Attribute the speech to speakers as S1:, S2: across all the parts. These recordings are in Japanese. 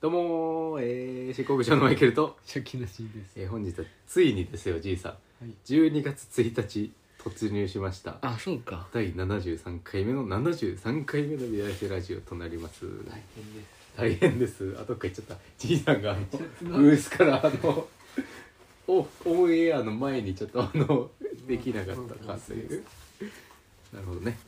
S1: どうもー、えー、執行部長のマイケルと、
S2: 初期のシーンです
S1: えー、本日はついにですよ、じいさん。
S2: はい
S1: 12月1日、突入しました。
S2: あそうか
S1: 第73回目の、73回目のビアラシラジオとなります。
S2: 大変です
S1: 大変です。あ、どっか行っちゃった。じいさんが、あの、
S2: ちょっと
S1: ブースから、あの、お、オンエアの前にちょっと、あの、できなかったかという。なるほどね。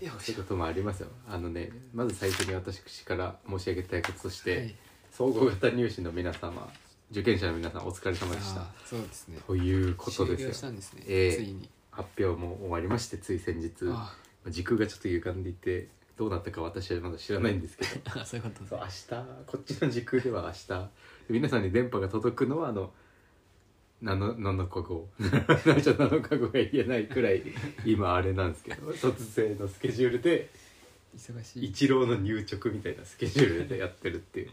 S2: よ
S1: そういうこともありますよ。あのね、まず最初に私から申し上げたいこととして、
S2: はい
S1: 総合型入試の皆様受験者の皆さんお疲れ様でした
S2: あーそうですね
S1: ということ
S2: 終
S1: で
S2: 了し
S1: す
S2: た
S1: よ
S2: んですね、
S1: ええ
S2: ついに
S1: 発表も終わりましてつい先日
S2: あ
S1: 時空がちょっと歪んでいてどうなったか私はまだ知らないんですけど
S2: あ そういうこと
S1: そう明日こっちの時空では明日皆さんに電波が届くのはあの7の日後7日後が言えないくらい今あれなんですけ ど突然のスケジュールで
S2: 忙しい、
S1: 一郎の入直みたいなスケジュールでやってるっていう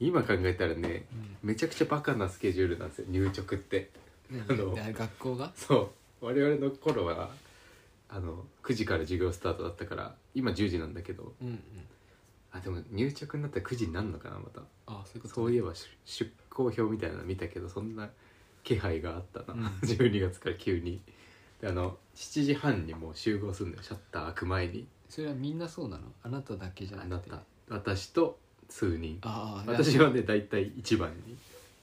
S1: 今考えたらね
S2: うん
S1: めちゃくちゃバカなスケジュールなんですよ入直って
S2: 何
S1: あの
S2: あ学校が
S1: そう我々の頃はあの9時から授業スタートだったから今10時なんだけど
S2: うんうん
S1: あでも入直になったら9時になるのかなまた
S2: あそういうこと
S1: そういえ
S2: ば
S1: ば出出校表みたいなの見たけどそんな気配があったな、
S2: うん
S1: 12月から急にであの7時半にもう集合するんだよシャッター開く前に
S2: それはみんなそうなのあなただけじゃ
S1: あ
S2: な
S1: な
S2: くて
S1: た私と数人
S2: ああ
S1: 私はね大体1番に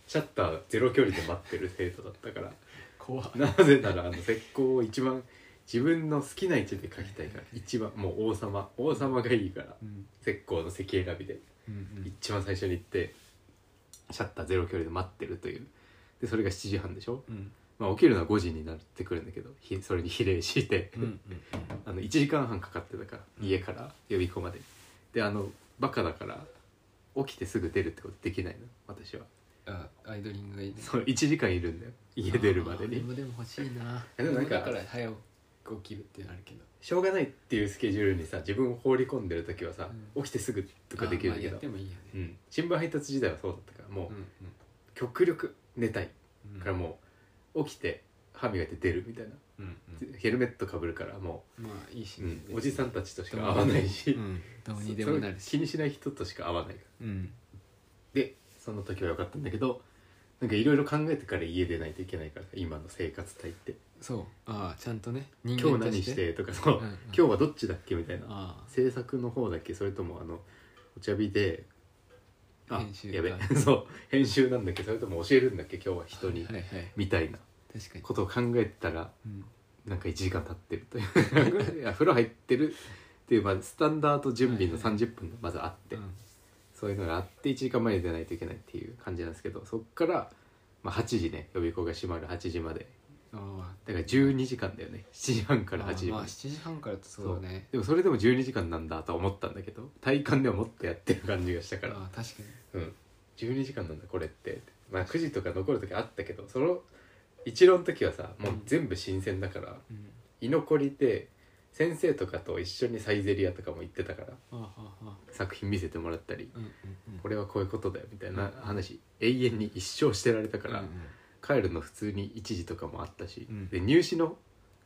S1: シャッターゼロ距離で待ってる生徒だったから
S2: 怖っ
S1: なぜならあの石膏を一番自分の好きな位置で描きたいから一番もう王様王様がいいから
S2: うん
S1: 石膏の石選びで
S2: うんうん
S1: 一番最初に行ってシャッターゼロ距離で待ってるというでそれが7時半でしょ、
S2: うん
S1: まあ、起きるのは5時になってくるんだけどひそれに比例して、
S2: うんうん
S1: あの1時間半かかってたから
S2: うん
S1: 家から予備校までであのバカだから起きてすぐ出るってことできないの私は
S2: あアイドリングがいいね
S1: そう1時間いるんだよ家出るまで
S2: あー
S1: に
S2: 俺もでも欲しいな
S1: えでもなんか
S2: だから早く起きるってなるけど
S1: しょうがないっていうスケジュールにさ自分を放り込んでる時はさ、
S2: うん
S1: 起きてすぐとかできる
S2: あーまあ
S1: け
S2: や
S1: ど、
S2: ってもいいよ
S1: う
S2: ね
S1: ん、新聞配達時代はそうだったからも
S2: う
S1: う、
S2: ん
S1: 極力寝たい
S2: うん
S1: からもう起きて歯磨いて出るみたいな、
S2: うんうん
S1: ヘルメットかぶるからも
S2: まあいいし
S1: う、
S2: ね
S1: うんおじさんたちとしか会わないし、
S2: うんどうにで
S1: そ
S2: も
S1: そ
S2: な
S1: れ
S2: るし
S1: 気にしない人としか会わないから
S2: うん
S1: でその時は良かったんだけどなんかいろいろ考えてから家出ないといけないから今の生活体って
S2: そうああちゃんとね人
S1: 今日
S2: と
S1: 何してとかそう、
S2: うんうん
S1: 今日はどっちだっけみたいな
S2: ああ
S1: 制作の方だっけそれともあのお茶日であ
S2: 編集か
S1: やべ そう編集なんだっけそれとも教えるんだっけ今日は人に、
S2: はいはい
S1: みたいな
S2: 確かに
S1: ことを考えてたら
S2: うん
S1: なんか1時間経ってるというい や風呂入ってるっていう、まあ、スタンダード準備の
S2: はいはい
S1: 30分がまずあって、
S2: うん
S1: そういうのがあって1時間前に出ないといけないっていう感じなんですけどそっから、まあ、8時ね予備校が閉まる8時まで
S2: ああ
S1: だから12時間だよね7時半から8時
S2: ああま
S1: ま
S2: あ
S1: で
S2: 7時半からってそうだね
S1: でもそれでも12時間なんだとは思ったんだけど体感ではもっとやってる感じがしたから
S2: ああ確かに
S1: うん12時間なんだこれってまあ9時とか残る時あったけどその一郎の時はさもう全部新鮮だから
S2: うん
S1: 居残りで先生とかと一緒にサイゼリアとかも行ってたから
S2: ああああ
S1: 作品見せてもらったり
S2: うんうんうん
S1: これはこういうことだよみたいな話永遠に一生してられたから、
S2: うんうん
S1: 帰るの普通に1時とかもあったし、
S2: うん
S1: で入試の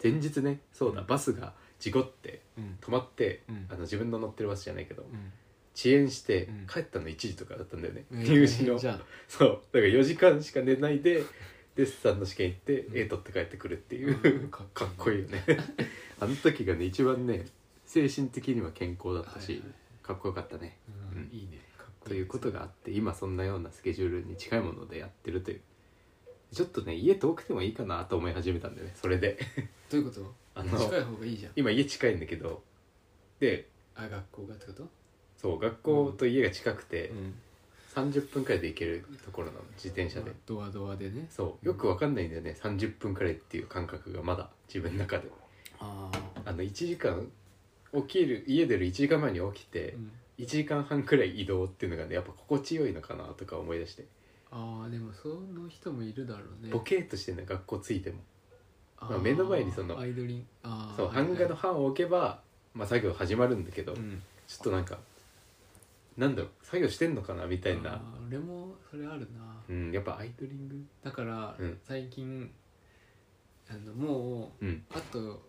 S1: 前日ねそうだ
S2: うん
S1: バスが事故って
S2: うん
S1: 止まって、
S2: うん
S1: あの自分の乗ってるバスじゃないけど
S2: うん
S1: 遅延して
S2: うん
S1: 帰ったの1時とかだったんだよね、
S2: うん
S1: 入試の
S2: じゃあ
S1: そうだから4時間しか寝ないでデッサンの試験行って、
S2: うん
S1: 絵取って帰ってくるっていう、
S2: うん
S1: か
S2: か
S1: っ
S2: っこいい
S1: こいいよね あの時がね一番ね精神的には健康だったし、
S2: はいはい
S1: かっこよかったね
S2: う
S1: うん
S2: んいいねかっこいい
S1: ということがあって今そんなようなスケジュールに近いものでやってるというちょっとね家遠くてもいいかなと思い始めたんだよねそれで
S2: どういうこと
S1: あの
S2: 近い方がいいじゃん
S1: 今家近いんだけどで
S2: あ学校がってこと
S1: そう学校と家が近くて、
S2: ん
S1: 30分くらいで行けるところなの自転車で、
S2: ドアドアでね
S1: そうよくわかんないんだよね30分くらいっていう感覚がまだ自分の中で
S2: ああ
S1: あの1時間起きる家出る1時間前に起きて
S2: うん
S1: 1時間半くらい移動っていうのがねやっぱ心地よいのかなとか思い出して
S2: ああでもその人もいるだろうね
S1: ボケーっとしてんの学校着いても
S2: あー
S1: まあ目の前にその
S2: アイドリンあー
S1: そう
S2: はい
S1: 版画の版を置けば、まあ、作業始まるんだけど、
S2: う
S1: ちょ
S2: ん
S1: っとなんかなんだろう作業してんのかなみたい
S2: あ
S1: な、
S2: ー俺もそれあるな
S1: うん、やっぱアイドリング
S2: だから
S1: うん
S2: 最近あのも
S1: うん
S2: うあと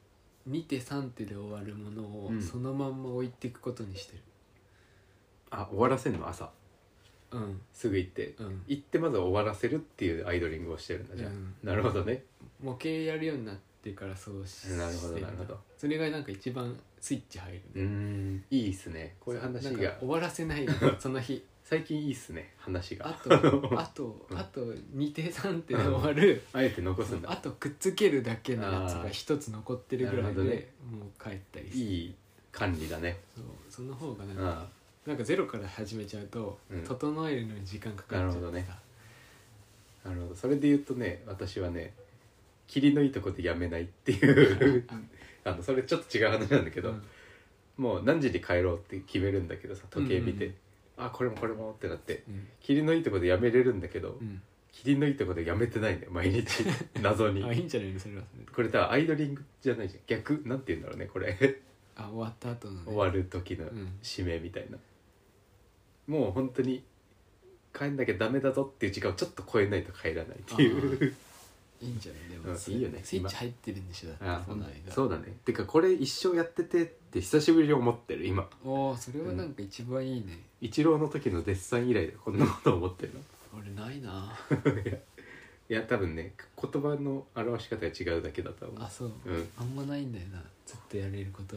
S2: 2手3手で終わるものを
S1: うん
S2: そのまんま置いていくことにしてる
S1: あ終わらせるの朝
S2: うん
S1: すぐ行って、
S2: うん
S1: 行ってまずは終わらせるっていうアイドリングをしてるんだじゃあ、
S2: うん
S1: なるほどね
S2: 模型やるようになってからそうし
S1: なるほど
S2: してんだ
S1: なるほど
S2: それがなんか一番スイッチ入る
S1: うーんいいっすねこういう話
S2: なん
S1: が
S2: か終わらせないその日
S1: 最近いいっすね話が
S2: あ
S1: あ
S2: とあと
S1: うん
S2: あと2手3手で終わる
S1: えて残すん
S2: あ
S1: だ
S2: とくっつけるだけのやつが一つ残ってるぐら
S1: あーな
S2: い
S1: るほ
S2: で
S1: どね
S2: もう帰ったり
S1: いい管理だね
S2: そうその方がなんか
S1: あ
S2: なんかゼロから始めちゃうと、
S1: うん
S2: 整えるのに時間かかっち
S1: な
S2: ゃ
S1: るほど
S2: う
S1: ねあなるほどそれで言うとね私はね霧のいいとこでやめないっていう あのそれちょっと違う話なんだ け
S2: け
S1: ど、もう何時に帰ろうって決めるんだけどさ時計見て、
S2: うん
S1: あこれもこれもってなって
S2: うん
S1: 霧のいいとこでやめれるんだけど、
S2: うん
S1: 霧のいいとこでやめてないんだよ毎日 謎に
S2: あいいんじゃないのそれはそれで
S1: これだアイドリングじゃないじゃん逆なんて言うんだろうねこれ
S2: あ終わった後のね
S1: 終わる時の
S2: うん
S1: 使命みたいな、もう本当に帰んなきゃダメだぞっていう時間をちょっと超えないと帰らないっていう
S2: いいんじゃないで
S1: うん
S2: もそれ
S1: いいよね
S2: スイッチ入ってるんでしょだって
S1: あ
S2: その間
S1: そうだねてかこれ一生やっててって久しぶりに思ってる今
S2: おーそれはなんか一番いいね、
S1: イチローの時のデッサン以来こんなこと思ってるの
S2: 俺ないない
S1: や多分ね言葉の表し方が違うだけだと思
S2: あそう
S1: う、うん、
S2: あんまないんだよなずっとやれること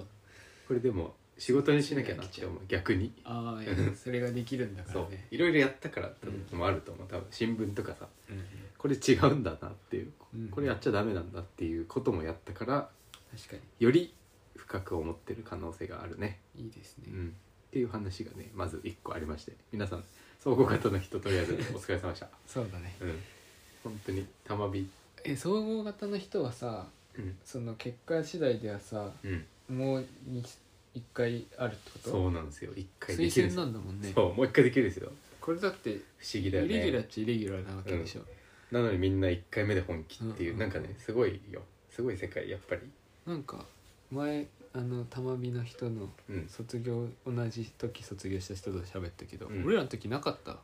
S1: これでも仕事にしなきゃなって思う逆に
S2: ああ
S1: うん
S2: それができるんだか
S1: そ
S2: ら
S1: う
S2: ね
S1: いろいろやったからってのもあると思う多分新聞とかさ
S2: うんうん
S1: これ違うんだなっていう
S2: うん
S1: これやっちゃダメなんだっていうこともやったから
S2: 確か
S1: より深く思ってる可能性があるね、
S2: にいいですね、
S1: うん、っていう話がねまず1個ありまして皆さん総合型の人とりあえず お疲れ様でした、
S2: そうだね
S1: うん、本当に玉火
S2: え総合型の人はさ
S1: うん、
S2: その結果次第ではさ
S1: うん、
S2: もうに一回あるってこと
S1: そうなんですよ一回できる
S2: 推
S1: んです
S2: 薦
S1: よ
S2: なんだもんね
S1: そうもう一回できるんですよ
S2: これだってイ
S1: 不思議だ
S2: レ
S1: よ
S2: ギュ
S1: ね
S2: ラーっちゃイレギュラーなわけでしょ、
S1: なのにみんな1回目で本気っていう、
S2: うん
S1: なんかねすごいよすごい世界やっぱり
S2: なんか前あの玉美の人の
S1: うん
S2: 卒業同じ時卒業した人と喋ったけど、
S1: うん
S2: 俺らの時なかった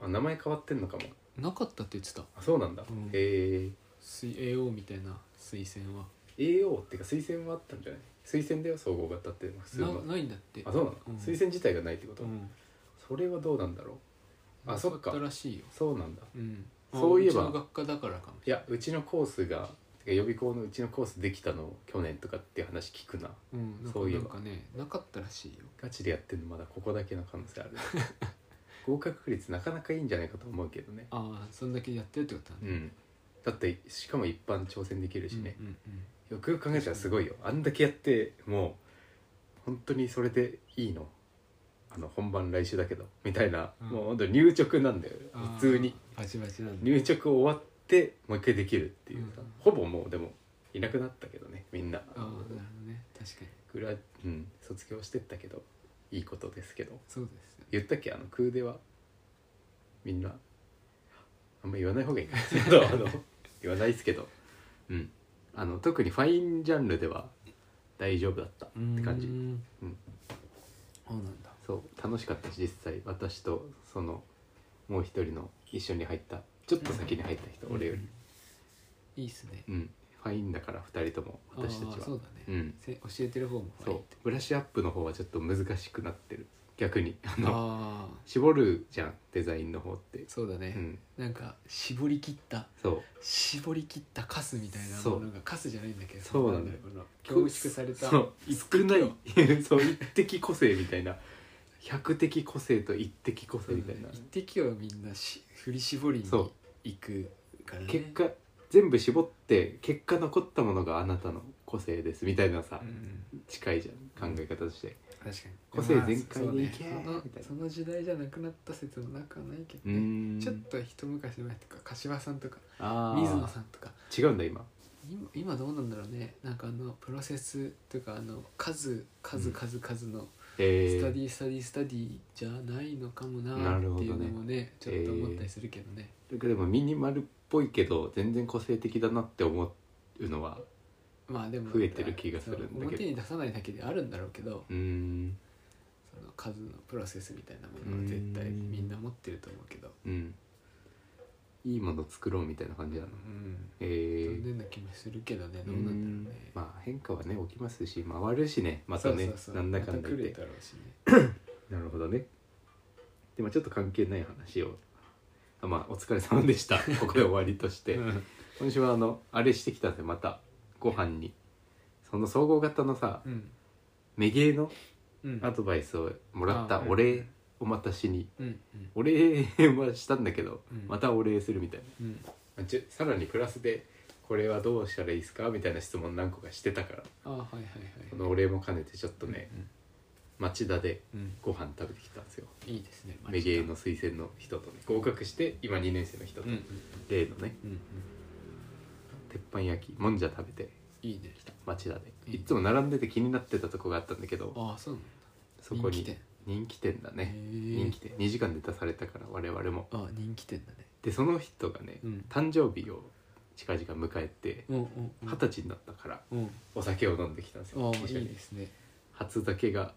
S1: あ名前変わってんのかも
S2: なかったって言ってた
S1: あそうなんだ、
S2: うん
S1: へ
S2: 水 AO みたいな推薦は
S1: え AO っていうか推薦はあったんじゃない推薦だよ総合型っていうのは普通は
S2: なないんだって
S1: あそうなの、
S2: うん
S1: 推薦自体がないってこと、
S2: うん
S1: それはどうなんだろうあそっか
S2: なったらしいよ
S1: そうなんだ
S2: うん
S1: そういえば
S2: あうちの学科だからかもし
S1: いやうちのコースがてか予備校のうちのコースできたの去年とかっていう話聞くな
S2: れない、うん、なんか
S1: そういえば
S2: なんかねなかったらしいよ
S1: ガチでやってるのまだここだけの可能 性ある合格率なかなかいいんじゃないかと思うけどね
S2: ああそんだけやってるってことだ
S1: う
S2: ね、
S1: んだってしかも一般挑戦できるしね
S2: う、んうんうん
S1: よくよく考えたらすごいよあんだけやってもう本当にそれでいいのあの本番来週だけどみたいな、
S2: うん
S1: もう本当に入直なんだよ普通に
S2: あーバチバチなんだ
S1: 入直終わってもう一回できるっていうさ、
S2: うん
S1: ほぼもうでもいなくなったけどねみんな
S2: ああなるほどね確かに
S1: グラ、うん、卒業してったけどいいことですけど
S2: そうですよ
S1: 言ったっけあの空ではみんなあんま言わない方がいい かなちょっとあの言わないですけどうんあの特にファインジャンルでは大丈夫だったって感じ
S2: うーん
S1: うん
S2: そうなんだ
S1: そう楽しかったし実際私とそのもう一人の一緒に入ったちょっと先に入った人、俺より
S2: いいっすね
S1: うんファインだから2人とも私た
S2: あ
S1: ち
S2: ー
S1: は
S2: そうだ
S1: う
S2: ね、
S1: ん
S2: せ教えてる方も
S1: そうブラッシュアップの方はちょっと難しくなってる逆にあの
S2: ああ
S1: 絞るじゃんデザインの方って
S2: そうだ
S1: う
S2: ね、
S1: ん
S2: なんか絞り切った
S1: そう
S2: 絞り切ったカスみたいな
S1: そう
S2: ものがカスじゃないんだけど
S1: そうなんだよ
S2: この凝縮された
S1: そう少な
S2: よ
S1: い そう一滴個性みたいな百滴個性と一滴個性みたいな
S2: 一滴をみんなし振り絞りに
S1: そ
S2: 行くからね
S1: 結果全部絞って結果残ったものがあなたの個性ですみたいなさ
S2: うん
S1: 近いじゃん考え方として
S2: 確かに
S1: 個性全開でいけ
S2: まあそうね
S1: みたいな
S2: そのその時代じゃなくなった説もなくはないけ
S1: う
S2: どね
S1: ん
S2: ちょっと一昔前とか柏さんとか
S1: あー
S2: 水野さんとか
S1: 違うんだ今
S2: 今今どうなんだろうねなんかあのプロセスというかあの数
S1: う
S2: 数
S1: ん
S2: 数数の
S1: え
S2: スタデ
S1: ー、
S2: ィスタディスタディじゃないのかもな
S1: な
S2: って
S1: るほどね
S2: いうのもねちょっと思ったりするけどね、
S1: だからでもミニマルっぽいけど全然個性的だなって思うのは
S2: まあでも
S1: 増えてる気がするんだけど
S2: その表に出さないだけであるんだろうけど
S1: うーん
S2: その数のプロセスみたいなものは絶対
S1: うん
S2: みんな持ってると思うけど
S1: うんいいもの作ろうみたいな感じなの
S2: うん
S1: え
S2: 残
S1: ー、
S2: 念な気もするけどねどう
S1: う
S2: なんんだろうね
S1: まあ変化はね起きますし回るしねまた
S2: そう
S1: ね
S2: そうそう
S1: なんだかんだ
S2: ま
S1: 言っ
S2: た来る
S1: て
S2: だろうしね
S1: なるほどねでもちょっと関係ない話をあまあお疲れ様でした ここで終わりとして、
S2: うん
S1: 今週はあのあれしてきたんでまたご飯にその総合型のさ
S2: うん
S1: メゲーの
S2: うん
S1: アドバイスをもらった
S2: あ
S1: お礼をまたしに、
S2: うんうん
S1: お礼はしたんだけど、
S2: うん
S1: またお礼するみたい
S2: うん
S1: なちょさらにプラスでこれはどうしたらいいですかみたいな質問何個かしてたから
S2: あはいはいはい
S1: このお礼も兼ねてちょっとね、町田で
S2: うんうん
S1: ご飯食べてきたんですよ
S2: いいですね
S1: メゲーの推薦の人とね合格して今2年生の人
S2: う
S1: と、
S2: んうん
S1: 例のね
S2: うんうん
S1: 鉄板焼きもんじゃ食べて
S2: いいね
S1: きた町田で、
S2: うん
S1: いつも並んでて気になってたとこがあったんだけど、
S2: ああそうなん
S1: そこ
S2: 人気
S1: に
S2: 店
S1: 人気店だ
S2: だ
S1: ね、
S2: 人
S1: 人気店2時間で出されたから我々も
S2: あ人気店だね
S1: でその人がね、
S2: うん
S1: 誕生日を近々迎えて
S2: うんうんうん
S1: 二十歳になったから
S2: うん
S1: お酒を飲んできたんですよ
S2: ああ
S1: 一緒
S2: いい
S1: に
S2: ですね
S1: 初酒が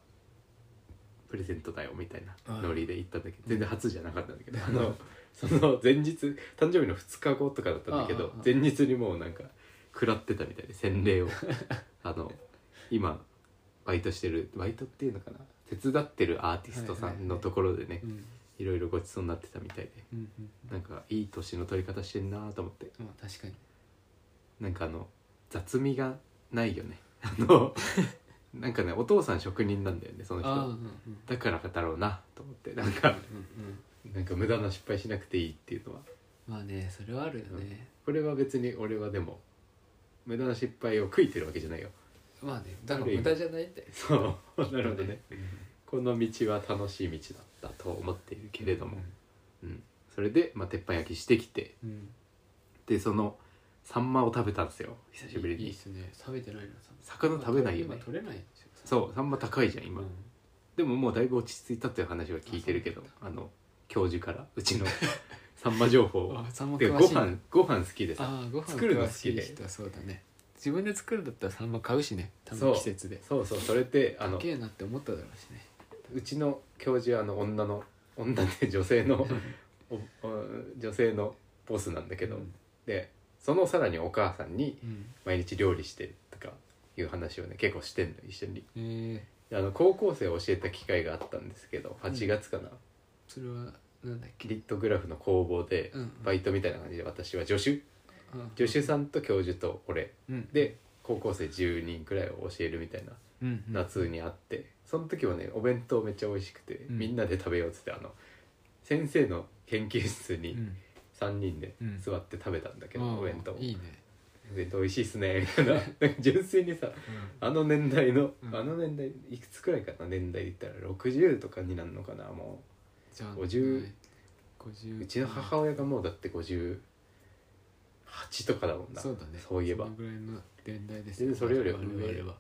S1: プレゼントだよみたいな
S2: はい
S1: ノリで行ったんだけど全然初じゃなかったんだけど
S2: うん
S1: あの その前日誕生日の2日後とかだったんだけ
S2: ああ
S1: ど
S2: ああ
S1: 前日にもうなんか食らってたみたいで洗 礼をあの今バイトしてるバイトっていうのかな手伝ってるアーティストさんのところでね
S2: うん
S1: いろいろごちそうになってたみたいで
S2: うんうん
S1: なんかいい年の取り方してんなと思って
S2: まあ確かに
S1: なんかあの雑味がないよねあ のなんかねお父さん職人なんだよねその
S2: あ
S1: 人
S2: あうんうん
S1: だからだろうなと思ってなんか
S2: うんうん
S1: なんか無駄な失敗しなくていいっていうのは
S2: まあねそれはあるよね
S1: これは別に俺はでも無駄な失敗を悔いてるわけじゃないよ
S2: まあねだから無駄じゃないんだよ
S1: そうなるほどね
S2: うん
S1: この道は楽しい道だったと思っているけれども
S2: うん、
S1: うん、それで、まあ、鉄板焼きしてきて
S2: うん
S1: でそのサンマを食べたんですよ久しぶり
S2: いい
S1: に
S2: ですね食べてないのさ
S1: 魚食べないよね
S2: 今取れないんですよ
S1: そうサンマ高いじゃん今、
S2: うん
S1: でももうだいぶ落ち着いたっていう話は聞いてるけど
S2: あそ
S1: あの教授からう ちのサンマ情報
S2: あサンマ
S1: で
S2: 詳
S1: ご
S2: しい
S1: 飯ご飯好きでさ
S2: ああご飯
S1: 作るの好
S2: 詳し
S1: き
S2: い
S1: で
S2: 人はそうだね自分で作るんだったらサンマ買うしね多
S1: そ
S2: 分
S1: う
S2: 季節で
S1: そうそうそれってあ
S2: 高
S1: の
S2: えなって思っただろうしね
S1: うちの教授はあの女の女って女性のおお女性のボスなんだけど、
S2: うん
S1: でそのさらにお母さんに
S2: うん
S1: 毎日料理してとかいう話をね結構してんの一緒に
S2: え
S1: であの高校生を教えた機会があったんですけど8月かな、
S2: ーそれはなんだっけ
S1: リットグラフの工房で
S2: うん
S1: バイトみたいな感じで私は助手
S2: うん
S1: 助手さんと教授と俺
S2: うん
S1: で高校生10人くらいを教えるみたいな
S2: うんうん
S1: 夏にあってその時はねお弁当めっちゃ美味しくて、
S2: うん
S1: みんなで食べようっつってあの先生の研究室
S2: う
S1: に
S2: ん
S1: 3人で
S2: うん
S1: 座って食べたんだけど、
S2: ああ
S1: お弁当
S2: いいね
S1: お弁当美味しいっすねみたい ななんか純粋にさあの年代の、
S2: うん
S1: あの年代いくつくらいかな年代で言ったら60とかになるのかなも
S2: じゃあ
S1: 50
S2: はい
S1: う
S2: 50
S1: うちの母親がもうだって58とかだもんな
S2: そうだね
S1: そういえば
S2: そのぐらいの年代です
S1: 全然それよりは上
S2: 我々は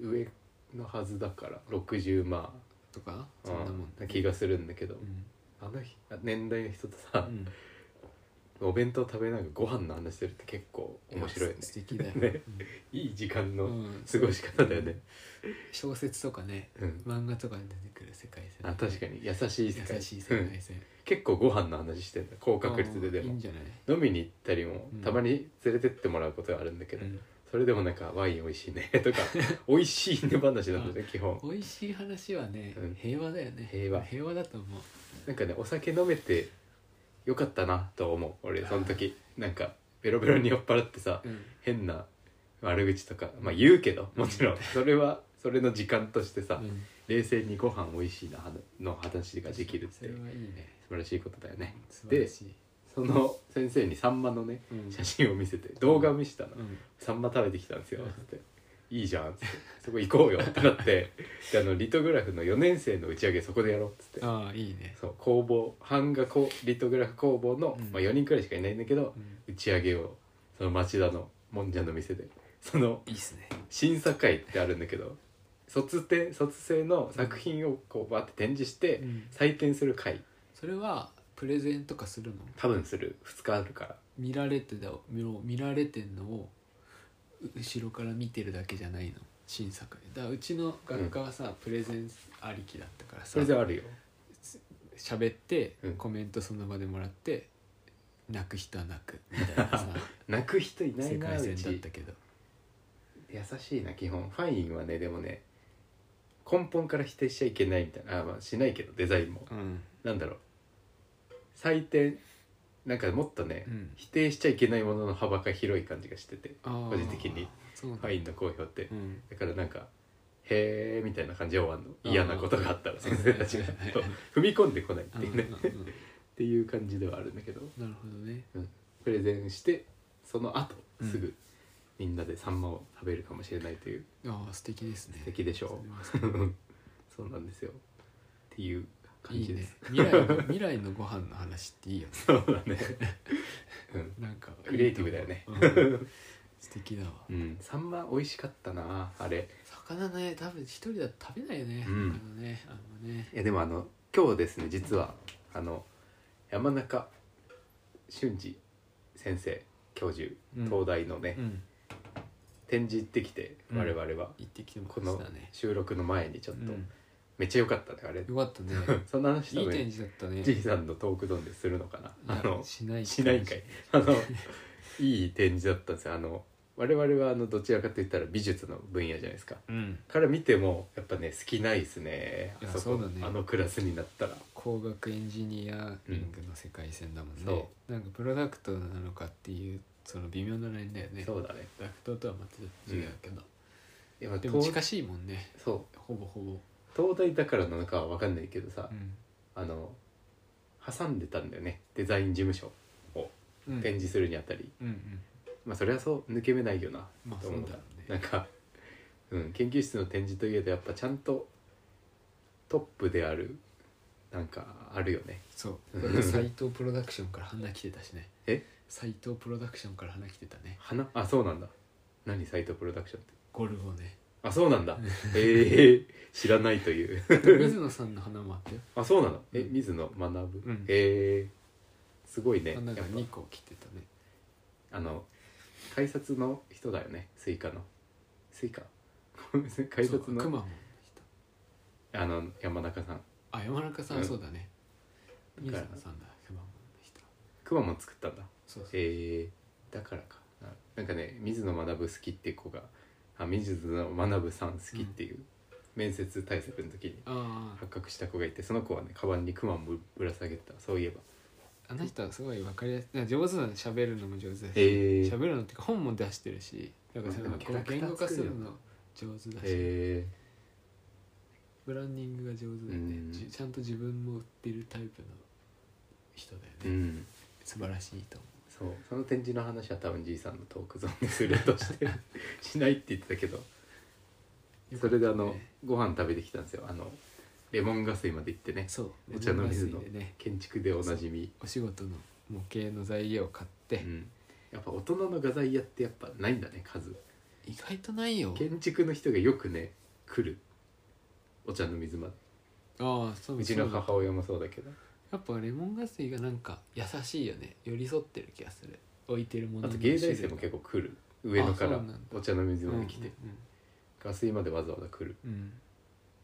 S1: 上のはずだから60ま
S2: とか
S1: あ
S2: そんなもん
S1: うん気がするんだけど、
S2: うん
S1: あの日あ年代の人とさ
S2: う、ん
S1: お弁当食べながらご飯の話するって結構面白いよ
S2: や
S1: ね
S2: 素敵だ よ
S1: ねいい時間
S2: う
S1: の
S2: ん
S1: 過ごし方だよね
S2: 小説とかね
S1: うん、
S2: 漫画とかに出てくる世界線
S1: あ確かに優しい世界
S2: 優しい世
S1: うん
S2: 界線
S1: 結構ご飯の話してんだ高確率でで
S2: いい
S1: も
S2: んじゃない
S1: 飲みに行ったりも
S2: うん
S1: たまに連れてってもらうことがあるんだけど、
S2: うん
S1: それでもなんかワイン美味しいね とか美味しいね話なんだね基本
S2: 美味しい話はね
S1: うん
S2: 平和だよね
S1: 平和
S2: 平和だと思う
S1: なんかねお酒飲めてよかったなと思う俺その時なんかベロベロに酔っ払ってさ
S2: うん
S1: 変な悪口とかまあ言うけどもち ろんそれはそれの時間としてさ、
S2: うん
S1: 冷静にご飯美味しいなの話ができるって
S2: そ
S1: 素
S2: れはいいね
S1: 晴らしいことだよね
S2: 素晴らしい
S1: その先生にサンマのね
S2: うん
S1: 写真を見せて動画を見せたの
S2: うん
S1: 「サンマ食べてきたんですよ」っつって「いいじゃん」っつって「そこ行こうよ」ってな ってであのリトグラフの4年生の打ち上げそこでやろうっつって
S2: ああいいね
S1: そう工房版画こうリトグラフ工房の
S2: うん、
S1: まあ、4人くらいしかいないんだけど
S2: うん
S1: 打ち上げをその町田のもんじゃの店でその
S2: いいっすね
S1: 審査会ってあるんだけど卒て卒生の作品をこうバーって展示して
S2: うん
S1: 採点する会
S2: それはプレゼンとかするの
S1: 多分する2日あるから
S2: 見られてだ見ろ見られてんのをう後ろから見てるだけじゃないの審査会だからうちの学科はさ、プレゼンありきだったから
S1: そ
S2: さ
S1: れであるよ
S2: 喋って、
S1: うん
S2: コメントその場でもらって泣く人は泣くみたいなさ
S1: 泣く人い ない
S2: 世
S1: な
S2: 界
S1: う
S2: 線だっ
S1: ち
S2: たけど
S1: 優しいな基本ファインはねでもね根本から否定しちゃいけないみたいなあまあしないけどデザインも
S2: うん
S1: なんだろう採点なんかもっとね、
S2: うん
S1: 否定しちゃいけないものの幅が広い感じがしてて
S2: あー
S1: 個人的に
S2: そうなん
S1: ファインの好評って、
S2: うん
S1: だからなんか「へーみたいな感じで終わんの嫌なことがあったら先生たちが
S2: うん
S1: そう踏み込んでこないっていうね
S2: うんうん
S1: っ
S2: うん
S1: ていう感じではあるんだけど
S2: なるほどね
S1: プレゼンしてその後
S2: うん
S1: すぐみんなでサンマを食べるかもしれないという
S2: ああ素敵ですね
S1: 素敵でしょ
S2: そうれは
S1: そうなんですよっていう感
S2: いい
S1: じで
S2: ね
S1: す
S2: 未来の未来のご飯の話っていいよね
S1: そうだねうん
S2: なんか
S1: クリエイティブだよね
S2: うん素敵だわ
S1: うんサンマ美味しかったなあれ
S2: 魚ね多分一人だと食べないよね、
S1: うん
S2: 魚ねあのね
S1: いやでもあの今日ですね実はあの山中俊二先生教授
S2: うん
S1: 東大のね、
S2: うん
S1: 展示行ってきて
S2: うん
S1: 我々は、
S2: 行ってきても
S1: こ
S2: この
S1: の
S2: ね
S1: 収録の前にちょっと、
S2: うん
S1: めっちゃ良かったねあれ、
S2: よかったね
S1: そんな話
S2: い
S1: 多
S2: い
S1: 分
S2: 展示だったね
S1: じいさんのトークドンでするのかなあ
S2: いや
S1: の
S2: しない
S1: しないんかいあのいい展示だったんですよあの我々はあのどちらかといったら美術の分野じゃないですか
S2: うん
S1: から見てもやっぱね好きないですね
S2: い
S1: あ
S2: や
S1: そこ
S2: そうだね
S1: あのクラスになったら
S2: 工学エンジニアリングの世界線だもんね、
S1: うんそ
S2: なんかプロダクトなのかっていうその微妙なラインだよね
S1: そ
S2: プ
S1: うだね
S2: ロダクトとはまたちょっと違うけど、
S1: いやまあ
S2: でも
S1: 東
S2: 近しいもんね
S1: そ
S2: ほぼほぼ、
S1: う東大だからなのかは分かんないけどさ、
S2: うん
S1: あの挟んでたんだよねデザイン事務所を
S2: うん、
S1: 展示するにあたり、
S2: うんうん
S1: まあそれはそう抜け目ないよな
S2: まあ
S1: と思った、
S2: そうだろうね
S1: なんか、うん、研究室の展示といえばやっぱちゃんとトップであるなんかあるよね
S2: そ
S1: う
S2: う
S1: ん
S2: だって斎藤プロダクションから花来てたしね
S1: え
S2: 斎藤プロダクションから花来てたね
S1: 花あそうなんだ何サイトプロダクションって
S2: ゴルゴね
S1: あそうなんだええ知らないという
S2: 水野さんの花もあったよ
S1: あそうなのえ
S2: うん
S1: 水野学ぶ、
S2: うん
S1: ええすごいねや
S2: あ
S1: っ
S2: なん
S1: ぱ
S2: か2個来てたね
S1: あの改札の人だよねスイカのスイカ ごめんなさい改札
S2: そう熊
S1: の
S2: も来た
S1: あの山中さん
S2: あ山中さん、
S1: うん
S2: そうだね
S1: だ
S2: 水
S1: か
S2: 野
S1: ら
S2: さんだ熊も来た
S1: くまも作ったんだ
S2: そうそう
S1: えー、だからかななんかね水野学ぶ好きっていう子があ水野学ぶさん好きっていう、面接対策の時に
S2: あ
S1: 発覚した子がいてその子はねカバンにクマもぶら下げてたそういえば
S2: ああの人はすごい分かりやすい上手なの喋るのも上手だし
S1: えー
S2: 喋るのっていうか本も出してるしだからそ
S1: まあ
S2: の
S1: でも
S2: こう
S1: キャラクタ
S2: 言
S1: ー
S2: 語化する
S1: 作る
S2: の上手だし、
S1: え
S2: ブランディングが上手だよ
S1: うん
S2: ねじちゃんと自分も売ってるタイプの人だよね、
S1: ー、うん
S2: 素晴らしいと思
S1: そうその展示の話は多分じいさんのトークゾーンでするとして しないって言ってたけど
S2: う
S1: それであ
S2: よ
S1: の
S2: かったね
S1: ご飯食べてきたんですよあのレモンガスまで行ってね
S2: そう
S1: お茶の水
S2: お
S1: の
S2: 茶ね
S1: 建築でおなじみ、
S2: お仕事の模型の材料を買って、
S1: うん、やっぱ大人の画材屋ってやっぱないんだね数
S2: 意外とないよ
S1: 建築の人がよくね来るお茶の水まで
S2: ああそう
S1: うちの
S2: そうだ
S1: 母親もそうだけど
S2: やっぱレモンガス水がなんか優しいよね寄り添ってる気がする置いてるもの
S1: あと芸大生も結構来る上野か
S2: あ
S1: ら
S2: そうなんだ
S1: お茶の水ま
S2: 構
S1: で来てガスまでわざわざ来る
S2: うん、うん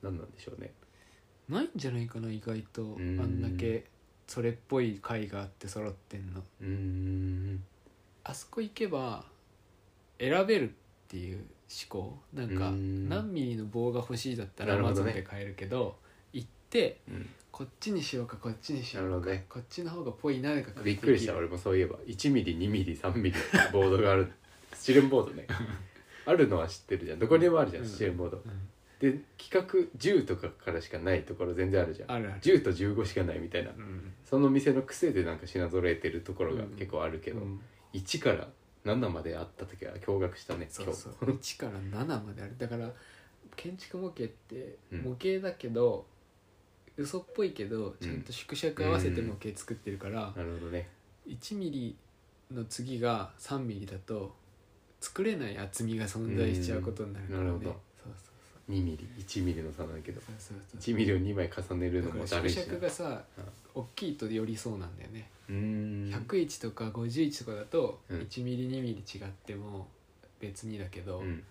S1: 何なんでしょうね
S2: うんないんじゃないかな意外とあ
S1: ん
S2: んだけそれっぽい回があって揃ってんの
S1: うーん
S2: あそこ行けば選べるっていう思考なんか
S1: うん
S2: 何ミリの棒が欲しいだった
S1: な
S2: ら
S1: るほ
S2: ま
S1: ど
S2: ず
S1: ね
S2: で買えるけど行って
S1: うん
S2: こっちにしようかこっちにしよ
S1: なる
S2: う
S1: ほ
S2: か、
S1: どね
S2: こっちの方がぽいなでか
S1: びっくりした俺もそういえば1ミリ2ミリ3ミリボードがあ るスチレンボードねあるのは知ってるじゃんどこにでもあるじゃん、
S2: うん
S1: スチレンボード
S2: うん
S1: で企画10とかからしかないところ全然あるじゃん
S2: あるある、
S1: 10と15しかないみたいな
S2: うん
S1: その店の癖でなんか品揃えてるところが
S2: うん
S1: 結構あるけど、
S2: うん
S1: 1から7まであった時は驚愕したね
S2: そ
S1: 今
S2: う
S1: 日
S2: そう1から7まであるだから建築模型って
S1: うん
S2: 模型だけど、嘘っぽいけどちゃんと縮尺合わせて
S1: うん
S2: 模型作ってるから、
S1: なるほどね
S2: 1ミリの次が3ミリだと作れない厚みが存在しちゃうことになるから
S1: う
S2: ね、
S1: んなるほど
S2: そうそう
S1: 2ミリ1ミリの差なんだけど
S2: そうそうそうそう
S1: 1ミリを2枚重ねる
S2: だ
S1: の
S2: から
S1: もだる
S2: 縮
S1: いしな
S2: 尺がさ
S1: うん
S2: 大きいとよりそうなんだよね、
S1: うーん
S2: 101とか51とかだと
S1: うん
S2: 1ミリ2ミリ違っても別にだけど、
S1: うん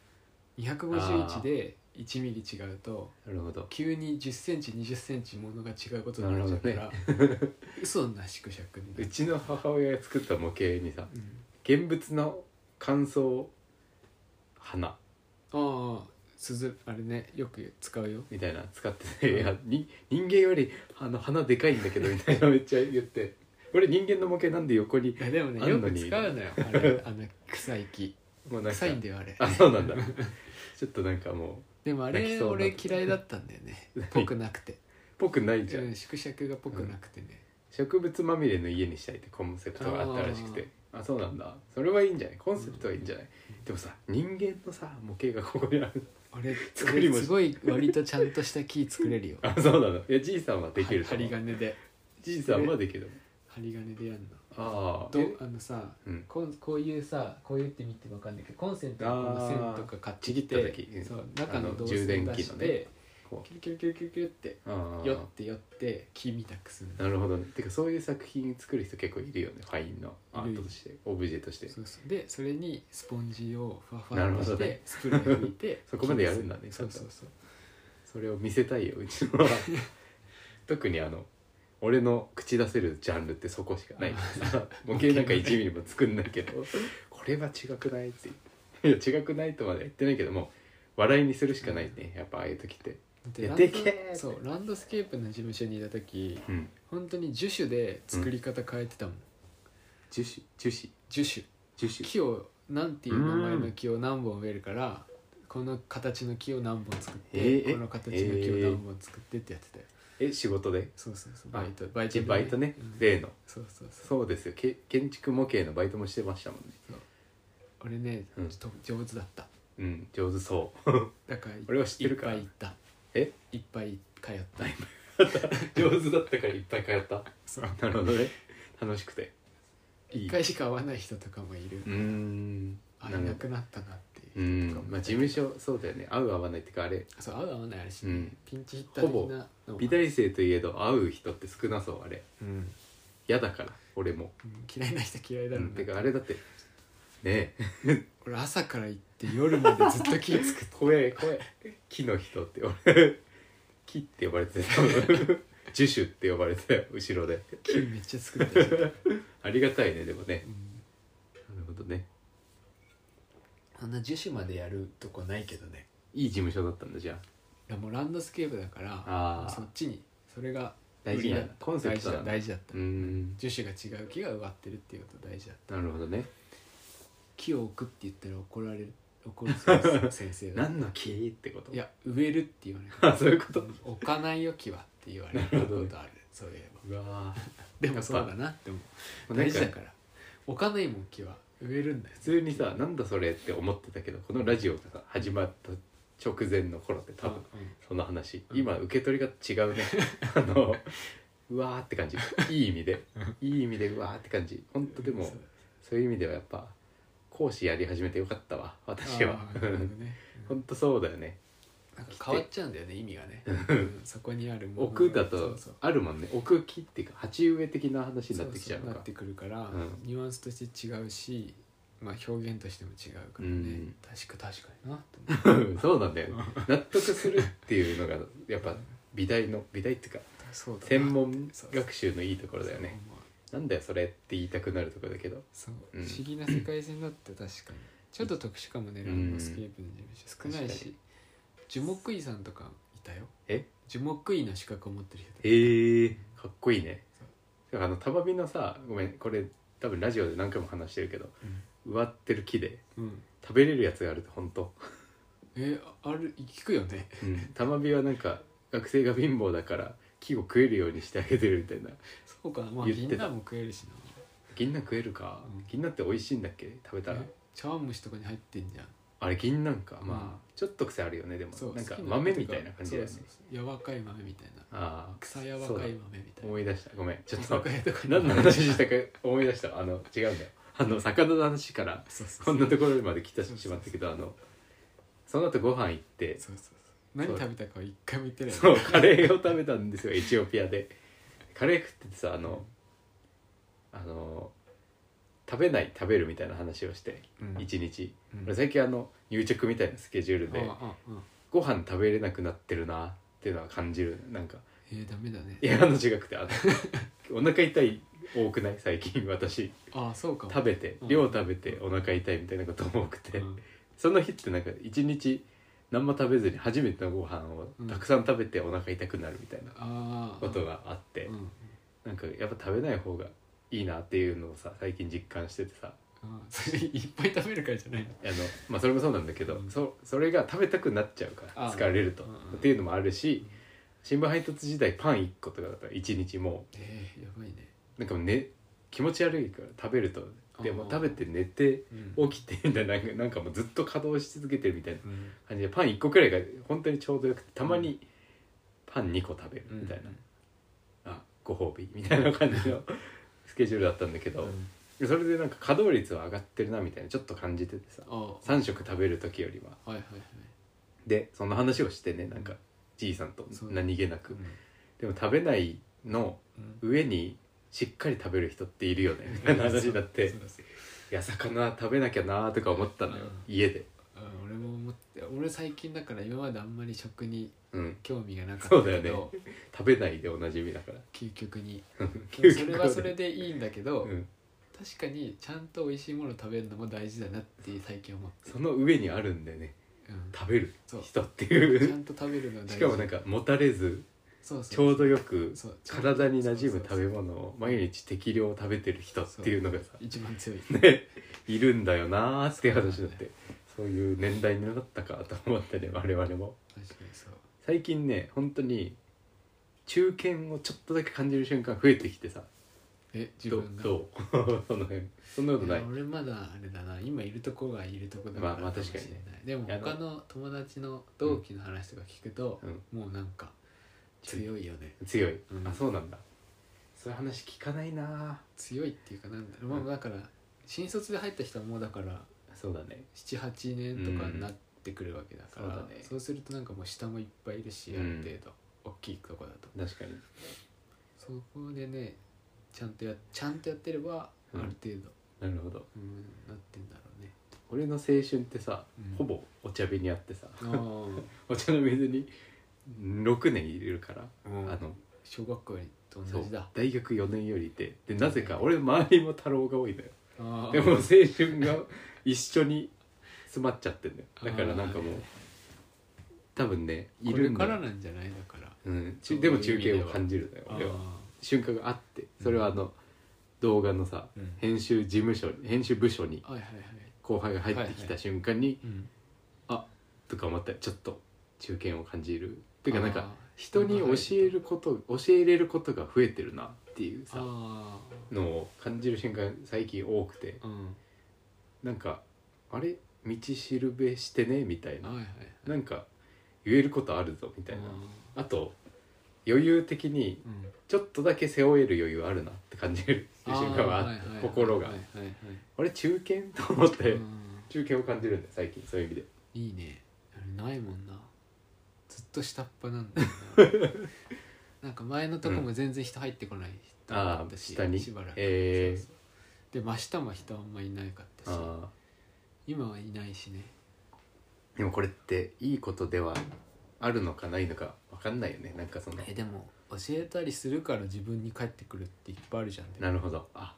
S2: 251で1ミリ違うと
S1: なるほど
S2: 急に1 0ンチ2 0ンチものが違うことになっちゃ うから、嘘な縮尺にな
S1: う
S2: る、
S1: ちの母親が作った模型にさ
S2: うん
S1: 現物の乾燥花
S2: ああすずあれねよく使うよ
S1: みたいな使ってて、いやに人間よりあの鼻でかいんだけどみ たいなめっちゃ言って俺人間の模型なんで横に
S2: いやでもね
S1: あ
S2: よ
S1: んの
S2: く
S1: に
S2: 使うのよ あれあの臭い木
S1: もうなんか
S2: 臭いんだよあれ
S1: あそう なんだちょっとなんかも
S2: でもあ
S1: 泣き
S2: れ
S1: そうにな
S2: 俺
S1: っ
S2: 嫌いだったんだ よね
S1: 何
S2: ぽくなくて
S1: うぽくないじゃん、
S2: うん縮尺がぽくなくてね、
S1: 植物まみれの家にしたいってコンセプトがあったらしくてあそうなんだそれはいいんじゃないコンセプトはいいんじゃない、でもさ人間のさ模型がここにある
S2: 俺
S1: 作りも
S2: 俺すごい割とちゃんとした木作れるよ
S1: あそうなのいやじいさん はできると思
S2: 針
S1: う
S2: 金で
S1: じいさんはできる
S2: 針金でやんの
S1: ああ
S2: どあのさ
S1: うん
S2: こんこういうさこういうって見てもわかんないけどコンセント
S1: あー
S2: のこの線とか買ってき
S1: ちぎった時う
S2: て
S1: ん
S2: そう中
S1: あ
S2: の
S1: の
S2: 導
S1: 充電
S2: 線出
S1: 器
S2: し
S1: の
S2: て
S1: ねこ
S2: キュルキュルキュルキュルキュルって
S1: うああ
S2: 寄って寄って木みたくするの
S1: なるほどねてかそういう作品作る人結構いるよねファインのアートとしてオブジェとして
S2: そうそうでそれにスポンジをふわふわっとし
S1: なるほど
S2: て、
S1: ね
S2: スプレー拭いて
S1: そこまでやるんだね
S2: 木にするそうそう そう
S1: それを見せたいようち のは特にあの俺の口出せるジャンルってそこしかないから さ模型なんか1ミリも作んないけ どこれは違くないって言っていや違くないとまでは言ってないけども笑いにするしかないねやっぱああいう時って
S2: で
S1: いや
S2: ランド
S1: でけえ
S2: そうランドスケープの事務所にいた時
S1: うん
S2: 本当に樹種で作り方変えてたもん、
S1: 樹脂樹脂
S2: 樹種
S1: 樹脂
S2: 木をなんていう名前の木を何本植えるからこの形の木を何本作って、
S1: えーえ
S2: この形の木を何本作ってってやってたよ、
S1: え仕事で
S2: そうそうそう
S1: あ
S2: バイトバイ
S1: え
S2: トで
S1: バイトね、
S2: うん
S1: 例の
S2: そうそうそう
S1: そうですよけ建築模型のバイトもしてましたもんね
S2: 俺ね、
S1: うん
S2: ちょっと上手だった
S1: うん上手そう
S2: だからい
S1: 俺は知ってるから
S2: いっぱい行った
S1: え
S2: いっぱい 通った
S1: 上手だったからいっぱい通った
S2: そう
S1: なるほどね楽しくていい
S2: 一回しか会わない人とかもいる、
S1: うーん
S2: 会
S1: な
S2: え
S1: る
S2: な
S1: ほ
S2: く
S1: ど
S2: なったなって
S1: う
S2: いう人と
S1: ん
S2: かもいたり
S1: まあ事務所そうだよね合う合わないっていうかあれ
S2: そう会う会わないあれし、
S1: うん
S2: ピンチヒッター的なのは
S1: 美大生といえど会う人って少なそうあれ
S2: うん
S1: 嫌だから俺も、
S2: うん嫌いな人嫌いだろう
S1: うん
S2: な
S1: てかあれだってねえ
S2: 俺朝から行って夜までずっと気ぃつく
S1: 怖え怖え木の人って 俺木って呼ばれ てたよ樹種って呼ばれてたよ後ろで
S2: 気めっちゃ 作ってた、うん、
S1: ありがたいねでもねなるほどね
S2: あんな樹種までやるとこないけどね
S1: いい事務所だったんだじゃ
S2: いやもうランドスケープだから
S1: ああ
S2: そっちにそれが
S1: 大事な
S2: 売りだ
S1: コンセプトな
S2: 大事だ
S1: んだ
S2: 大事だった、
S1: うーん
S2: 樹種が違う木が植わってるっていうこと大事だった
S1: なるほどね
S2: 木を置くって言ったら怒られる怒る先生先生 が
S1: 何の木ってこと
S2: いや植えるって言われ
S1: あ そういうこと
S2: る 置かないよ木はって言われることあるそういえば
S1: うわ
S2: でもそうだなって思
S1: ー
S2: う大事だ
S1: なんか
S2: から置かないもん木は植えるんだよ
S1: 普通にさなんだそれって思ってたけどこのラジオがさ始まった直前の頃って多分
S2: うん
S1: その話
S2: うん
S1: 今受け取りが違 うねあのうわーって感じいい意味でいい意味でうわーって感じ本当でも
S2: そう
S1: そういう意味ではやっぱ講師やり始めてよかったわ私は
S2: あーなるほどね
S1: 本当そうだよね
S2: なんか変わっちゃうんだよね意味がね、うんそこにあるものが
S1: 奥だ
S2: そう
S1: と
S2: そう
S1: あるもんね奥木っていうか鉢植え的な話になってきちゃう
S2: そう
S1: の
S2: そうな
S1: か
S2: ってくるから、
S1: ん
S2: ニュアンスとして違うし、まあ、表現としても違うからね、
S1: うん
S2: 確か確かになと思 う
S1: そうなんだよね納得するっていうのがやっぱ美大の美大っていうか
S2: そうだな
S1: 専門学習のいいところだよね
S2: そう思う
S1: なんだよそれって言いたくなるところだけど
S2: そう、
S1: うん
S2: 不思議な世界線だって確かにちょっと特殊かもねランドスケープの事務所少ない
S1: 確か
S2: し樹木医さんとかいたよ
S1: え
S2: 樹木医の資格を持ってる人とか
S1: えー、かっこいいねだからあのたまびのさごめんこれ多分ラジオで何回も話してるけど植わってる木で
S2: うん、うん、
S1: 食べれるやつがあると本当
S2: えある聞くよね
S1: たまびはなんか学生が貧乏だから木を食えるようにしてあげてるみたいな
S2: そうかなまあ
S1: 言って
S2: 銀
S1: た
S2: 杏も食えるしな
S1: 銀杏食えるか
S2: うん
S1: 銀杏って美味しいんだっけ食べたら
S2: え茶碗蒸しとかに入ってんじゃん
S1: あれ銀杏か
S2: うん
S1: まあちょっと癖あるよねでも
S2: そう
S1: なんか
S2: 好き
S1: 豆みたいな感じだよね
S2: そうそうそう柔らかい豆みたいな
S1: ああ
S2: 草柔らかい
S1: そうだ
S2: 豆みたいな
S1: 思い出したごめんちょっ
S2: 居
S1: と
S2: 酒屋とかに
S1: 何の話したか思い出したあの違うんだよあの魚の話から
S2: そうそう
S1: こん
S2: そう
S1: なところまで来てしまったけどあのその後ご飯行って
S2: そうそうそう何食べたかは一回も言ってない
S1: そうカレーを食べたんですよエチオピアでカレー食っててさあのあの食べない食べるみたいな話をして
S2: うん
S1: 一日
S2: うん
S1: 俺最近あの入着みたいなスケジュール
S2: あ
S1: で
S2: ああ
S1: ご飯食べれなくなってるなっていうのは感じるなんか
S2: えー、ダメだね
S1: いやあの違くてあのお腹痛い多くない最近私
S2: ああそうかも
S1: 食べて
S2: うん
S1: 量食べてお腹痛いみたいなことも多くて、
S2: うん
S1: その日ってなんか一日何も食べずに初めてのご飯をたくさん食べてお腹痛くなるみたいな
S2: ああ
S1: ことがあって、
S2: うん
S1: なんかやっぱ食べない方がいいなっていうのをさ最近実感しててさ
S2: あ それいっぱい食べるからじゃないの
S1: あの、まあ、それもそうなんだけど、
S2: うん
S1: そそれが食べたくなっちゃうか
S2: あ
S1: ら
S2: ー
S1: 疲れると、
S2: うんうん
S1: っていうのもあるし新聞配達時代パン1個とかだったら1日も
S2: えー、やばいね、
S1: うなんか、ね、気持ち悪いから食べるとでも
S2: あー
S1: 食べて寝て
S2: うん
S1: 起きて みたいななんかなんかもうずっと稼働し続けてるみたいな感じでパン1個くらいが本当にちょうどよくてたまにパン2個食べるみたいな、あご褒美みたいな感じのスケジュールだったんだけど、
S2: うん
S1: それでなんか稼働率は上がってるなみたいなちょっと感じててさ
S2: あはい
S1: 3食食べる時よりは
S2: はいはい
S1: でそんな話をしてねなんかじいさんと
S2: そう
S1: 何気なく
S2: うん
S1: でも食べないの上にしっかり食べる人っているよねみたいな話になって
S2: そうだそう
S1: いや魚食べなきゃなーとか思ったのよ
S2: うん
S1: 家で
S2: だうん俺も思って俺最近だから今まであんまり食に
S1: うん
S2: 興味がなかった
S1: そう
S2: け
S1: だ
S2: ど、
S1: よ食べないでおなじみだから
S2: 究極にそ
S1: 究極
S2: れはそれでいいんだけど、
S1: うん
S2: 確かにちゃんと美味しいもの食べるのも大事だなって最近思って、
S1: その上にあるんだよね
S2: うん、
S1: 食べる
S2: そう
S1: 人って
S2: ち
S1: い
S2: ゃ
S1: うん
S2: と食べるのが大事
S1: しかもなんかもたれず
S2: そう
S1: ちょうどよ
S2: ど
S1: く
S2: そうちゃんと
S1: 体に馴染む
S2: そうそう
S1: 食べ物を毎日適量食べてる人っていうのがさ
S2: 一番強い
S1: ねいるんだよなーっていう話だってそういう年代になったかと思ってね我々も
S2: 確かにそう
S1: 最近ね本当に中堅をちょっとだけ感じる瞬間増えてきてさ
S2: え自
S1: どう
S2: 分が
S1: どうその辺そんなことない
S2: いや俺まだあれだな今いるとこがいるとこだ
S1: まあまあ確かにね
S2: でも
S1: いやあの
S2: 他の友達の同期の話とか聞くと、もうなんか強いよね
S1: 強い、
S2: うん
S1: あそうなんだそういう話聞かないな
S2: 強いっていうかなんだろう、
S1: うん
S2: まあだから新卒で入った人はもうだから
S1: ーそうだね
S2: 78年とかになってくるわけだから、
S1: うんそうだね
S2: するとなんかもう下もいっぱいいるし、
S1: うん
S2: ある程度大きいとこだと
S1: 確かに
S2: そこでねちゃんとやちゃんとやってればあ
S1: うん
S2: る程度、
S1: なるほど
S2: うんなってんだろうね
S1: 俺の青春ってさ、
S2: うん
S1: ほぼお茶瓶にあってさ
S2: あー
S1: お茶の水に6年入れるから、
S2: うん
S1: あの
S2: 小学校と
S1: そ
S2: 同
S1: う
S2: じだ
S1: 大学4年よりいてでなぜか俺周りも太郎が多いのよ
S2: あー
S1: でも青春が一緒に詰まっちゃってんだよだからなんかもう多分ねい
S2: こ
S1: る
S2: れ
S1: ん
S2: か
S1: だ
S2: ら
S1: よ、
S2: なんじゃないだから
S1: うん、ちでも中継を感じるのよ
S2: あ
S1: 俺は瞬間があってそれはあの動画のさ
S2: ーうん
S1: 編集事務所編集部署に
S2: はいはいはい
S1: 後輩が入ってきた瞬間に
S2: うん
S1: とか思ったらちょっと中堅を感じるっていうかなん
S2: あ
S1: か
S2: ー
S1: 人に教えること教えれることが増えてるなっていうさ
S2: あ
S1: のを感じる瞬間最近多くて
S2: あうん
S1: なんか「あれ道しるべしてね」みたい
S2: はい
S1: な
S2: はい
S1: なんか言えることあるぞみたいなあと余裕的に
S2: うん
S1: ちょっとだけ背負える余裕あるなって感じる
S2: あー
S1: 瞬間はあっ
S2: はい
S1: て
S2: はいはい
S1: 心が
S2: はいはいはい
S1: あれ中堅と思って
S2: うん
S1: 中堅を感じるんだよ最近そういう意味で
S2: いいねあれないもんなずっと下っ端なんだよな なんか前のとこも全然人入ってこない人だ
S1: あ
S2: った
S1: あ
S2: し
S1: 下に
S2: しばらく
S1: え
S2: そうそうで真下も人あんまいなかったし
S1: あ
S2: 今はいないしね
S1: ーでもこれっていいことではあるのかないのかわかんないよねなんかその
S2: えでも教えたりするから自分に返ってくるっていっぱいあるじゃん
S1: なるほどあ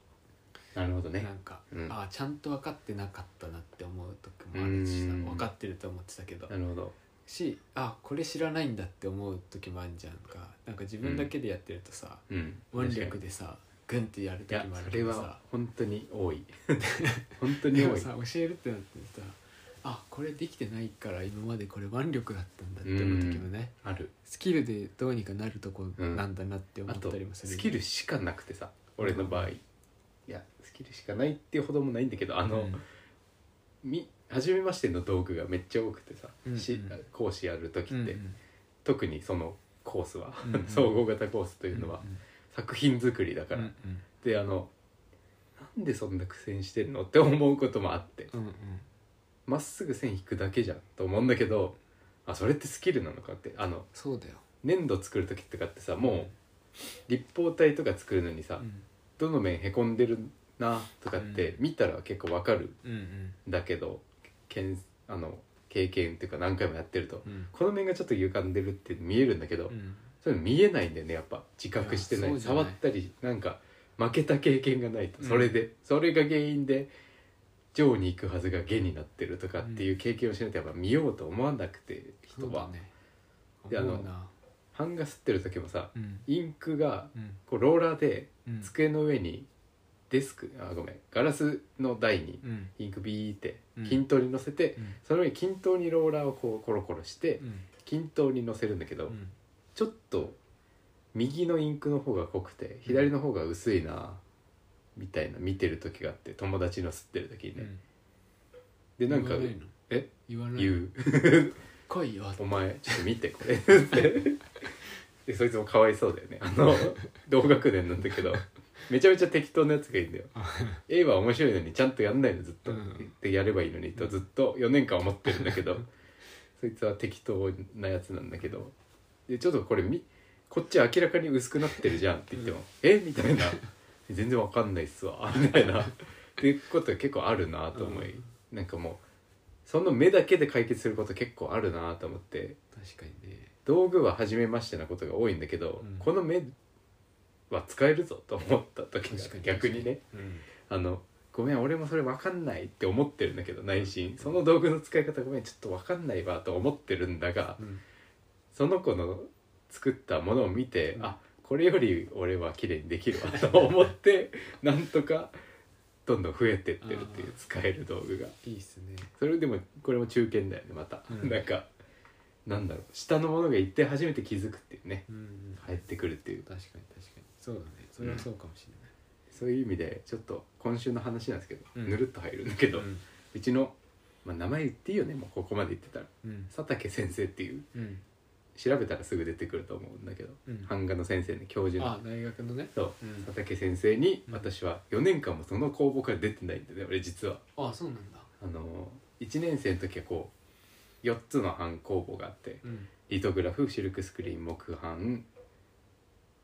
S1: なるほどね
S2: なんか、
S1: うん
S2: ああちゃんと分かってなかったなって思う時もあるし
S1: うん
S2: 分かってると思ってたけど
S1: なるほど
S2: しあこれ知らないんだって思う時もあるじゃんかなんか自分だけでやってるとさ、
S1: うん
S2: 腕
S1: 確か
S2: 力
S1: に
S2: でさグンってやる
S1: いや
S2: 時もある
S1: そ
S2: け
S1: れ
S2: ど
S1: は
S2: さ
S1: 本当に多 い本当に
S2: で
S1: 多
S2: も
S1: い
S2: さ教えるってなってさあこれできてないから今までこれ腕力だったんだって思う時もね
S1: ある
S2: スキルでどうにかなるとこなんだなって思
S1: あ
S2: っ
S1: と
S2: たりもする、
S1: スキルしかなくてさ俺の場合いやスキルしかないっていうほどもないんだけどあ
S2: あ
S1: の、み初めましての道具がめっちゃ多くてさ、
S2: うんうん
S1: し講師やる時って、
S2: うん
S1: 特にそのコースは、
S2: うんうん
S1: 総合型コースと
S2: う
S1: い
S2: ん
S1: うのは、作品作りだから、
S2: うんうん
S1: であのなんでそんな苦戦してんのって思うこともあって
S2: うんうん
S1: まっすぐ線引くだけじゃんと思うんだけどあそれってスキルなのかってあの
S2: そうだよ
S1: 粘土作る時とかってさもう立方体とか作るのにさ、
S2: うん
S1: どの面へこんでるなとかって見たら結構わかる
S2: うん
S1: んだけど、けんあの経験っていうか何回もやってると、
S2: うん
S1: この面がちょっと歪んでるって見えるんだけど、
S2: うん
S1: そういうの見えないんだよねやっぱ自覚してない
S2: いやそうじゃない
S1: 触ったりなんか負けた経験がないと、
S2: うん
S1: それでそれが原因で上に行くはずが下になってるとかっていう経験をしないとやっぱ見ようと思わなくて人
S2: そう
S1: は、
S2: だね
S1: であの
S2: 思うな
S1: 版画吸ってる時もさ
S2: うん
S1: インクが
S2: うん
S1: こうローラーで
S2: うん
S1: 机の上にデスクあごめんガラスの台に
S2: うん
S1: インクビーって
S2: うん
S1: 均等に乗せて、
S2: うん
S1: その上に均等にローラーをこうコロコロして、
S2: うん
S1: 均等に乗せるんだけど、
S2: うん
S1: ちょっと右のインクの方が濃くて左の方が薄いなみたいな見てる時があって友達の吸ってる時に
S2: う
S1: ね、
S2: ん
S1: でなんか
S2: 言わいの
S1: え
S2: 言わない
S1: 言
S2: の
S1: う
S2: 来いよ
S1: 「お前ちょっと見てこれ」 ってでそいつもかわいそうだよねあ の同学年なんだけどめちゃめちゃ適当なやつがいいんだよ絵は面白いのにちゃんとやんないのずっと、
S2: うん
S1: でやればいいのにとずっと4年間思ってるんだ けどそいつは適当なやつなんだけどでちょっとこれみこっち明らかに薄くなってるじゃんって言っても「えみたいな「全然わかんないっす わ」みたいなっていうことが結構あるなと思い、
S2: うん
S1: なんかもうその目だけで解決すること結構あるなと思って
S2: 確かにね
S1: 道具は初めましてなことが多いんだけど、
S2: うん
S1: この目は使えるぞと思った時
S2: 確か
S1: が
S2: に
S1: 逆にね
S2: うん
S1: あのごめん俺もそれ分かんないって思ってるんだけど内心その道具の使い方ごめんちょっと分かんないわと思ってるんだが
S2: うん
S1: その子の作ったものを見て、
S2: うん
S1: あこれより俺は綺麗にできるわと思って なんとかどんどん増えてってるっていう
S2: あー
S1: 使える道具が
S2: いいっすね
S1: それでもこれも中堅だよねまた、
S2: うん
S1: なんかなんだろう下のものがいて初めて気づくっていうね
S2: うんうん
S1: 入ってくるっていう
S2: 確かに確かにそうだねそれはそうかもしれない
S1: そういう意味でちょっと今週の話なんですけど、
S2: うん
S1: ぬるっと入るんだけど、う
S2: うん
S1: ちの、まあ、名前言っていいよねもうここまで言ってたら
S2: うん
S1: 佐竹先生っていう
S2: うん
S1: 調べたらすぐ出てくると思うんだけど、
S2: うん
S1: 版画の先生ね教授の
S2: あ大学のね
S1: そう、
S2: うん
S1: 佐竹先生に
S2: うん
S1: 私は4年間もその公募から出てないんだよね俺実は
S2: あそうなんだ
S1: あの1年生の時はこう4つの版公募があって
S2: うん
S1: リトグラフシルクスクリーン木版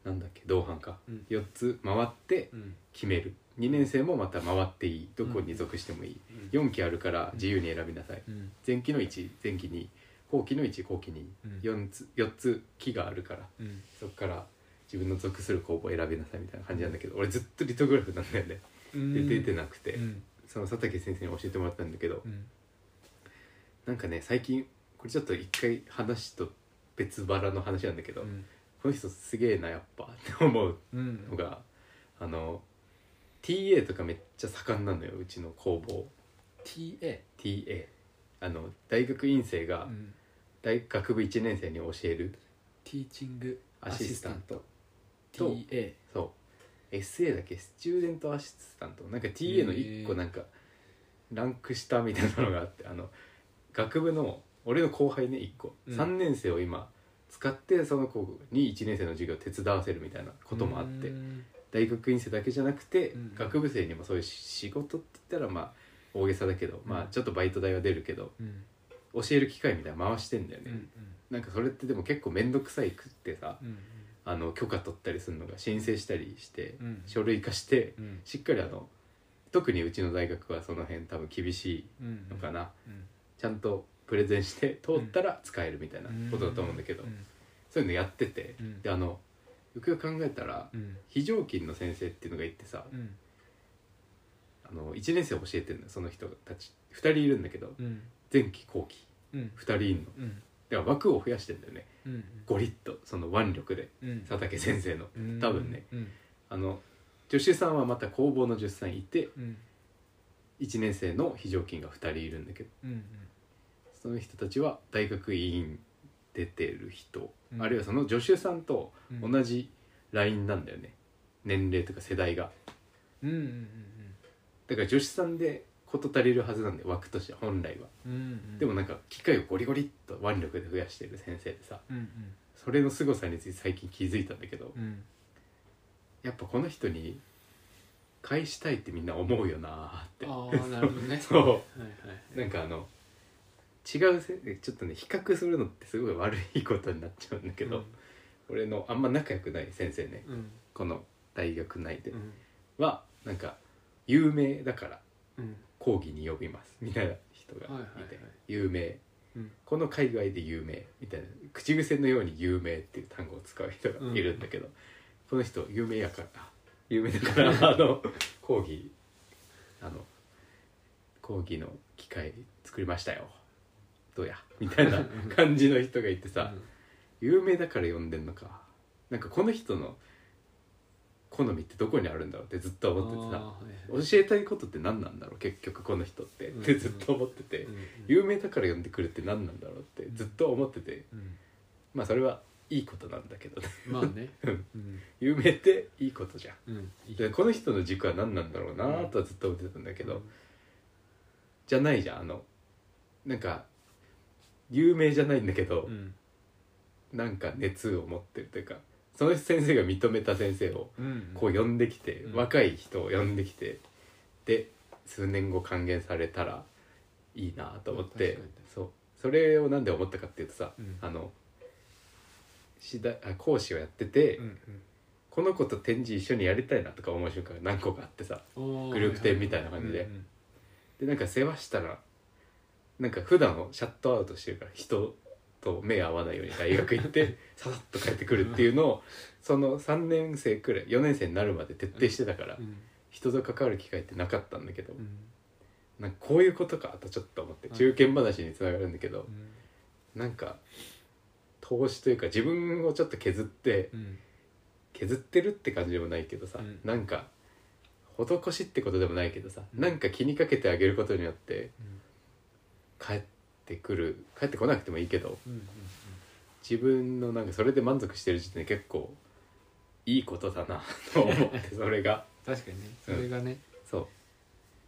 S1: なんだっけ銅版か、
S2: うん
S1: 4つ回って
S2: うん
S1: 決める2年生もまた回っていいどこに属してもいい、
S2: うん
S1: 4期あるから自由に選びなさい、
S2: うん
S1: 前期の1前期2後期の1後期
S2: うん
S1: 24つ4つ期があるから
S2: うん
S1: そこから自分の属する公募を選びなさいみたいな感じなんだけど俺ずっとリトグラフなんだよね、で出てなくて、
S2: うん
S1: その佐竹先生に教えてもらったんだけど、
S2: うん
S1: なんかね最近これちょっと一回話と別腹の話なんだけど、
S2: うん
S1: この人すげえなやっぱって思う
S2: うん
S1: のが、あの TA とかめっちゃ盛んなのようちの工房
S2: TA
S1: TA あの大学院生
S2: う
S1: が
S2: ん
S1: 大学部1年生に教える
S2: ティーチング
S1: アシスタント
S2: アシスタント TA
S1: そう SA だっけスチューデントアシスタントなんか TA の1個
S2: へー
S1: なんかランク下みたいなのがあってあの学部の俺の後輩ね1個、
S2: うん
S1: 3年生を今使ってその子に1年生の授業を手伝わせるみたいなこともあって
S2: うん
S1: 大学院生だけじゃなくて、
S2: うん
S1: 学部生にもそういう仕事って言ったらまあ大げさだけど、
S2: うん
S1: まあちょっとバイト代は出るけど
S2: うん
S1: 教える機会みたいなの回してんだよね、
S2: うん
S1: なんかそれってでも結構面倒くさいくってさ
S2: うん
S1: あの許可取ったりするのが申請したりして、
S2: うん
S1: 書類化して
S2: うん
S1: しっかりあの特にうちの大学はその辺多分厳し
S2: うん
S1: いのかな、
S2: うん
S1: ちゃんとプレゼンして通ったら使えるみたいなことだと思うんだけど、
S2: うん
S1: そういうのやってて、
S2: うん
S1: であのよくよく考えたら、
S2: うん
S1: 非常勤の先生っていうのがいてさ、
S2: うん
S1: あの1年生を教えてるのよその人たち2人いるんだけど
S2: うん
S1: 前期後期
S2: うん
S1: 2人いるの
S2: うん
S1: だから枠を増やしてんだよね
S2: うん
S1: ゴリッとその腕力で
S2: うん
S1: 佐竹先生の
S2: うん
S1: 多分ね
S2: うん
S1: あの助手さんはまた工房の助手さんいて
S2: うん
S1: 1年生の非常勤が2人いるんだけど
S2: うん
S1: その人たちは大学院出てる人、
S2: うん
S1: あるいはその助手さんと
S2: うん
S1: 同じラインなんだよね、年齢とか世代が
S2: うんうん
S1: だから助手さんで事足りるはずなんだよ枠としては本来は、
S2: うんうんうん
S1: でもなんか機械をゴリゴリっと腕力で増やしてる先生でさ
S2: うん
S1: それの凄さについて最近気づいたんだけど、
S2: うんうん
S1: やっぱこの人に返したいってみんな思うよなー
S2: あ
S1: って
S2: あなるほどね
S1: そう
S2: はいはい
S1: なんかあの違うせちょっとね比較するのってすごい悪いことになっちゃうんだけど、俺のあんま仲良くない先生ね
S2: うん
S1: この大学内で
S2: うん
S1: はなんか有名だから
S2: うん
S1: 講義に呼びますみたいな人がいて、
S2: はいはいはい
S1: 有名
S2: うん
S1: この界隈で有名みたいな口癖のように「有名」っていう単語を使う人がいるんだけど、この人有名や からあ有名だからあの講義あの講義の機会作りましたよどうやみたいな感じの人がいてさ、有名だから呼んでんのかなんかこの人の好みってどこにあるんだろうってずっと
S2: うん
S1: 思ってて
S2: あー
S1: さ
S2: はいはい
S1: 教えたいことって何なんだろう結局この人ってっ
S2: うん
S1: てずっと思ってて、
S2: うんうん
S1: 有名だから呼んでくるって何なんだろうってずっと思ってて
S2: うん
S1: まあそれはいいことなんだけどね
S2: まあね
S1: うん
S2: うん
S1: 有名っていいことじゃん
S2: うんいい
S1: でこの人の軸は何なんだろうなーとはずっと思ってたんだけど、じゃないじゃんあのなんか有名じゃないんだけど
S2: う、ん
S1: なんか熱を持ってるというかその先生が認めた先生を
S2: うん
S1: こう呼んできて、
S2: うん
S1: 若い人を呼んできてで数年後還元されたらいいなと思って、
S2: うん確かに
S1: そうそれをなんで思ったかっていうとさ、
S2: うん
S1: あのしだあ講師をやってて、
S2: うん
S1: この子と展示一緒にやりたいなとか思う瞬間が何個かあってさ
S2: うん
S1: グループ展みたいな感じで
S2: うんうん
S1: でなんか世話したらなんか普段をシャットアウトしてるから人と目合わないように大学行って ささっと帰ってくるっていうのをその3年生くらい4年生になるまで徹底してたから、
S2: うん
S1: 人と関わる機会ってなかったんだけど、
S2: うん
S1: なんかこういうことかとちょっと思って
S2: うん
S1: 中堅話につながるんだけど、
S2: うん
S1: なんか投資というか自分をちょっと削って
S2: うん
S1: 削ってるって感じでもないけどさ、
S2: うん
S1: なんか施しってことでもないけどさ、
S2: うん
S1: なんか気にかけてあげることによって
S2: うん
S1: 帰ってくる帰ってこなくてもいいけど
S2: うんうん
S1: 自分のなんかそれで満足してる時点で結構いいことだなと思 ってそれが
S2: 確かにねそれがね
S1: そうっ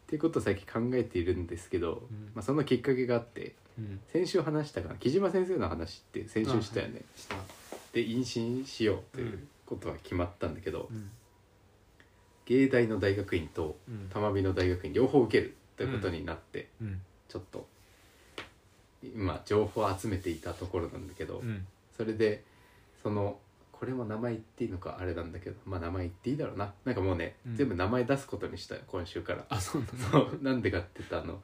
S1: ていうことを最近考えているんですけど、
S2: うん
S1: まあ、そのきっかけがあって
S2: うん
S1: 先週話したかな木島先生の話って先週したよね、
S2: した
S1: で妊娠しようということは決まったんだけど、
S2: うん
S1: 芸大の大学院と
S2: うん
S1: 玉美の大学院両方受けるということになって、
S2: うん
S1: ちょっと今情報を集めていたところなんだけど、
S2: うん
S1: それでそのこれも名前言っていいのかあれなんだけどまあ名前言っていいだろうななんかもうね、
S2: うん
S1: 全部名前出すことにしたよ今週から
S2: あそうなん だ
S1: そうなんでかって言ったらあの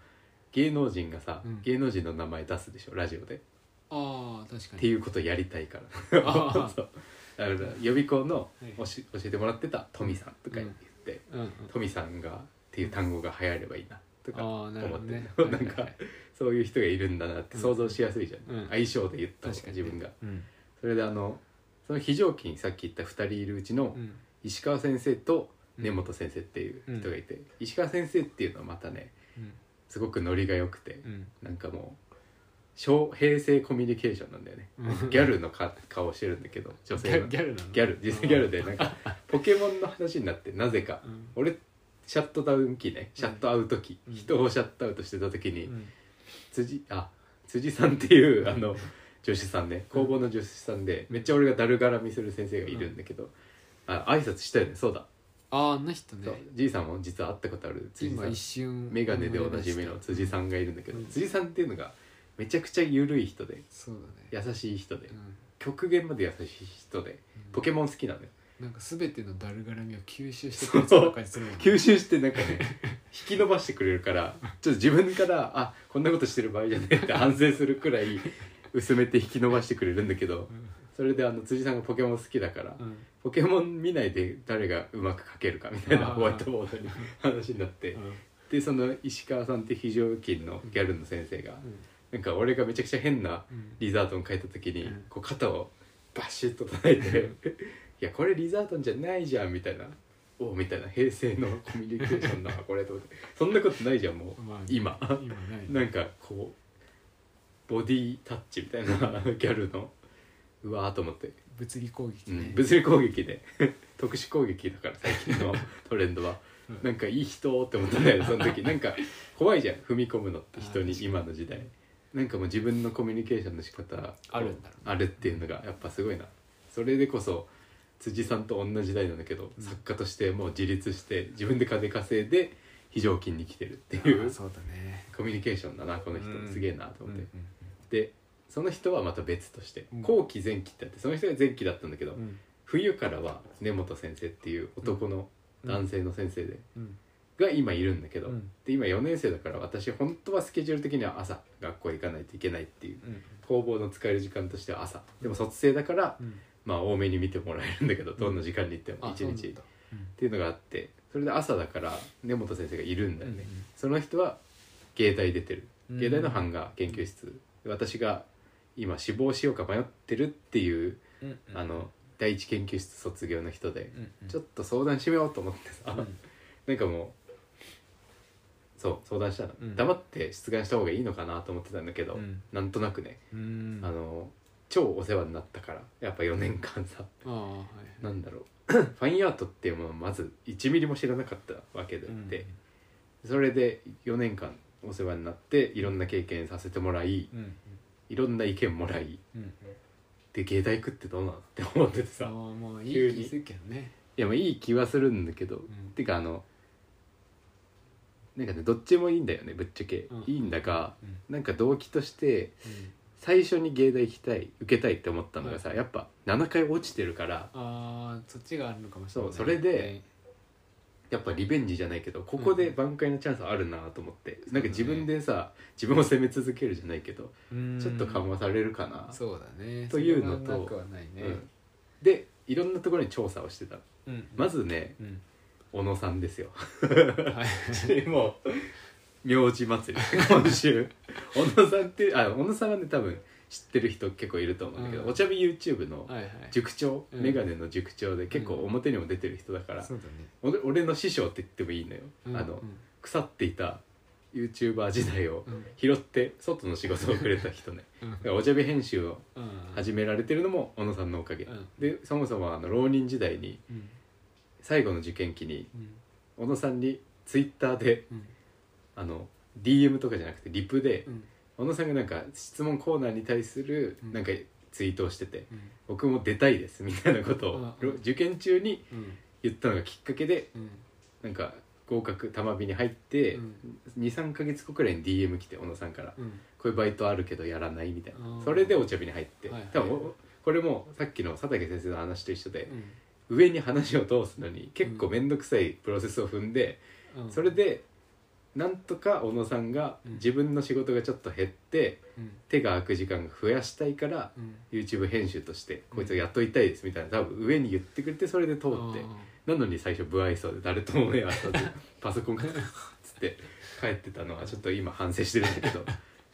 S1: 芸能人がさ、
S2: うん
S1: 芸能人の名前出すでしょラジオで、
S2: ああ確かに
S1: っていうことをやりたいから
S2: あー
S1: そうだから予備校の
S2: はい
S1: おし教えてもらってたトミさんとか言って、
S2: うんうん
S1: トミさんがっていう単語が流行ればいいなとか
S2: ああなるほ
S1: 思って
S2: ど
S1: る
S2: ね
S1: なんか
S2: はいはいはい
S1: そういう人がいるんだなって想像しやすいじゃん、
S2: うん
S1: 相性で言った
S2: 確かにね
S1: 自分が。
S2: うん
S1: それであのその非常勤にさっき言った2人いるうちの
S2: うん
S1: 石川先生と根本先生っていう人がいて、石川先生っていうのはまたね
S2: うん
S1: すごくノリが良くて、
S2: うん
S1: なんかもう昭平成コミュニケーションなんだよね、
S2: うん
S1: ギャルのか顔してるんだけど女性のギ
S2: ギャルなの
S1: ャル実際ギャルでなんかポケモンの話になってなぜか
S2: うん
S1: 俺シャットダウン期ねシャットアウト期、
S2: うん
S1: 人をシャットアウトしてた時に、
S2: うん
S1: 辻あ辻さんっていうあの助手さんね工房の助手さんでめっちゃ俺がだるがらみする先生がいるんだけど、あ挨拶したよねそうだ、
S2: あああの
S1: そ
S2: 人
S1: う
S2: ね
S1: じいさんも実は会ったことある辻さ
S2: 今
S1: ん
S2: 一瞬
S1: 眼鏡でおなじみの辻さんがいるんだけど、
S2: うん
S1: 辻さんっていうのがめちゃくちゃ緩い人で
S2: そうだね
S1: 優しい人で
S2: うん
S1: 極限まで優しい人でポケモン好きなのよ
S2: なんか全てのだるがらみを吸収してくれそうな感じするもんね
S1: 吸収してなんかね引き伸ばしてくれるからちょっと自分からあこんなことしてる場合じゃねえって反省するくらい薄めて引き伸ばしてくれるんだけど、それであの辻さんがポケモン好きだから、
S2: うん
S1: ポケモン見ないで誰がうまく描けるかみたいな
S2: あー
S1: ホワイトボードに話になって、
S2: うん
S1: でその石川さんって非常勤のギャルの先生が、
S2: うん
S1: なんか俺がめちゃくちゃ変な
S2: うん
S1: リザートン描いた時に、
S2: うん
S1: こう肩をバシッと叩いて
S2: うん
S1: 「いやこれリザートンじゃないじゃん」みたいな「おうみたいな平成のコミュニケーションだわこれと思ってそんなことないじゃんもう
S2: まあ
S1: 今
S2: 今ない
S1: なんかこうボディタッチみたいなギャルのうわーと思って、
S2: 物理攻撃
S1: う
S2: ね
S1: ん、物理攻撃で 特殊攻撃だから最近のトレンドは
S2: うん
S1: なんかいい人って思ったん だよねその時なんか怖いじゃん踏み込むのって人に
S2: あー確かに
S1: 今の時代なんかもう自分のコミュニケーションの仕方を
S2: あるんだろうね
S1: あるっていうのがやっぱすごいなそれでこそ辻さんと同じ代なんだけど、
S2: うん
S1: 作家としてもう自立して自分で金稼いで非常勤に来てるっていう
S2: あそうだね
S1: コミュニケーションだなこの人、
S2: うん
S1: すげえなと思って、
S2: うん
S1: でその人はまた別として、
S2: うん
S1: 後期前期ってあってその人が前期だったんだけど、
S2: うん
S1: 冬からは根本先生っていう男の
S2: うん
S1: 男性の先生で、
S2: うん
S1: が今いるんだけど、
S2: うん
S1: で今4年生だから私本当はスケジュール的には朝学校行かないといけないっていう
S2: うん
S1: 工房の使える時間としては朝でも卒生だから、
S2: うん
S1: まあ多めに見てもらえるんだけどどんな時間に行っても
S2: あ
S1: 一
S2: そうなん
S1: 日っ
S2: だうん
S1: ていうのがあってそれで朝だから根本先生がいるんだよね、
S2: うんうん
S1: その人は芸大出てる
S2: うん
S1: 芸大の版画研究室、で私が今志望しようか迷ってるっていう、
S2: うんうん
S1: あの第一研究室卒業の人で
S2: う、んうん
S1: ちょっと相談しようと思ってさ、
S2: うん
S1: なんかもうそう相談したら、
S2: うん
S1: 黙って出願した方がいいのかなと思ってたんだけど、
S2: うん
S1: なんとなくね、
S2: うん
S1: あの超お世話になったからやっぱ4年間さ
S2: ああはい
S1: な、んだろう ファインアートっていうものをまず1ミリも知らなかったわけであって、それで4年間お世話になっていろんな経験させてもらい
S2: うんうん
S1: いろんな意見もらい
S2: うんうん
S1: で芸大行くってどうなのって思ってて
S2: ああ
S1: さ
S2: もうい
S1: 急
S2: い
S1: に
S2: 気づけどね
S1: いやまあいい気はするんだけど、
S2: ん
S1: てかあのなんかねどっちもいいんだよねぶっちゃけ、
S2: うん
S1: いいんだが
S2: うん
S1: なんか動機として最初に芸大行きたい受けたいって思ったのがさ、やっぱ7回落ちてるから
S2: ああそっちがあるのかもしれない
S1: そうそれでやっぱリベンジじゃないけどここで挽回のチャンスあるなと思って、なんか自分でさ自分を責め続けるじゃないけど、
S2: うん
S1: ちょっと緩和されるかな、
S2: そうだね
S1: というのと
S2: それはなくはないね
S1: うんでいろんなところに調査をしてた
S2: うん
S1: まずね
S2: うん
S1: 小野さんですよ
S2: は い
S1: もう名字祭り 今週小野さんってあ小野さんはね多分知ってる人結構いると思うんだけど、
S2: うん
S1: お茶び YouTube の
S2: はいはい
S1: 塾長、
S2: うん
S1: メガネの塾長で結構表にも出てる人だから、
S2: そうだね
S1: 俺俺の師匠って言ってもいいのよ、
S2: うん
S1: あの
S2: うん
S1: 腐っていた YouTuber 時代を
S2: うん
S1: 拾って外の仕事をくれた人ね
S2: うん
S1: だからお茶び編集を
S2: うん
S1: 始められてるのも小野さんのおかげ、
S2: うん
S1: でそもそもあの浪人時代に
S2: うん
S1: 最後の受験期に
S2: うん
S1: 小野さんにツイッターで
S2: うん
S1: あの DM とかじゃなくてリプで
S2: うん
S1: 小野さんがなんか質問コーナーに対する
S2: うん
S1: なんかツイートをしてて
S2: うん
S1: 「僕も出たいです」みたいなことを
S2: うん
S1: ろ受験中に
S2: うん
S1: 言ったのがきっかけで
S2: うん
S1: なんか合格玉火に入って
S2: うん
S1: 23か月後くらいに DM 来て小野さんから
S2: うん
S1: こういうバイトあるけどやらないみたい
S2: あ
S1: な
S2: ー
S1: それでお茶日に入って、
S2: はいはい
S1: 多分おこれもさっきの佐竹先生の話と一緒で
S2: う、ん
S1: 上に話を通すのに結構面倒くさいプロセスを踏んで、
S2: うん
S1: それでなんとか小野さんが
S2: うん
S1: 自分の仕事がちょっと減って
S2: うん
S1: 手が空く時間が増やしたいから
S2: うん
S1: YouTube 編集としてこいつを雇いたいですみたいな多分上に言ってくれてそれで通って
S2: あ
S1: なのに最初不愛想で誰とも目が合わさず パソコンからつって帰ってたのはちょっと今反省してるんだけ ど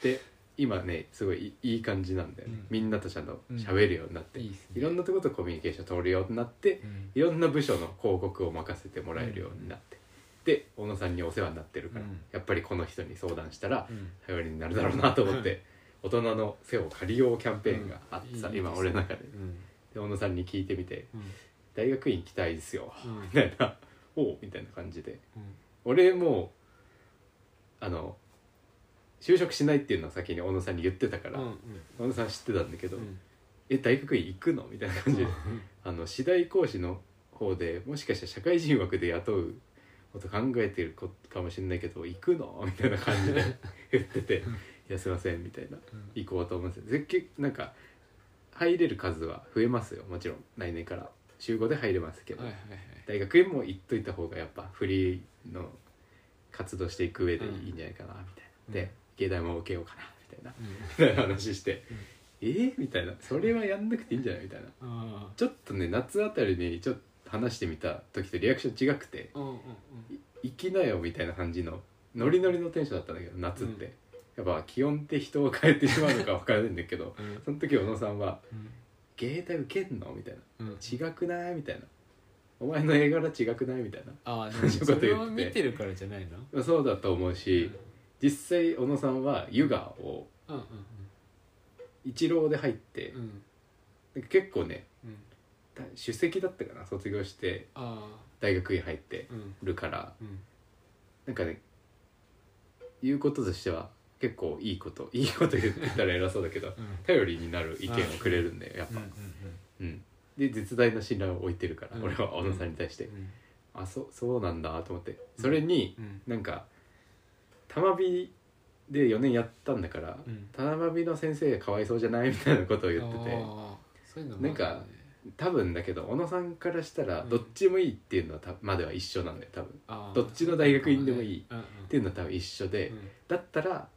S1: で今ねすごいいいい感じなんだよね、
S2: うん
S1: みんなとちゃんと喋るようになっ
S2: ー
S1: て、
S2: いい
S1: い
S2: っすね
S1: ろんなとことコミュニケーション取るようになって、
S2: うん
S1: いろんな部署の広告を任せてもらえるようになって、で小野さんにお世話になってるから、
S2: うん
S1: やっぱりこの人に相談したら
S2: うん
S1: 頼りになるだろうなと思 って、大人の背を借りようキャンペーンがあってさ、
S2: うんいいですね
S1: 今俺の中で
S2: うん
S1: で小野さんに聞いてみて
S2: うん
S1: 「大学院行きたいですよ」
S2: うん
S1: みたいな 「おう」みたいな感じで
S2: うん
S1: 俺もうあの就職しないっていうのを先に小野さんに言ってたから、
S2: うん
S1: 小野さん知ってたんだけど「
S2: うん
S1: え大学院行くの?」みたいな感じで、あの次第講師の方でもしかしたら社会人枠で雇うこと考えてるこかもしれないけど「行くの?」みたいな感じで 言ってて「いやすいません」みたいな「行こうと思うんです絶景なんか入れる数は増えますよもちろん来年から週5で入れますけど、
S2: はいはいはい
S1: 大学院も行っといた方がやっぱフリーの活動していく上でいいんじゃないかなみたいな、
S2: うん
S1: で芸大も受けようかなみたいな
S2: うん
S1: みたいな話して、
S2: うん
S1: えーみたいなそれはやんなくていいんじゃないみたいな
S2: あ
S1: ちょっとね夏あたりにちょっと話してみた時とリアクション違くて
S2: ーうんうん
S1: い行きなよみたいな感じのノリノリのテンションだったんだけど夏って、やっぱ気温って人を変えてしまうのか分からないんだけど
S2: うん
S1: その時小野さんは
S2: うん
S1: 「芸大受けんの?」みたいな
S2: うん
S1: 「違くない?」みたいな「お前の絵柄違くない?」みたいな
S2: ああ
S1: そういうこと言って
S2: それを見てるからじゃないの
S1: そうだと思うし、実際小野さんはヨガを
S2: うんうん
S1: 一浪で入って、
S2: うんうん
S1: なんか結構ね
S2: うん
S1: た首席だったかな卒業して
S2: あ
S1: 大学院入って
S2: あうん
S1: るから
S2: うん
S1: なんかね言うこととしては結構いいこと いいこと言ってたら偉そうだけど
S2: うん
S1: 頼りになる意見をくれるんだよやっ
S2: うん
S1: ぱ、うんで絶大な信頼を置いてるから、
S2: うん
S1: 俺は小野さんに対して、
S2: うん
S1: あそそうなんだと思ってそれに
S2: うん
S1: なんか玉火で4年やったんだから、
S2: うん
S1: 七海の先生がかわいそうじゃないみたいなことを言ってて
S2: あーそういうのも
S1: なんか多分だけど小野さんからしたらどっちもいいっていうのはたまでは一緒なんだよ多分ど
S2: ど
S1: っちの大学院でもいい
S2: うんうん
S1: っていうのは多分一緒で、
S2: うん
S1: だったら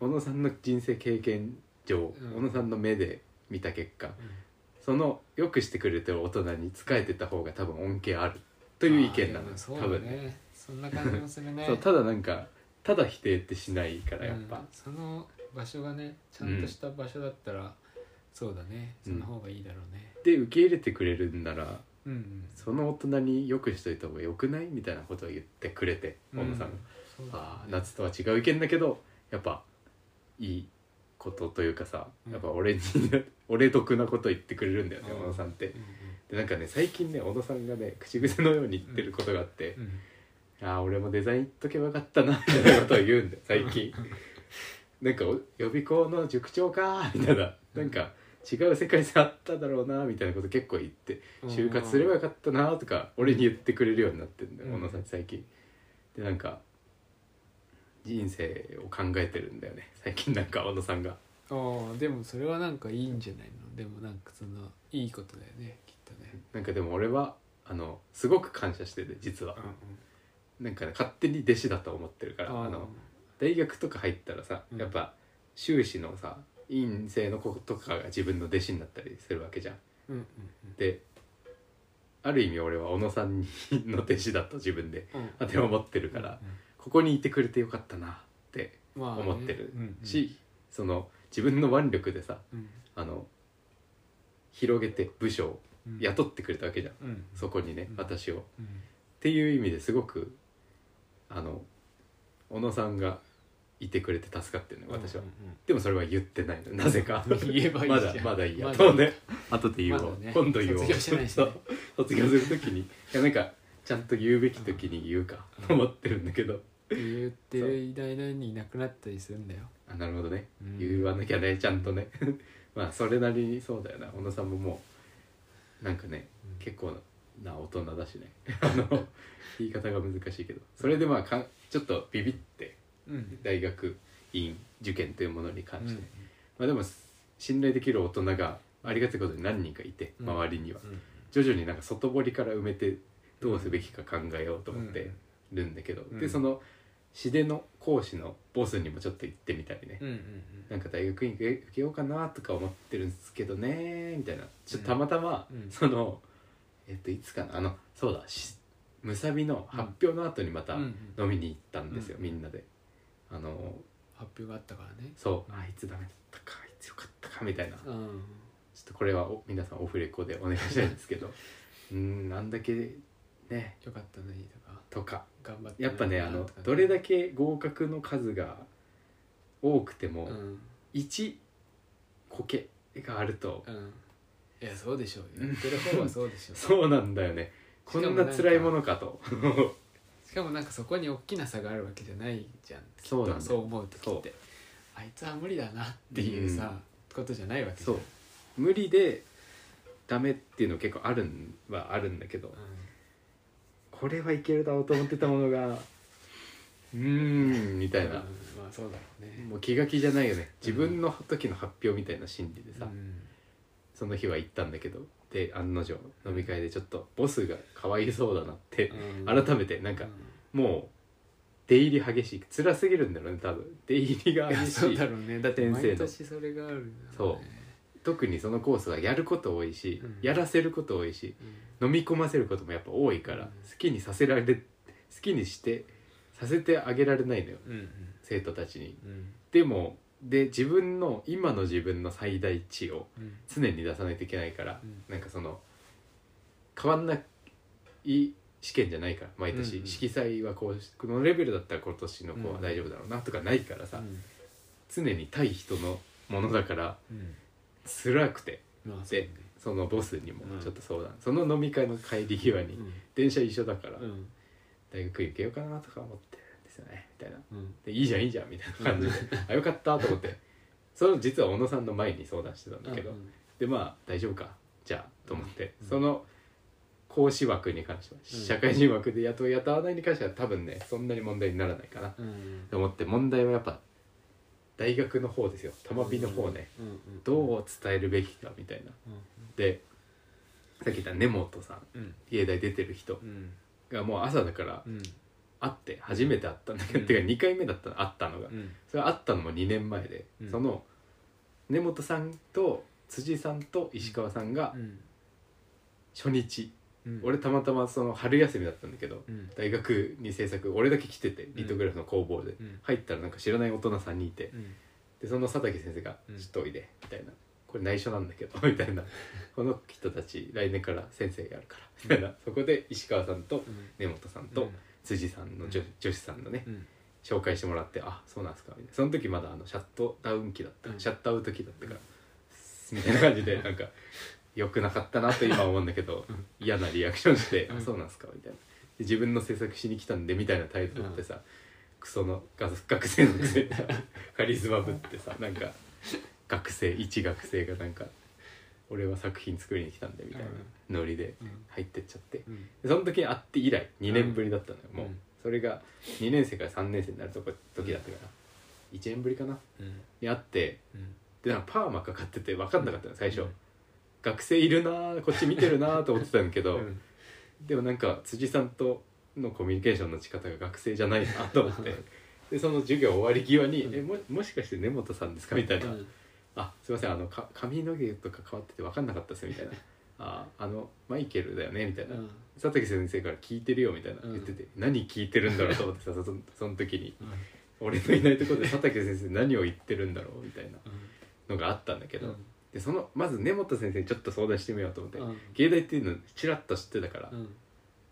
S1: 小野さんの人生経験上、
S2: ん
S1: 小野さんの目で見た結果そのよくしてくれてる大人に仕えてた方が多分恩恵あるという意見なの
S2: あー
S1: よ
S2: そう
S1: 多
S2: だ
S1: 分ね
S2: ねそんな感じもするね
S1: そうただなんかただ否定ってしないからやっ
S2: う
S1: ぱ
S2: ん、その場所がねちゃんとした場所だったら、そうだねその方がいいだろうね
S1: で受け入れてくれるんなら
S2: うんうん
S1: その大人によくしといた方がよくないみたいなことを言ってくれて
S2: うん
S1: 小野さんが、
S2: そうだね
S1: ああ夏とは違う意見だけどやっぱいいことというかさ、
S2: うん
S1: やっぱ俺に 俺得なこと言ってくれるんだよね
S2: うん
S1: 小野さんって
S2: う。
S1: でなんかね最近ね小野さんがね口癖のように言ってることがあって
S2: んうん
S1: 「ああ俺もデザイン言っとけばよかったな」みたいなことを言うん だよ最近。なんかお予備校の塾長かみたいななんか違う世界線あっただろうなみたいなこと結構言って
S2: うん
S1: 就活すればよかったなとか俺に言ってくれるようになってんだよ
S2: うん
S1: 小野さん最近でなんか人生を考えてるんだよね最近なんか小野さんが
S2: ああでもそれはなんかいいんじゃないのでもなんかそのいいことだよねきっとね
S1: なんかでも俺はあのすごく感謝してて実は
S2: う
S1: なんかね勝手に弟子だと思ってるから
S2: ん
S1: あの大学とか入ったらさ
S2: うん
S1: やっぱ修士のさ院生の子とかが自分の弟子になったりするわけじゃん
S2: うんうん
S1: である意味俺は小野さんにの弟子だと自分で
S2: うん
S1: 当ては思ってるから、ここにいてくれてよかったなって
S2: まあね
S1: 思ってる
S2: うんうん
S1: し、その自分の腕力でさ
S2: うん
S1: あの広げて部署を
S2: うん
S1: 雇ってくれたわけじゃん、
S2: うん
S1: そこにね、
S2: うん
S1: 私を。っ
S2: うん
S1: ていう意味ですごくあの小野さんがいてくれて助かってるのよ私は、
S2: うんうんうん
S1: でもそれは言ってないのなぜか
S2: 言えばいい
S1: ま
S2: じゃ
S1: だ
S2: ん
S1: まだいいや
S2: まだ
S1: とね後で言おう、
S2: まだね
S1: 今度言おう
S2: 卒業してないし
S1: そ
S2: ね
S1: う 卒業する時にいやなんかちゃんと言うべき時に言うかと思ってるんだけど
S2: 言ってるいない間にいなくなったりするんだよ、
S1: あなるほどね
S2: うん
S1: 言わなきゃねちゃんとね まあそれなりにそうだよな小野さんももうなんかね
S2: うん
S1: 結構な大人だしね あの言い方が難しいけどそれでまあかんちょっとビビって
S2: うん
S1: 大学院受験というものに関して、
S2: うん
S1: まあでも信頼できる大人がありがたいことに何人かいて
S2: うん
S1: 周りには、
S2: うん
S1: 徐々になんか外堀から埋めてどうすべきか考えようと思ってるんだけど、
S2: うん
S1: でその市での講師のボスにもちょっと行ってみたりね、
S2: うんうん
S1: なんか大学院受け受けようかなとか思ってるんですけどねみたいなちょ
S2: うん
S1: たまたま、
S2: うん
S1: そのえっといつかなあのそうだしむさびの発表の後にまた
S2: うんうん
S1: 飲みに行ったんですよ、
S2: うん
S1: みんなであの
S2: 発表があったからね
S1: そうあいつダメだったかあいつよかったかみたいなちょっ
S2: うん
S1: とこれはお皆さんオフレコでお願いしたいんですけどうーんあんだけね
S2: よかったねとか
S1: とか
S2: 頑張った
S1: やっぱねあの
S2: とか
S1: どれだけ合格の数が多くても、
S2: うん
S1: 1コケがあると、
S2: うんいやそうでしょうよ言ってる方はそうでしょう
S1: そうなんだよねこんな辛いものかと
S2: しかもなんかそこに大きな差があるわけじゃないじゃん
S1: そうなんだよ
S2: そう思う時ってあいつは無理だなっていうさ、ことじゃないわけじゃ
S1: そ
S2: ん
S1: う無理でダメっていうの結構あるんはあるんだけどこれはいけるだろうと思ってたものがうーんみ
S2: み
S1: たいな
S2: まあそうだろうね
S1: もう気が気じゃないよね自分の時の発表みたいな心理でさ、
S2: うん
S1: その日は行ったんだけどで案の定飲み会でちょっとボスがかわいそうだなって
S2: うん
S1: 改めてなんかもう出入り激しい辛すぎるんだろうね多分出入りが
S2: いや
S1: 激
S2: そ
S1: し
S2: う
S1: い
S2: だろうねだって
S1: 先生の
S2: 毎年それがあるんだろね
S1: 特にそのコースはやること多いし、
S2: うん
S1: やらせること多いし飲み込ませることもやっぱ多いから、
S2: うん
S1: 好きにさせられ好きにしてさせてあげられないのよ
S2: うん
S1: 生徒たちに。
S2: うん
S1: でもで自分の今の自分の最大値を
S2: うん
S1: 常に出さないといけないから、
S2: うん
S1: なんかその変わんない試験じゃないから毎年、
S2: うんうん
S1: 色彩はこうこのレベルだったら今年の子は大丈夫だろうなとかないからさ、
S2: うん
S1: 常に対人のものだから
S2: うん
S1: 辛くて。
S2: まあそう
S1: で
S2: ね
S1: そのボスにも
S2: うん
S1: ちょっと相談、その飲み会の帰り際に、
S2: うん
S1: 電車一緒だから、
S2: うん
S1: 大学行けようかなとか思ってるんですよねみたいな
S2: うん
S1: でいいじゃんいいじゃんみたいな感じで、あよかったと思ってその実は小野さんの前に相談してたんだけど、
S2: うん
S1: でまあ大丈夫かじゃあと思って、
S2: うん
S1: その講師枠に関しては、
S2: うん
S1: 社会人枠で雇い雇わないに関しては多分ねそんなに問題にならないかな
S2: うん
S1: と思って問題はやっぱ大学の方ですよ玉火の方ね、
S2: うんうん
S1: どう伝えるべきかみたいな
S2: う
S1: でさっき言った根本さん
S2: ん
S1: 芸大出てる人
S2: うん
S1: がもう朝だから
S2: うん
S1: 会って初めて会ったんだけど、
S2: うん
S1: てか2回目だったの会ったのが
S2: うん
S1: それ会ったのも2年前で、
S2: うん
S1: その根本さんと辻さんと石川さんが
S2: うん
S1: 初日
S2: うん
S1: 俺たまたまその春休みだったんだけど
S2: うん
S1: 大学に制作俺だけ来ててリトグラフの工房で、
S2: うん
S1: 入ったらなんか知らない大人さんにいて、
S2: うん
S1: でその佐竹先生が
S2: う
S1: 「
S2: ん
S1: ちょっとおいで」みたいな「これ内緒なんだけど」 みたいな「この人たち来年から先生やるから」みたいなそこで石川さんと
S2: うん
S1: 根本さんと辻さんの女,、
S2: うん
S1: 女子さんのね
S2: うん
S1: 紹介してもらって「あそうなんですか」みたいなその時まだあのシャットダウン期だった、
S2: うん
S1: シャットアウト期だったから、みたいな感じでなんか良くなかったなと今思うんだけど
S2: うん
S1: 嫌なリアクションして「
S2: うん
S1: あそうなんですか」みたいなで自分の制作しに来たんでみたいな態度ってさ、クソのが学生のくせにさカリスマぶってさなんか学生一学生がなんか「俺は作品作りに来たんで」みたいなノリで
S2: うん
S1: 入ってっちゃって
S2: うん
S1: でその時会って以来2年ぶりだったのよ、
S2: うん
S1: もう
S2: うん
S1: それが2年生から3年生になるとこ時だったから1年ぶりかな
S2: うん
S1: に会って
S2: うん
S1: でなんかパーマかかってて分かんなかったの最初、
S2: うん
S1: 学生いるなーこっち見てるなーと思ってたんだけど、
S2: うん
S1: でもなんか辻さんとのコミュニケーションの仕方が学生じゃないなと思ってでその授業終わり際に「
S2: うん
S1: えももしかして根本さんですか?」みたいな
S2: うん
S1: あすいませんあのか髪の毛とか変わってて分かんなかったです みたいな「ああのマイケルだよね」みたいな、
S2: うん
S1: 佐竹先生から聞いてるよみたいな
S2: うん
S1: 言ってて、何聞いてるんだろうと思ってさそそその時に俺のいないところで佐竹先生何を言ってるんだろうみたいなのがあったんだけど、でそのまず根本先生にちょっと相談してみようと思って、
S2: うん
S1: 芸大っていうのちらっと知ってたから、
S2: うんうん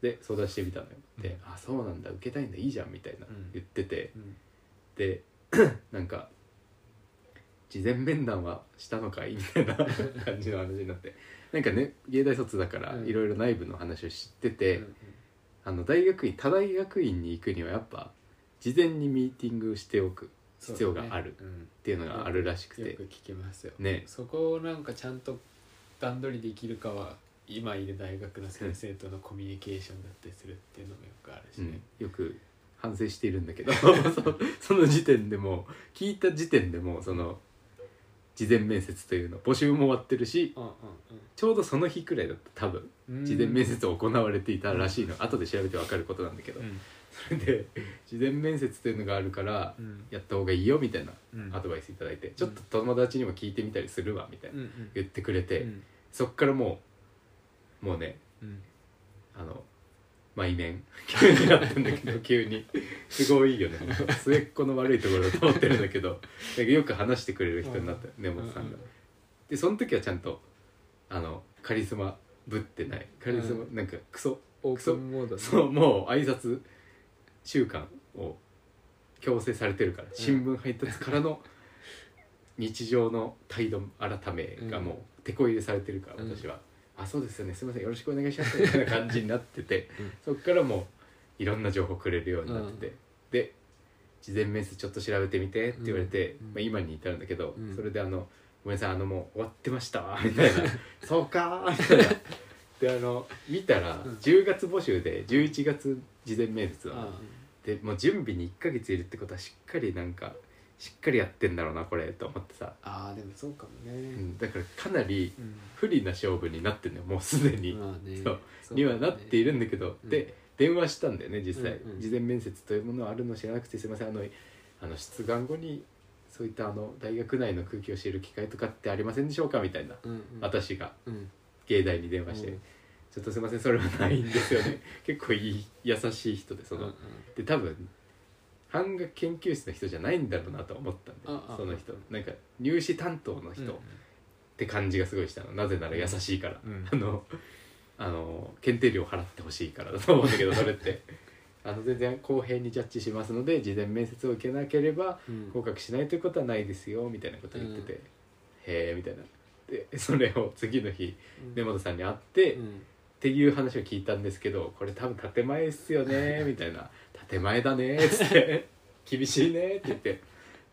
S1: で相談してみたのよ、
S2: う
S1: で
S2: ん
S1: 「あそうなんだ受けたいんだいいじゃん」みたいな
S2: うん
S1: 言ってて、
S2: うん
S1: で なんか「事前面談はしたのかい?」 みたいな感じの話になってなんかね芸大卒だから
S2: うん
S1: いろいろ内部の話を知ってて、
S2: うん
S1: あの大学院他大学院に行くにはやっぱ事前にミーティングしておく必要がある
S2: そうだね
S1: っていうのがあるらしく
S2: うんよ
S1: て
S2: く聞きますよ
S1: ね
S2: そこをなんかちゃんと段取りできるかは今いる大学の先生とのコミュニケーションだってするっていうのもよくあるし
S1: う
S2: ね
S1: ん、よく反省しているんだけど そその時点でもう聞いた時点でもうその事前面接というの募集も終わってるし
S2: うんうん
S1: ちょうどその日くらいだった多分
S2: うん
S1: 事前面接を行われていたらしいの後で調べて分かることなんだけど
S2: うん
S1: それ で事前面接というのがあるから
S2: うん
S1: やった方がいいよみたいな
S2: うん
S1: アドバイスいただいてちょっと友達にも聞いてみたりするわみたいな
S2: うんうん
S1: 言ってくれて
S2: うん
S1: そっからもうもうね
S2: うん
S1: あの毎面 急になったんだ けど急にすごいいいよね末っ子の悪いところだと思ってるんだけ どなんかよく話してくれる人になったよ根本さんが。でその時はちゃんとあのカリスマぶってないカリスマ、
S2: う
S1: なんかクソ
S2: オープンモードね
S1: そうもう挨拶習慣を強制されてるから新聞配達からの日常の態度改めがもう手こ入れされてるから
S2: うん
S1: 私は、あそうですよねすいませんよろしくお願いしますみたいな感じになってて、
S2: うん
S1: そっからもういろんな情報くれるようになってて、
S2: う
S1: で事前面接ちょっと調べてみてって言われて、
S2: うんうん
S1: まあ、今に至るんだけど、
S2: うん
S1: それであの「ごめんなさいあのもう終わってましたわ」みたい な「そうか」みたいな。であの見たら
S2: うん
S1: 10月募集で11月事前面接は
S2: あ
S1: でもう準備に1ヶ月いるってことはしっかりなんかしっかりやってんだろうなこれと思ってさ、
S2: あーでもそうかも
S1: う
S2: ね
S1: ん、だからかなり
S2: うん
S1: 不利な勝負になってんのよもうすでに、
S2: まあね
S1: そうにはなっているんだけど、
S2: うん
S1: で電話したんだよね実際、
S2: うんうん
S1: 事前面接というものはあるの知らなくてすいませんあのあの出願後にそういったあの大学内の空気を知る機会とかってありませんでしょうかみたいな、
S2: うんうん
S1: 私が
S2: うん
S1: 芸大に電話して、
S2: うん
S1: ちょっとすいませんそれはないんですよね結構いい優しい人でその、
S2: うん
S1: で多分版画研究室の人じゃないんだろうなと思ったんで、
S2: ああ
S1: その人
S2: うん
S1: なんか入試担当の
S2: うん
S1: 人って感じがすごいしたのなぜなら優しいから、
S2: うん
S1: あのあの検定料払ってほしいからだと思うんだけ どそれってあの全然公平にジャッジしますので事前面接を受けなければ
S2: うん
S1: 合格しないということはないですよみたいなこと言ってて、へえみたいなでそれを次の日
S2: うん
S1: 根本さんに会って、
S2: う
S1: っ
S2: ん
S1: ていう話を聞いたんですけどこれ多分建前っすよ ねみたいな「建前だね」っつって 「厳しいね」って言って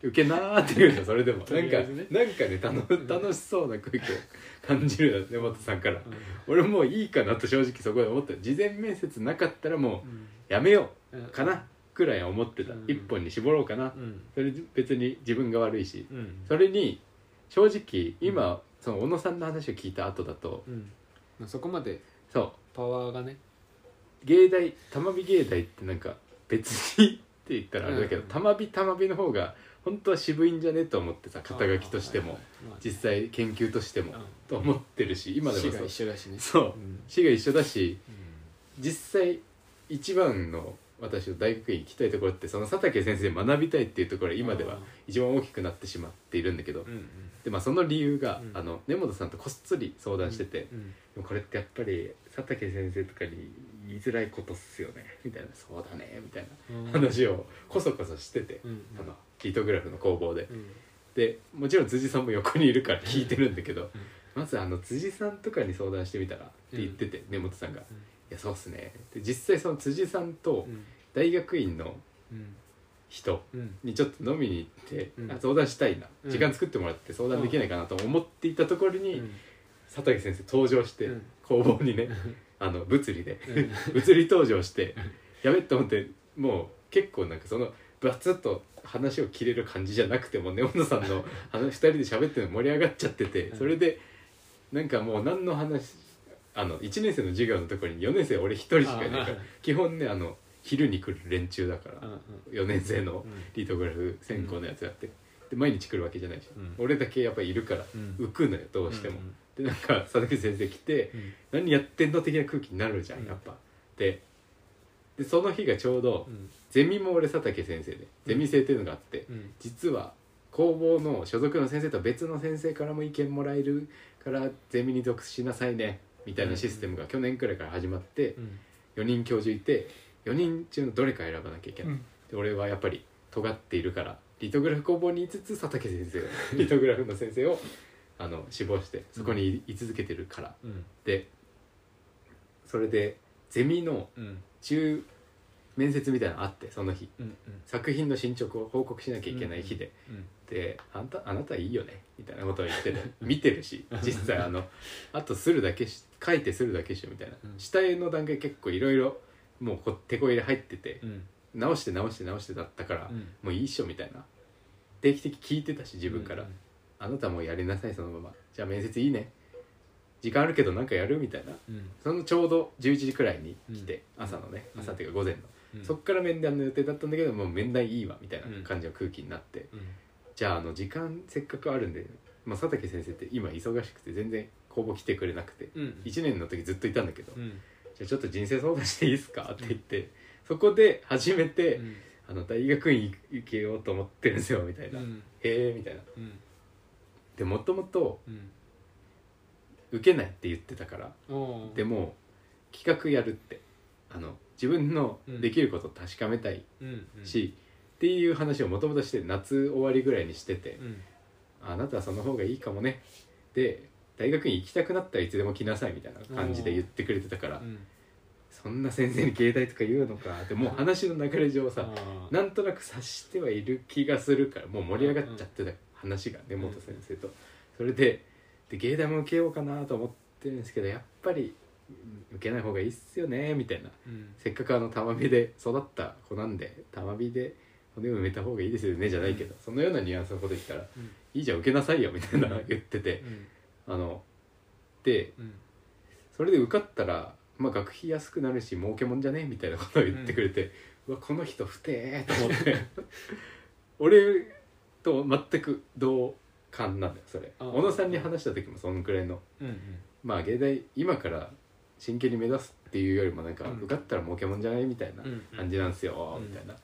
S1: 「受けな」って言うのそれでも
S2: とりあえず
S1: な
S2: ね
S1: んかなんかね楽楽しそうな空気を感じるの根本さんから俺もういいかなと正直そこで思った事前面接なかったらも
S2: うん
S1: うやめよ
S2: うん
S1: うかなくらいは思ってた、
S2: うん
S1: 一本に絞ろうかな
S2: うん
S1: それ別に自分が悪いし
S2: うん
S1: それに正直今、その小野さんの話を聞いた後だと
S2: うんまあそこまで
S1: そう
S2: パワーがね
S1: 芸大玉美芸大ってなんか別にって言ったらあれだけど、
S2: うん
S1: 玉美玉美の方が本当は渋いんじゃねと思ってさ肩書きとしても、
S2: はいはいはい
S1: 実際研究としても、
S2: うん
S1: と思ってるし今
S2: まあ
S1: で
S2: 市
S1: も
S2: が一
S1: そう
S2: 緒だしね
S1: そう
S2: うん
S1: 市が一緒だし実際一番の私の大学院行きたいところってその佐竹先生に学びたいっていうところが今では一番大きくなってしまっているんだけど、
S2: うんうん
S1: でまあ、その理由が、
S2: うん
S1: あの根本さんとこっそり相談してて、
S2: うん
S1: でもこれってやっぱり佐竹先生とかに言いづらいことっすよねみたいな「そうだね」みたい
S2: うん
S1: な話をこそこそしてて、
S2: うん
S1: あのリトグラフの工房で。
S2: うん
S1: でもちろん辻さんも横にいるから聞いてるんだけどまずあの辻さんとかに相談してみたらって言ってて、根本さんが「いやそうっすね」で実際その辻さんと
S2: うん
S1: 大学院の
S2: うん
S1: 人
S2: うん
S1: にちょっと飲みに行って、
S2: うん
S1: あ相談したいな、
S2: うん
S1: 時間作ってもらって相談できないかなと思っていたところ
S2: う
S1: に、
S2: ん
S1: 佐竹先生登場して、
S2: うん
S1: 工房にね、あの物理で、
S2: う
S1: 物理登場してやべって思ってもう結構なんかそのバツッと話を切れる感じじゃなくても根本さんの話二人で喋ってるの盛り上がっちゃってて
S2: うん
S1: それでなんかもう何の話あの1年生の授業のところに4年生俺一人しかいないから
S2: あ
S1: 基本ねあの昼に来る連中だから4年生の
S2: うん
S1: リトグラフ専攻のやつやって、で毎日来るわけじゃないじゃん、
S2: うん
S1: 俺だけやっぱいるから
S2: うん
S1: 浮くのよどうしても、
S2: うん
S1: でなんか佐々木先生来て、
S2: うん
S1: 何やってんの的な空気になるじゃん、
S2: うん
S1: やっぱででその日がちょうど、
S2: うん
S1: ゼミも俺佐竹先生でゼミ生っていうのがあって、
S2: うん
S1: 実は工房の所属の先生とは別の先生からも意見もらえるからゼミに属しなさいねみたいなシステムが去年くらいから始まって
S2: う
S1: 4
S2: ん
S1: 人教授いて4人中のどれか選ばなきゃいけない、で俺はやっぱり尖っているからリトグラフ工房にいつつ佐竹先生リトグラフの先生をあの志望してそこに居続けてるから
S2: うん
S1: でそれでゼミの
S2: うん
S1: 中面接みたいなのあってその日
S2: うん
S1: 作品の進捗を報告しなきゃいけない日で、
S2: うん
S1: であんた「あなたいいよね」みたいなことを言ってて 見てる し実際あのあとするだけし書いてするだけしよみたいな、
S2: うん
S1: 下絵の段階結構いろいろもうこ手こ入れ入ってて、
S2: うん
S1: 直して直して直してだったから、
S2: うん
S1: もういいっしょみたいな定期的に聞いてたし自分から、
S2: うん
S1: あなたもやりなさいそのままじゃあ面接いいね時間あるけどなんかやるみたいな
S2: うん
S1: そのちょうど11時くらいに来て、
S2: うん
S1: 朝のね
S2: うん
S1: 朝っていうか午前の、
S2: うん
S1: そっから面談の予定だったんだけどもう面談いいわみたいな感じの空気になって、
S2: うん
S1: じゃああの時間せっかくあるんで、まあ、佐竹先生って今忙しくて全然公募来てくれなくて、
S2: うん
S1: 1年の時ずっといたんだけど、
S2: う
S1: じ
S2: ん
S1: ゃあちょっと人生相談していいですかって言って、そこで初めて、
S2: うん
S1: あの大学院行けようと思ってるんですよみたいな、
S2: う
S1: へ
S2: ん
S1: えみたいな
S2: うん
S1: でもともと
S2: うん
S1: 受けないって言ってたから
S2: おー
S1: でも企画やるってあの自分のできることを確かめたい
S2: うんうん
S1: し、っていう話をもともとして夏終わりぐらいにしてて
S2: うん
S1: 「あなたはその方がいいかもね」で大学に行きたくなったらいつでも来なさいみたいな感じで言ってくれてたから
S2: うん
S1: そんな先生に携帯とか言うのかってもう話の流れ上さ
S2: あー
S1: なんとなく察してはいる気がするからもう盛り上がっちゃってた話が根本先生とそれでで芸大も受けようかなと思ってるんですけどやっぱりうん受けない方がいいっすよねみたいな
S2: うん
S1: せっかくあの玉火で育った子なんで玉火で骨を埋めた方がいいですよねじゃないけどそのようなニュアンスのこと言ったら
S2: うん
S1: 「いいじゃん受けなさいよ」みたいな
S2: うん
S1: 言ってて
S2: うん
S1: あので
S2: うん
S1: それで受かったら、まあ、学費安くなるし儲けもんじゃねみたいなことを言ってくれて、うわこの人不定と思って俺と全く同感なんだよそれ
S2: あー
S1: 小野さんに話した時もそのくらいの
S2: うん
S1: まあ芸大今から真剣に目指すっていうよりもなんか、
S2: うん
S1: 受かったら儲けもんじゃないみたいな
S2: うん
S1: 感じなんですよ、
S2: うん
S1: みたいな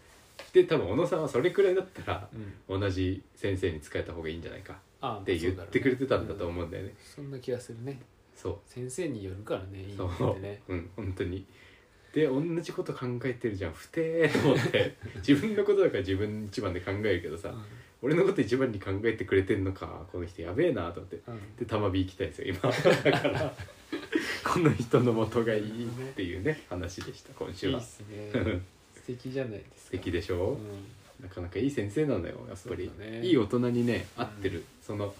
S1: で多分小野さんはそれくらいだったら
S2: うん
S1: 同じ先生に使えた方がいいんじゃないか
S2: あー
S1: って言ってくれてたんだと
S2: う
S1: 思うんだよね
S2: んそんな気がするね
S1: そう
S2: 先生によるからねいい
S1: そう
S2: のってね
S1: うん本当にで同じこと考えてるじゃん不定と思って 自分のことだから自分一番で考えるけどさ、
S2: う
S1: 俺のこと一番に考えてくれてんのかこの人やべえなと思って
S2: んうん
S1: で玉火行きたいですよ今だ からこの人の元がいいっていうね話でした今
S2: い
S1: 週
S2: い
S1: は
S2: っすね素敵じゃないですか
S1: 素敵でしょ、なかなかいい先生なのよやっぱり
S2: そう、だね
S1: いい大人にね合ってる、その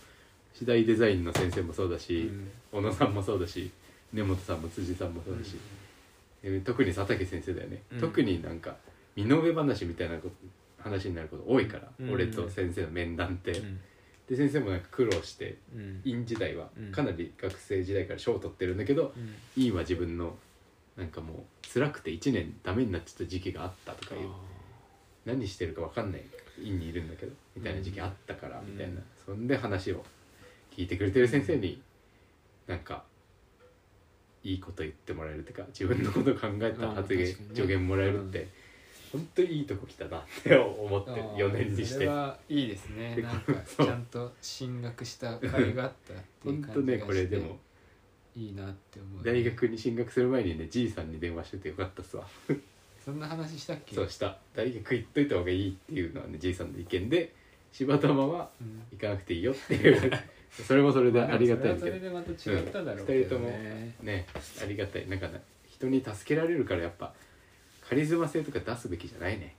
S1: 次第デザインの先生もそうだ
S2: うん
S1: し、小野さんもそうだし根本さんも辻さんもそうだし、えー特に佐竹先生だよね、
S2: うん
S1: 特になんか身の上話みたいなこと話になること多いから、
S2: うん
S1: 俺と先生の面談って、
S2: うん
S1: で先生もなんか苦労して
S2: うん
S1: 院時代は
S2: うん
S1: かなり学生時代から賞を取ってるんだけど
S2: うん
S1: 院、は自分のなんかもう辛くて1年ダメになっちゃった時期があったとかいう
S2: あ
S1: 何してるか分かんない院にいるんだけどみたいな時期あったから、みたいなそんで話を聞いてくれてる先生になんかいいこと言ってもらえるっていうか自分のこと考えた発言、
S2: うん確かにね
S1: 助言もらえるって、本当にいいとこ来たなって思って
S2: あー
S1: 4年にし
S2: そ
S1: て
S2: れ。はいいで すねなんかち
S1: そう
S2: ゃんと進学した甲斐があったっていう
S1: 本
S2: 感
S1: 当
S2: じがして
S1: ねこれでも
S2: いいなって思う、
S1: 大学に進学する前にねじいさんに電話しててよかったっすわ
S2: そんな話したっけ
S1: そうした大学行っといた方がいいっていうのはねじいさんの意見で柴玉は
S2: うん
S1: 行かなくていいよっていう それもそれでありがたいんです
S2: そ
S1: け
S2: れはそれ
S1: ど
S2: でまた違っただろうけどね、
S1: ねありがたいなんかな人に助けられるからやっぱカリスマ性とか出すべきじゃない ね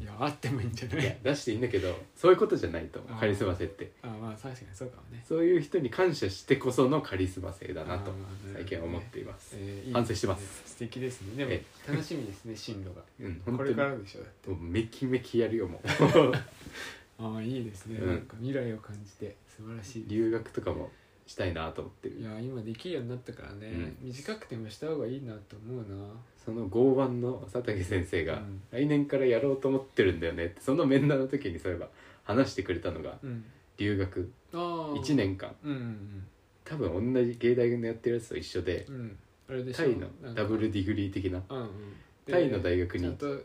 S2: いやあってもいいんじゃない
S1: いや
S2: い
S1: 出していいんだけどそういうことじゃないと思う
S2: あー
S1: カリスマ性って
S2: あまあ確かにそうかもね
S1: そういう人に感謝してこそのカリスマ性だなと
S2: あーなるほどね
S1: 最近は思っています、
S2: えーいいですね
S1: 反省してます
S2: 素敵ですねで
S1: え
S2: も楽しみ ですね進路が
S1: うん本当
S2: これ
S1: に
S2: か
S1: も
S2: らでしょだって
S1: うめきめきやるよもう
S2: ああいいですね、
S1: うん
S2: なんか未来を感じて素晴らしい
S1: 留学とかもしたいなと思って
S2: い
S1: る
S2: や今できるようになったからね、
S1: うん
S2: 短くてもした方がいいなと思うな
S1: その剛腕の佐竹先生
S2: う
S1: が
S2: ん
S1: 「来年からやろうと思ってるんだよね」ってその面談の時にそういえば話してくれたのが
S2: うん
S1: 留学
S2: ああ
S1: 1年間
S2: うんうん
S1: 多分同じ芸大のやってるやつと一緒で
S2: うんうんあれでしょ
S1: タイの
S2: なんか
S1: ダブルディグリー的な
S2: うんうんで
S1: タイの大学
S2: ちゃ
S1: に
S2: んとなん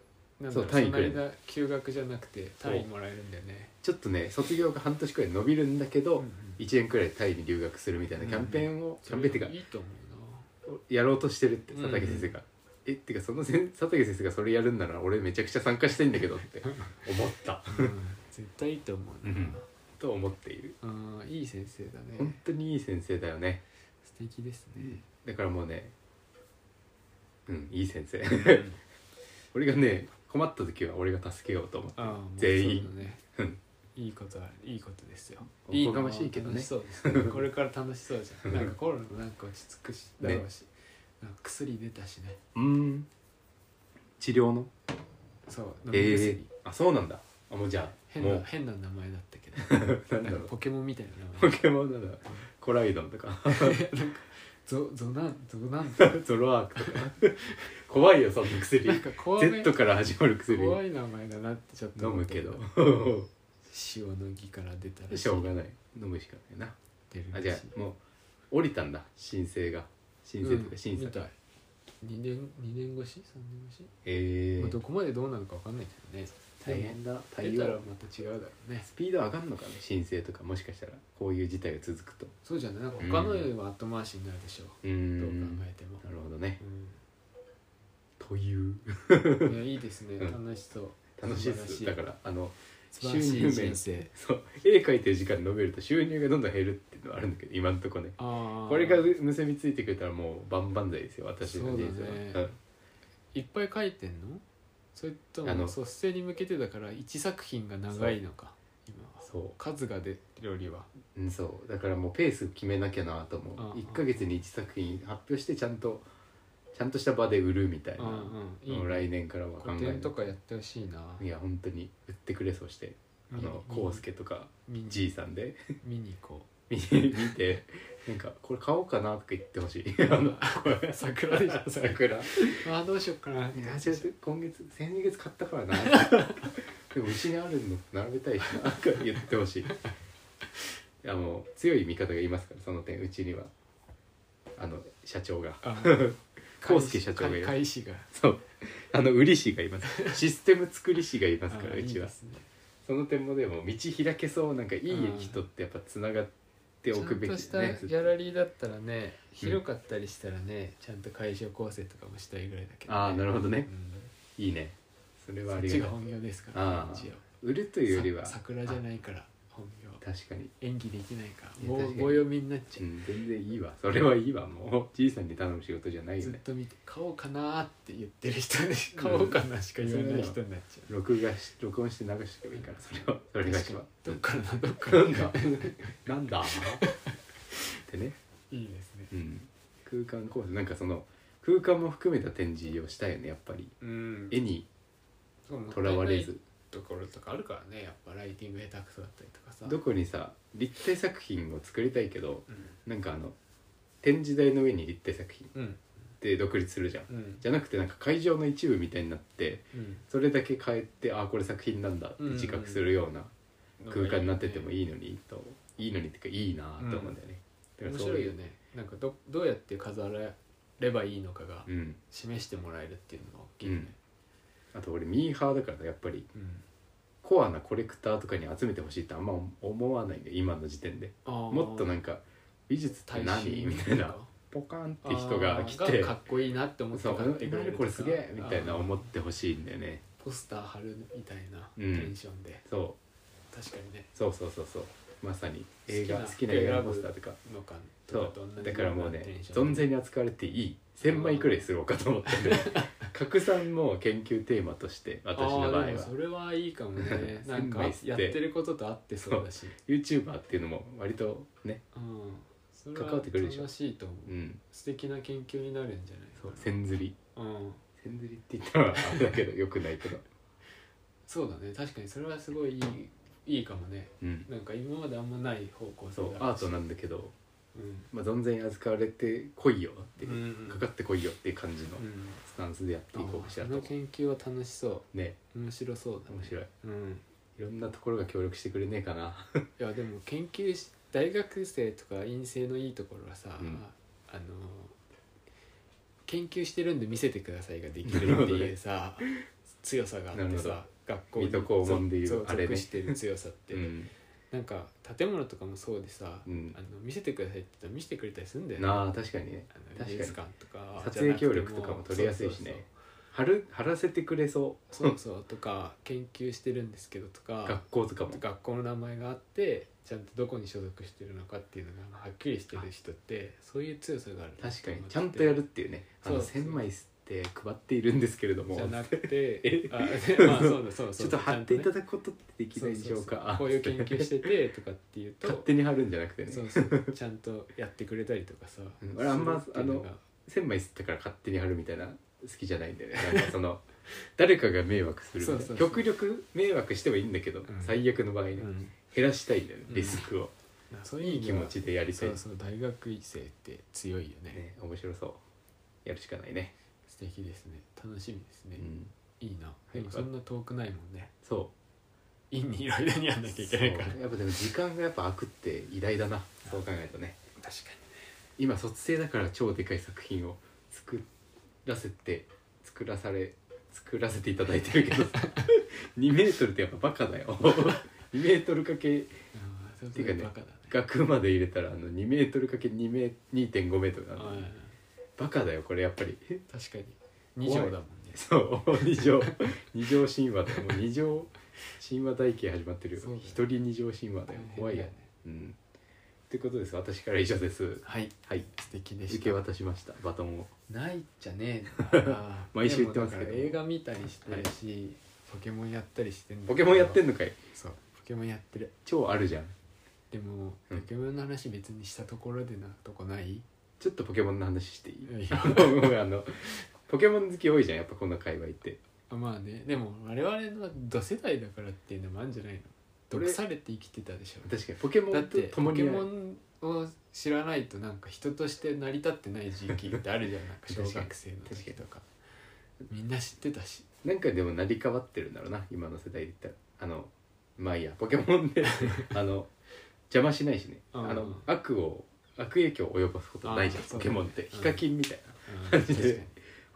S2: だ
S1: そ
S2: ろ
S1: う
S2: うそ
S1: タイ
S2: の
S1: くれる
S2: 間休学じゃなくて
S1: そう
S2: 単位もらえるんだよね
S1: ちょっとね卒業が半年くらい伸びるんだけ
S2: う
S1: ど
S2: んうん
S1: 1年くらいタイに留学するみたいなキャンペーンをキャンペーンっていうか
S2: いいと思
S1: やろうとしてるって
S2: うん
S1: 佐竹先生が。えってかそのせん佐竹先生がそれやるんなら俺めちゃくちゃ参加したいんだけど って思った
S2: うな、うん、絶対いいと思うな、
S1: と思っている
S2: ああいい先生だ
S1: 本
S2: ね
S1: 当にいい先生だよね
S2: 素敵です ね、
S1: だからもうねうんいい先生
S2: うん
S1: 俺がね困った時は俺が助けようと思って
S2: ああもう
S1: 全員
S2: そうだね
S1: うん
S2: いいことはいいことですよ
S1: お
S2: いい
S1: こがましいけどね
S2: 楽しそうで すねこれから楽しそうじゃんなんかコロナなんか落ち着くしだ
S1: ね
S2: ろうし、なんか薬出たしね
S1: うん治療の
S2: そう飲み
S1: え
S2: 薬、
S1: えあそうなんだあもうじゃあ
S2: 変
S1: も
S2: な
S1: う
S2: 変な名前だった け
S1: なん
S2: ど
S1: だ
S2: なん
S1: ろ
S2: か
S1: う
S2: ポケモンみたいな名
S1: ポ
S2: 前
S1: ケモンなんだろうコライドンとか
S2: ゾゾナンゾナン
S1: ゾロアークとか 怖いよそんな薬
S2: なんか怖い
S1: Z から始まる薬
S2: 怖
S1: 飲
S2: い名前だなってちょっと思っ
S1: む
S2: た
S1: けど
S2: 塩の儀から出たら
S1: しょうがない飲むしかないな
S2: 出るら
S1: あ
S2: しい
S1: じゃあもう降りたんだ申請が申請とか審査
S2: うんみたい2年二年越し3年越し、
S1: ええ
S2: まあ、どこまでどうなるかわかんないけどね
S1: 大変だ
S2: 出
S1: 対
S2: たら
S1: 応
S2: また違うだろうね
S1: スピード上がんのかね申請とかもしかしたらこういう事態が続くと
S2: そうじゃないなんか他のよりは後回しになるでしょ
S1: う
S2: う、どう考
S1: んな
S2: えても、
S1: るほどね
S2: う
S1: という
S2: ん、いやいいですね
S1: うん
S2: 楽しそう
S1: 楽しいです
S2: 素晴
S1: だ
S2: らしい
S1: からあの
S2: 素晴らしい人生
S1: そう絵描いてる時間延べると収入がどんどん減るっていうのはあるんだけど今んとこね
S2: ああ
S1: これが結びついてくれたらもう万々歳ですよ私の人生は
S2: そうだね
S1: うん
S2: いっぱい書いてんのそれと
S1: あ
S2: も
S1: の
S2: 率先に向けてだから一作品が長いのか今は
S1: そ
S2: 数が出るよりは
S1: ううんそうだからもうペース決めなきゃなと思う
S2: うん
S1: 1ヶ月に1作品発表してちゃんとちゃんとした場で売るみたいな
S2: うんうんいいね
S1: もう来年からは考
S2: 古
S1: え
S2: 典とかやってほしいない
S1: や本当に売ってくれそうしてあの
S2: 見
S1: コウスケとか
S2: 見に
S1: じいさんで
S2: 見に行こ
S1: 見てなんかこれ買おうかなとか言ってほしいあのこれ
S2: う桜でしょそれ
S1: 桜い
S2: ああどうしようかな
S1: やちょっと今月先月買ったから なでもうちにあるの並べたいしなとか言ってほしいあの強い味方がいますからその点うちにはあの社長 が
S2: あ
S1: コウスケ社長がいる
S2: 開始が
S1: そうあの売り師がいますシステム作り師がいますから
S2: あ
S1: うちはい
S2: いですね
S1: その点もでも道開けそうなんかいい人ってやっぱつながっておくべき
S2: ちゃんとしたギャラリーだったらね広かったりしたらねちゃんと会場構成とかもしたいぐらいだけどね
S1: ああなるほど
S2: う
S1: ね
S2: ん
S1: いいねそれは
S2: そ
S1: あ
S2: っ
S1: り
S2: ち
S1: が
S2: が
S1: たい
S2: 本業ですから
S1: あー
S2: 一応
S1: 売るというよりは
S2: さ桜じゃ
S1: い
S2: ないから本業
S1: 確かに、
S2: 演技できないから
S1: いや
S2: 棒棒
S1: 確かに
S2: 読みになっち
S1: う、
S2: ゃうん
S1: 全然いいわそれはいいわもうじいさんに頼む仕事じゃないよ
S2: ずっ
S1: ね
S2: と見て「買おうかな」って言ってる人で「買おうかな」しか言わない人になっちゃう
S1: 録画し録音して流しておけばいいからそれはそれがし
S2: 確
S1: は
S2: かにどっからだどっか
S1: な
S2: ら
S1: んだ
S2: だ
S1: なんだってね、
S2: いいですね
S1: うん、空間コースなんかその空間も含めた展示をしたいよねやっぱり
S2: うん
S1: 絵にとらわれず
S2: ところとかあるからねやっぱライティング下手くそだったりとかさ
S1: どこにさ立体作品を作りたいけど
S2: うん
S1: なんかあの展示台の上に立体作品
S2: うん
S1: って独立するじゃん
S2: うん
S1: じゃなくてなんか会場の一部みたいになって
S2: うん
S1: それだけ変えてああこれ作品なんだって自覚するような空間になってても
S2: い
S1: いいのにといいのにっていうかいいなと思うんだよね、だか
S2: 面
S1: らそう
S2: 白いよねなんかどどうやって飾ればいいのかが
S1: うん
S2: 示してもらえるっていうのが大きいよね
S1: あと俺ミーハーだからさやっぱり
S2: うん
S1: コアなコレクターとかに集めてほしいってあんま思わないんだよ今の時点で
S2: あー
S1: もっとなんか美術って何みたいなポカンって人が来て
S2: あーかっこいいなって思って
S1: そう
S2: 買ってく
S1: な
S2: れ
S1: に
S2: ると
S1: こ
S2: か
S1: れすげえみたいな思っ
S2: あ
S1: てほしいんだよね
S2: ーポスター貼るみたいなテ
S1: うん
S2: ンションで、
S1: そう
S2: 確かにね
S1: そうそうそうそうまさに映画
S2: 好きな
S1: 好きな映画のポスターとか
S2: の感と
S1: そ
S2: かと同
S1: う
S2: じ
S1: だからもう
S2: よなテ
S1: ね
S2: ンション
S1: 存在に扱われていい1,000枚くらいするおうかと思って る拡散も研究テーマとして私の場合
S2: あーで
S1: は
S2: もそれはいいかも ねなん
S1: 千
S2: か
S1: 枚吸って
S2: やってることと合ってそうだし
S1: YouTuber っていうのも割とね
S2: うんそれ
S1: 関わ
S2: は
S1: ってくれるでしょ
S2: 楽しいと思う
S1: うん
S2: 素敵な研究になるんじゃないか
S1: そう
S2: な
S1: 千釣り
S2: うん、
S1: 千釣りって言ったらあれだ けどよくないけど
S2: そうだね確かにそれはすごいいいいいかもね
S1: うん
S2: なんか今まであんまない方向性
S1: そう
S2: だ
S1: アート
S2: な
S1: なんだけど、
S2: うん
S1: まあ、存在に扱われてこいよって、
S2: うん
S1: かかってこいよっていう感じの
S2: うん
S1: スタンスでやっていこうかし
S2: あ
S1: ら
S2: ー
S1: と
S2: その研究は楽しそ
S1: ね
S2: う面白そうだね
S1: 面白い
S2: うん
S1: いろんなところが協力してくれねえかな
S2: いやでも研究し大学生とか院生のいいところはさ、
S1: うん
S2: あの研究してるんで見せてくださいができるっていうさ、強さがあっ
S1: な
S2: て
S1: るほど
S2: さ学校
S1: 水戸黄門でいう
S2: そう
S1: あれね
S2: 属してる強さって、
S1: うん
S2: なんか建物とかもそうでさ、
S1: うん
S2: あの見せてくださいって言ったら見せてくれたりするんだよね
S1: なあ確かにね
S2: あの
S1: 確かに
S2: 美術館とか
S1: 撮影協力とかも取りやすいしね貼る貼らせてくれそ
S2: そうそうそうそうとか研究してるんですけどと
S1: う
S2: か
S1: 学校とかも
S2: 学校の名前があってちゃんとどこに所属してるのかっていうのがはっきりしてる人ってそういう強さがある
S1: 確かにちゃんとや
S2: る
S1: るっていうねあ
S2: そ
S1: の
S2: うそう
S1: 1000枚吸って配っているんですけれども
S2: じゃな
S1: ち
S2: くて
S1: え
S2: あ でまあそうだそうだ
S1: ょ
S2: そ
S1: っ
S2: うだ
S1: と貼っていた
S2: く
S1: だくことってできないでしょうか
S2: こういう研究しててとかっていうと
S1: 勝手に貼るんじゃなくてね
S2: そうそうちゃんとやってくれたりとかさ
S1: うん俺あんます
S2: るっていうが
S1: 1000枚吸ったから勝手に貼るみたいな好きじゃないんだよね なんかその誰かが迷惑するみたいな
S2: そうそうそう
S1: 極力迷惑してもいいんだけど、
S2: ん
S1: 最悪の場合ね、
S2: うん
S1: 減らしたいんだよね
S2: うん
S1: リスクを、
S2: なそう
S1: い
S2: い
S1: い気持ちでやりたい、
S2: そうそう大学生って強いよね
S1: ね、面白そうやるしかないね、
S2: 素敵ですね楽しみですね
S1: う、ん
S2: いいなでもそんな遠くないもんね
S1: そう
S2: 院にいろいろにやんなきゃい けないから
S1: そうやっぱでも時間がやっぱ空くって偉大だなそう考えるとね
S2: 確か
S1: 今卒生だから超でかい作品を作らせて作らされ作らせていただいてるけ ど2メートルってやっぱバカだよ2メートルかけ
S2: にああそう
S1: ていうかね
S2: バカだね
S1: 額まで入れたらあの2メートルかけ2メ2.5メートルなの、
S2: はい
S1: バカだよこれやっぱり
S2: 確かに二条だもんね
S1: そう二 条二条神話だよもう二条神話体系始まってるよ
S2: そうだよ
S1: 一人二条神話だよ怖いよ、うんってことです私から以上です
S2: はい
S1: はい
S2: 素敵で
S1: 受
S2: し
S1: け
S2: た
S1: 渡しましたバトンを
S2: ないじゃねえんだな
S1: 毎週言ってますけど
S2: でもだから映画見たりしてるしポケモンやったりしてんだけど
S1: ポケモンやってんのかい
S2: そうポケモンやってる
S1: 超あるじゃん
S2: でも
S1: う
S2: ポ
S1: ん
S2: ケモンの話別にしたところでなとこない
S1: ちょっとポケモンの話していい
S2: いや
S1: も うあのポケモン好き多いじゃんやっぱこの界隈って
S2: まあねでも我々の同世代だからっていうのもあるんじゃないの
S1: 俺
S2: 毒されて生きてたでしょ
S1: 確かにポケモ
S2: だっ
S1: ンと
S2: てポ
S1: 共に
S2: ケ
S1: ある
S2: モンを知らないとなんか人として成り立ってない時期ってあるじゃんなん か小学生の時とかみんな知ってたし
S1: なんかでも成り変わってるんだろうな今の世代で言ったらあのまあいいやポケモン であの邪魔しないしね
S2: うん
S1: あの悪を悪影響を及ぼすことないじゃん
S2: あー
S1: ポケモンって、
S2: そう
S1: ヒ
S2: だね
S1: カキンみたいな
S2: う
S1: 感
S2: ん
S1: じで
S2: 確かに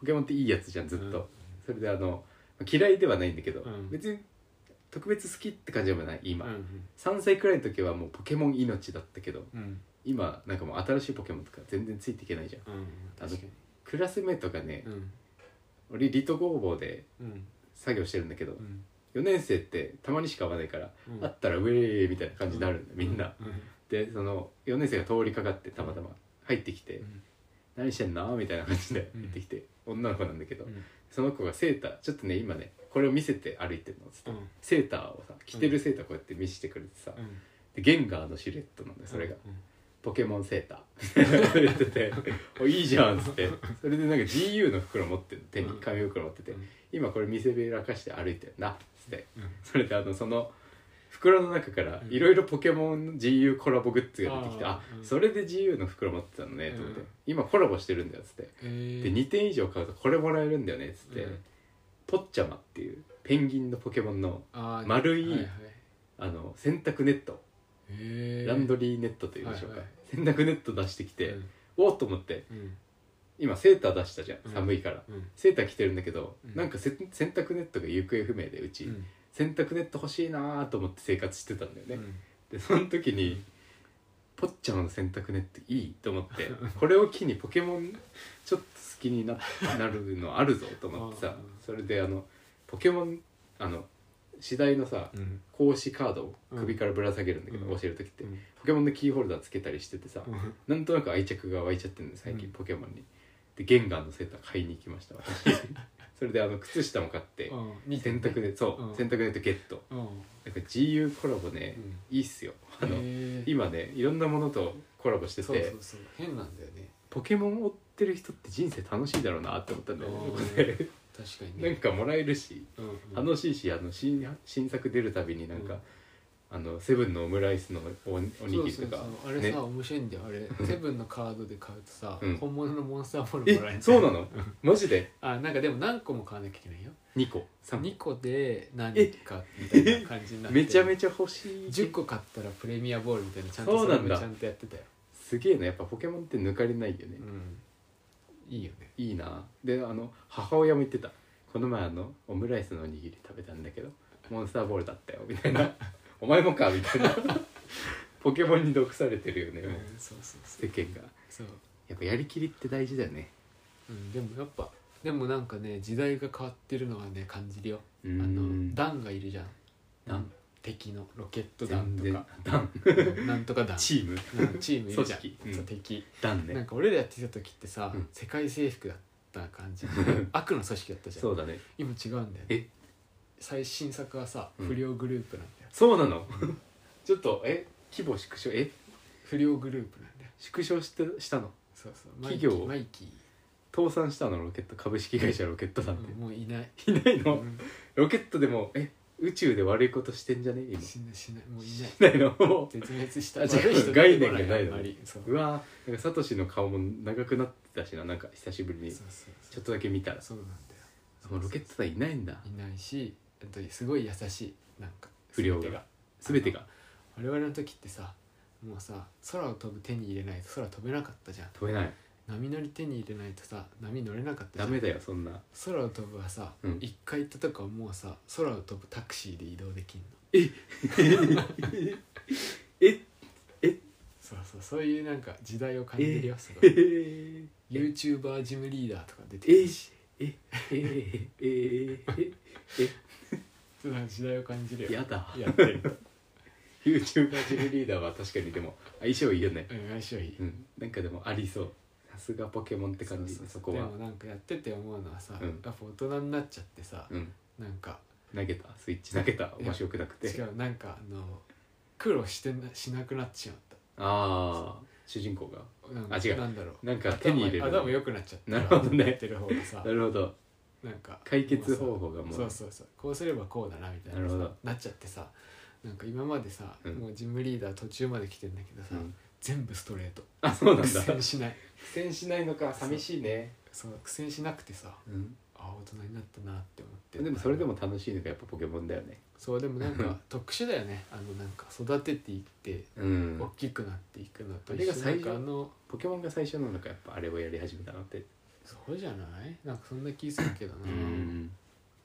S1: ポケモンっていいやつじゃんずっと、
S2: うん
S1: それであの嫌いではないんだけど、
S2: うん
S1: 別に特別好きって感じでもない今、
S2: うん
S1: 3歳くらいの時はもうポケモン命だったけど
S2: うん
S1: 今なんかもう新しいポケモンとか全然ついていけないじゃん
S2: うん確かに
S1: クラスメートがね、
S2: うん
S1: 俺リト工房で
S2: うん
S1: 作業してるんだけど、
S2: うん
S1: 4年生ってたまにしか会わないから、
S2: うん
S1: 会ったら「ウェーイ!」みたいな感じになるんだ、みんな、
S2: うん
S1: でその4年生が通りかかってたまたま入ってきて「
S2: うん
S1: 何してんの?」みたいな感じで
S2: うん
S1: 言ってきて、女の子なんだけど、
S2: うん
S1: その子がセーターちょっとね今ねこれを見せて歩いてるのっつって、
S2: うん
S1: セーターをさ着てるセーターこうやって見せてくれてさ、
S2: うん
S1: でゲンガーのシルエットなんだよそれが、
S2: うん
S1: ポケモンセーター言ってて「おいいじゃん」っつってそれでなんか GU の袋持ってる手に
S2: うん
S1: 紙袋持ってて
S2: うん
S1: 「今これ見せびらかして歩いてるな」っつって
S2: うん
S1: それであのその袋の中から
S2: うん
S1: いろいろポケモン GU コラボグッズが出てきて
S2: あー
S1: あ
S2: うん
S1: それで GU の袋持ってたのねと思って
S2: うん
S1: 今コラボしてるんだよっつって
S2: えー
S1: で2点以上買うとこれもらえるんだよねっつって、
S2: うん
S1: ポッチャマっていうペンギンのポケモンの
S2: あー
S1: 丸い
S2: はは
S1: あの洗濯ネット、
S2: へー
S1: ランドリーネットというんでしょうか、
S2: はいはい
S1: 洗濯ネット出してきて、
S2: うん
S1: おっと思って
S2: うん
S1: 今セーター出したじゃ
S2: うん
S1: ん寒いから、
S2: うん
S1: セーター着てるんだけど、
S2: うん
S1: なんかせ洗濯ネットが行方不明でうち、
S2: うん
S1: 洗濯ネット欲しいなーと思って生活してたんだよね、
S2: うん
S1: でその時に、ポッチャマの洗濯ネットいいと思ってこれを機にポケモンちょっと好きにななるのあるぞと思って
S2: あー
S1: さそれであのポケモンあの次第のさ
S2: うん
S1: 格子カードを首からぶら下げるんだけど、
S2: うん
S1: 教える時って、
S2: うん
S1: ポケモンのキーホルダーつけたりしててさ、なんとなく愛着が湧いちゃってるんで最近
S2: うん
S1: ポケモンに、でゲンガーのセーター買いに行きました 私それであの靴下も買って、
S2: うん
S1: 洗濯ネットそう、
S2: うん
S1: 洗濯ネットゲット
S2: うん
S1: なんか GU コラボね、いいっすよあの、
S2: へー
S1: 今ねいろんなものとコラボしてて
S2: そうそうそう変なんだよね
S1: ポケモン追ってる人って人生楽しいだろうなって思ったんだよね
S2: あー
S1: そこで
S2: 確かに
S1: なん
S2: ね
S1: かもらえるし
S2: うんうん
S1: 楽しいしあの新新作出るたびになんか、あのセブンのオムライスのおおにぎりとか
S2: そうそうそうあれさ、面白いんだよあ れセブンのカードで買うとさ、
S1: うん
S2: 本物のモンスターボールもらえる
S1: えそうなのマジで
S2: あなんかでも何個も買わなきゃいけないよ
S1: 2個3個
S2: 2個で何かみたいな感じになって
S1: めちゃめ
S2: ち
S1: ちゃ欲しい
S2: 10個買ったらプレミアボールみたいなちゃん
S1: そ
S2: と
S1: うなんだ
S2: それもちゃんとやってたよ、
S1: すげえなやっぱポケモンって抜かれないよね
S2: う、ん、いいよね
S1: いいなであの母親も言ってたこの前あのオムライスのおにぎり食べたんだけどモンスターボールだったよみたい なお前もかみたいなポケモンに毒されてるよね、
S2: う
S1: もうん
S2: そうそうそ
S1: 世
S2: う
S1: 間が
S2: そう、
S1: やっぱやりきりって大事だよね
S2: うん、でもやっぱでもなんかね時代が変わってるのはね感じるよ
S1: あ
S2: あの弾がいるじゃん
S1: 弾
S2: 敵のロケット弾
S1: 全
S2: と
S1: 然
S2: か
S1: ダン
S2: うんなんとか弾
S1: チーム
S2: うんチームいるじゃん
S1: 組織うん
S2: そう敵
S1: ダン
S2: なん
S1: ね
S2: か俺らやってた時ってさ、
S1: うん
S2: 世界征服だった感 じ悪の組織だったじゃん
S1: そうだね
S2: 今違うんだよね
S1: え
S2: 最新作はさ、
S1: うん
S2: 不良グループなんだよ
S1: そうなの ちょっとえ規模縮小え
S2: 不良グループなんだよ
S1: 縮小してしたの
S2: そうそう
S1: 企業
S2: マイキーマイ
S1: 倒産したのロケット株式会社ロケット
S2: キ
S1: さ
S2: ー
S1: んって、
S2: うんもういない、
S1: いないう の、
S2: ん、
S1: ロケットでもえ宇宙で悪いことしてんじゃね今
S2: しないしないもう いない
S1: いないのも
S2: 絶滅した
S1: あ違う
S2: 悪人出てこ
S1: 概念がないの
S2: あんまりそう
S1: ううわーなんかサトシの顔も長くなってたしななんか久しぶりに
S2: そう
S1: ち
S2: そう
S1: ょっとだけ見たら
S2: そうそうなんだよ
S1: そのロケットさんいないんだ
S2: いないしあとすごい優しいなんか
S1: 不良が
S2: 全て
S1: 全てが
S2: 我々の時ってさもうさ空を飛ぶ手に入れないと空飛べなかったじゃん
S1: 飛べない
S2: 波乗り手に入れないとさ波乗れなかったじゃ
S1: ダ
S2: ん
S1: メだよそんな
S2: 空を飛ぶはさ、
S1: うん
S2: 一回行ったとかはもうさ空を飛ぶタクシーで移動できんの
S1: え
S2: そうそうそういうなんか時代を感じるよすごい
S1: え
S2: YouTuber ジムリーダーとか出て
S1: え
S2: くる
S1: い
S2: し
S1: ええええ
S2: そうなんか時代を感じるよ
S1: やだ
S2: やってると
S1: YouTuber ジムリーダーは確かにでも相性いいよね
S2: うん相性いい、
S1: うんなんかでもありそうさすがポケモンって感じ
S2: ううう
S1: そこ
S2: で
S1: は
S2: もなんかやってて思うのはさ、
S1: うん
S2: やっぱ大人になっちゃってさ、
S1: うん
S2: なんか
S1: 投げたスイッチ投げた
S2: いや
S1: 面白くなく
S2: 違
S1: て
S2: うなんかあの苦労してなしなくなっちまった
S1: ああ主人公が
S2: なん
S1: あ違う
S2: なんだろう
S1: なんか手に入れる
S2: 頭頭良くなっちゃった
S1: なるほどね
S2: やってる方がさ
S1: なるほど
S2: なんか
S1: 解決方法が
S2: もう
S1: も
S2: さ
S1: う
S2: そうそうそうこうすればこうだなみたいな
S1: なる
S2: さ
S1: ほど
S2: なっちゃってさなんか今までさ、
S1: うん
S2: もうジムリーダー途中まで来てんだけどさ、
S1: うん
S2: 全部ストレート
S1: あそうなん だ
S2: 苦戦しない
S1: 戦しないのか
S2: 寂
S1: しいね
S2: そう苦戦しなくてさあ大人になったなって思って
S1: でもそれでも楽しいのがやっぱポケモンだよね
S2: そうでもな んか特殊だよねあのなんか育てていって
S1: うん
S2: 大きくなっていくのと
S1: あれが
S2: 一緒なん
S1: 最
S2: か
S1: 初
S2: あの
S1: ポケモンが最初なのかやっぱあれをやり始めたのって
S2: そうじゃないなんかそんな気するけどな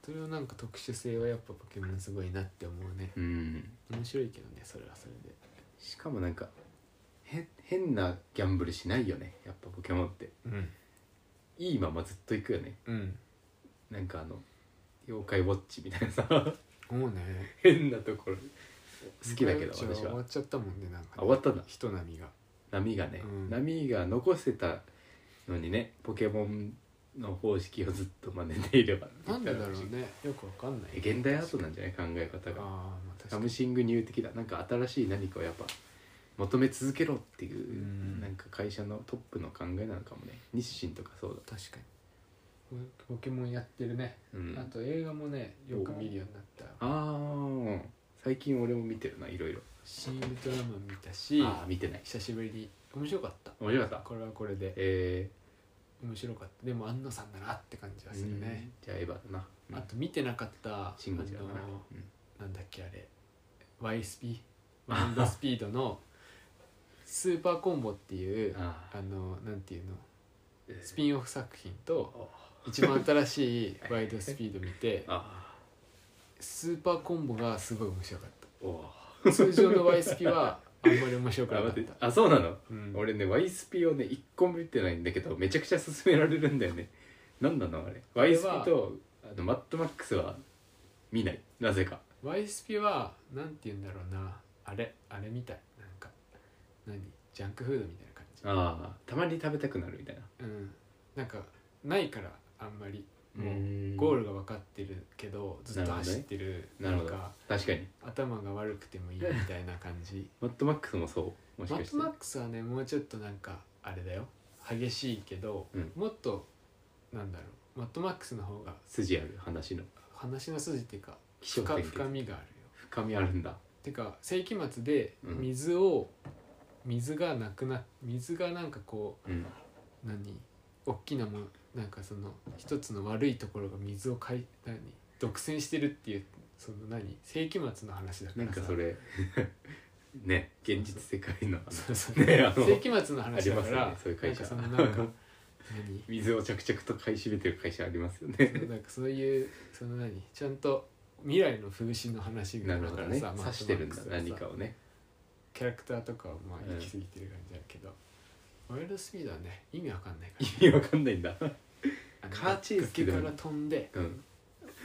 S2: それはなんか特殊性はやっぱポケモンすごいなって思うね
S1: うん
S2: 面白いけどねそれはそれで
S1: しかもなんかへ変なギャンブルしないよねやっぱポケモンって
S2: うん
S1: いいままずっといくよね
S2: うん
S1: なんかあの妖怪ウォッチみたいなさ
S2: もうね
S1: 変なところ好きだけど
S2: 昔うち
S1: 私
S2: 終わ
S1: は
S2: っちゃったもんねなんかね、
S1: あ終わったんだ
S2: 人波が
S1: 波がね、
S2: うん
S1: 波が残せたのにねポケモンの方式をずっと真似ていれば
S2: なんでだろうねよくわかんない
S1: え現代アートなんじゃない考え方
S2: ああ
S1: が
S2: まあ確か
S1: サ
S2: に
S1: ムシングニュー的だなんか新しい何かをやっぱ求め続けろっていうう、
S2: ん
S1: なんか会社のトップの考えなのかもね日清とかそうだ
S2: 確かにポケモンやってるね、
S1: うん
S2: あと映画もねよく見るようになった
S1: あー最近俺も見てるないろいろ
S2: シン・ウルトラマン見たし
S1: ああ見てない
S2: 久しぶりに面白かった
S1: 面白かった
S2: これはこれで
S1: え
S2: 面白かったでも安野さんだなって感じ
S1: ー
S2: はするね、
S1: じゃあエヴァだなうん
S2: あと見てなかった
S1: シン・ゴジラだな
S2: あの
S1: うん
S2: なんだっけあれ Y スピワンドスピード のスーパーコンボっていうあ
S1: ああ
S2: のなんていうの
S1: えー
S2: スピンオフ作品 と
S1: あ
S2: 一番新しいワイドスピード見て
S1: あ
S2: スーパーコンボがすごい面白かっ
S1: おお
S2: た通常の Y スピはあんまり面白くな
S1: あ
S2: かっ
S1: 待って
S2: た、
S1: あそうなの
S2: うん、
S1: 俺ね Y スピをね一個も見てないんだけどめちゃくちゃ勧められるんだよね何なのあれ
S2: あれ
S1: Y スピ
S2: は
S1: とあのマッドマックスは見ないなぜか
S2: Y スピはなんて言うんだろうなあれあれみたいなんか何ジャンクフードみたいな感じ
S1: ああたまに食べたくなるみたいな
S2: うんなんかないからあんまりもう
S1: うん
S2: ゴールが分かってるけどずっと走ってる
S1: なるほど
S2: んか
S1: 確かに
S2: 頭が悪くてもいいみたいな感じ
S1: マッドマックスも そうもし
S2: マ
S1: か
S2: ッ
S1: し
S2: ト
S1: て
S2: マックスはねもうちょっとなんかあれだよ激しいけど、
S1: うん
S2: もっとなんだろうマットマックスの方が
S1: 筋ある話の
S2: 話の筋っていうか
S1: 気象
S2: 深
S1: 点
S2: 深みがあるよ
S1: 深みあるんだ
S2: てか世紀末で
S1: うん
S2: 水を、水がなくな水がなんかこ
S1: うん
S2: う何大きなもんなんかその一つの悪いところが水をかい何独占してるっていうその何世紀末の話だか
S1: な
S2: ら
S1: ん
S2: さ
S1: かそ れね現実世界のあの
S2: そうそ う
S1: ねあの
S2: 世紀末の話だか
S1: あり
S2: ら、
S1: ますよねそういう会社
S2: なんかそのなんか
S1: 水を着々と買い占めてる会社ありますよ
S2: 何そ
S1: ね
S2: うなんかそういうその何ちゃんと未来の風刺の話
S1: な
S2: が
S1: る
S2: だ
S1: ほ
S2: か
S1: ど
S2: ら
S1: ね
S2: さ、まあ
S1: 指してるんだ
S2: マックスはさ
S1: 何かをね
S2: キャラクターとかはまあ行き過ぎてる感じだけど、ワイルドスピードはね意味わかんないか
S1: 意
S2: ら
S1: 味わかんないんだ
S2: あの
S1: カーチェイス
S2: 崖から飛んで
S1: うん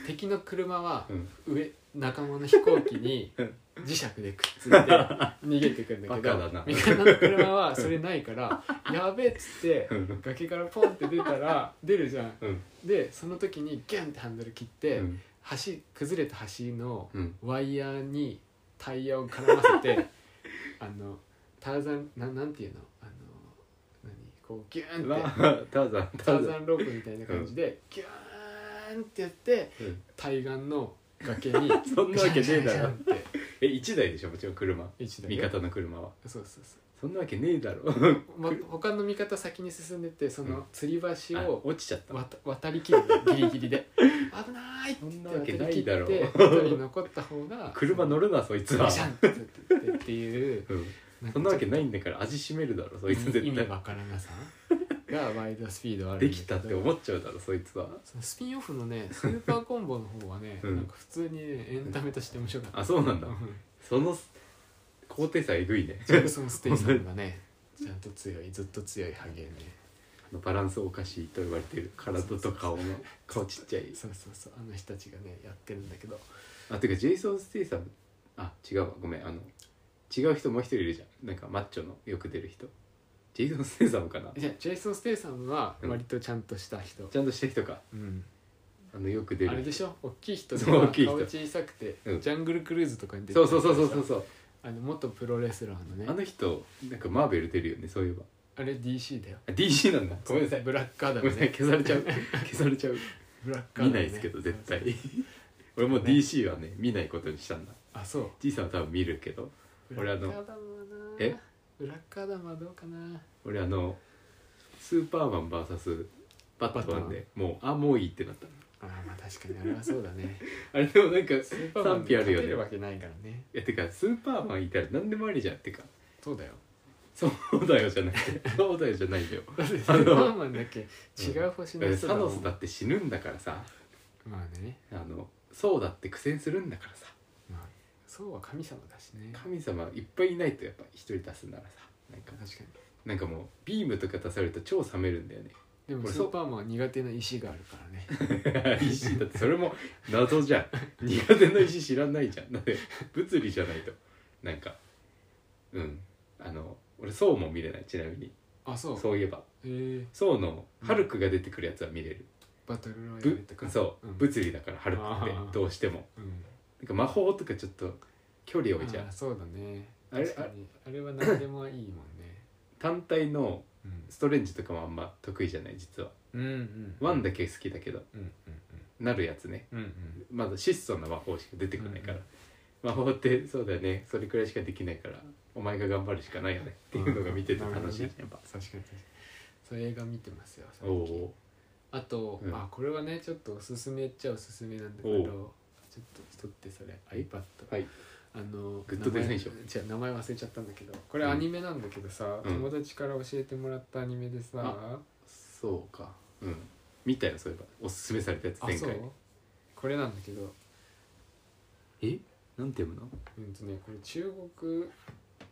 S2: 敵の車は
S1: うん
S2: 上仲間の飛行機に
S1: うん
S2: 磁石でくっついて逃げてくんだけ ど
S1: バカだな
S2: 味方の車はそれないからやべえっつって
S1: うん
S2: 崖からポンって出たら出るじゃん
S1: うん
S2: でその時にギャンってハンドル切って、
S1: うん
S2: 橋崩れた橋の
S1: うん
S2: ワイヤーにタイヤを絡ま せてあのターザンなんなんていうのあの何こうギューンって
S1: わターザン
S2: タ
S1: タ
S2: ー
S1: ーザ
S2: ザ
S1: ン
S2: ンロープみたいな感じで、ギューンってやって
S1: うん
S2: 対岸の崖に
S1: そんなわけねえだろ
S2: シャンシャンシャンって
S1: え一台でしょもちろん車
S2: 一台
S1: 味
S2: よ
S1: 方の車は
S2: そうそうそ
S1: そんなわけねえだろ
S2: う、ま、他の味方先に進んでってそ
S1: うん
S2: の吊り橋
S1: あ
S2: を
S1: 落ちちゃった
S2: 渡渡りきるのギリギリ で危ないって
S1: そんなわ
S2: 渡
S1: け
S2: り
S1: ない
S2: 切
S1: だ
S2: っ
S1: ろ
S2: て一人残った方が
S1: 車乗るなそいつは
S2: ガシャンってってっていう
S1: うん
S2: なん
S1: そんなわけないんだから味しめるだろそいつ
S2: 意
S1: 絶
S2: 味
S1: 対
S2: わからなさがワイドスピードあるん
S1: で
S2: だけど
S1: きたって思っちゃうだろそいつは
S2: そのスピンオフのねスーパーコンボの方はね、
S1: うん
S2: なんか普通にねエンタメとして面白かった
S1: あそうなんだ
S2: うん
S1: その高低差えぐい ね
S2: ジョクソン・ステイさんがねちゃんと強いずっと強いハゲね
S1: あのバランスおかしいと言われてる体と顔の顔ちっちゃい
S2: そうそうそうあの人たちがねやってるんだけど
S1: あてかジェイソン・ステイさんあ違うわごめんあの違う人もう一人いるじゃんなんかマッチョのよく出る人ジェイソン・ステイさんかな
S2: じゃあジェイソン・ステイさんは割とちゃんとした人、
S1: ちゃんとした人か
S2: うん
S1: あのよく出
S2: あれで
S1: る
S2: しょ大きい人
S1: そう大
S2: が
S1: きい人
S2: 顔小さくて、
S1: うん
S2: ジャングルクルーズとかに出て
S1: そうそうそうそうそうそう
S2: あの元プロレスラーのね
S1: あの人なんかマーベル出るよねそういえば
S2: あれ DC だよ
S1: あ DC なんだごめんなさい
S2: ブラックア
S1: ご
S2: ダ
S1: めん
S2: ム
S1: なさい
S2: ね
S1: 消されちゃう 消されちゃう
S2: ブラックアダ
S1: 見
S2: ムね
S1: ないですけど絶対
S2: そうそう
S1: 俺もう DC はね見ないことにしたんだ
S2: あそう
S1: じいさんは多分見るけど俺あの
S2: ブラックアダムはな
S1: え
S2: ブラックアダムはどうかな
S1: 俺あのスーパーマン VS バットマンでもうあもういいってなった
S2: あーまあ確かにあれはそう だね
S1: あれでもなんか
S2: スーパーマン
S1: 賛否あるよね
S2: 勝てるわけないからね
S1: いやてかスーパーマンいたら何でもありじゃんてか
S2: そう だよ
S1: そうだよじゃなく てそうだよじゃないよ
S2: だってスーパーマンだけ違う星の人
S1: サ
S2: だも
S1: ノ
S2: ん
S1: スだって死ぬんだからさ
S2: まあね
S1: あのそうだって苦戦するんだからさ
S2: まあそうは神様だしね
S1: 神様いっぱいいないとやっぱ一人出すならさなんか
S2: 確かに
S1: なんかもうビームとか出されると超冷めるんだよね
S2: でも
S1: 俺
S2: ス
S1: そう
S2: ーパーマンは苦手な石があるからね
S1: 石だってそれも謎じゃん苦手な石知らないじゃんだって物理じゃないとなんかうんあの俺そうも見れないちなみに
S2: あそう
S1: そういえば
S2: えー、
S1: そうのハルクが出てくるやつは見れる、
S2: バトルロイヤル
S1: ぶ
S2: とか
S1: そう、
S2: ん、
S1: 物理だからハルク
S2: あ
S1: っ
S2: ー
S1: てどうしても
S2: うん
S1: なんか魔法とかちょっと距離
S2: あ
S1: 置いちゃう
S2: ーそうだね
S1: あれ
S2: 確かにあれは何でもいいもんね、
S1: 単体の
S2: うん、
S1: ストレンジとかもあんま得意じゃない実は
S2: うんうん
S1: ワンだけ好きだけど
S2: うんうん
S1: なるやつね
S2: うんうんうん
S1: まだ質素な魔法しか出てこないから、
S2: うん
S1: 魔法ってそうだよねそれくらいしかできないからお前が頑張るしかないよねっていうのが見てて楽しい、
S2: うん
S1: やっぱ
S2: 確かに確かにそう映画見てますよ最
S1: お
S2: 近
S1: お
S2: あと、
S1: うん
S2: あこれはねちょっとおすすめっちゃおすすめなんだけ
S1: お
S2: ど
S1: う
S2: ちょっと撮ってそれ iPad、
S1: はい
S2: あの
S1: グッドデザイン賞
S2: じゃ名前忘れちゃったんだけどこれ
S1: うん
S2: アニメなんだけどさ、
S1: うん
S2: 友達から教えてもらったアニメでさ、
S1: あそうかうん見たよそういえばおすすめされたやつ
S2: あ
S1: 前
S2: そう
S1: 回
S2: これなんだけど
S1: えなんて読むの
S2: うんとねこれ中国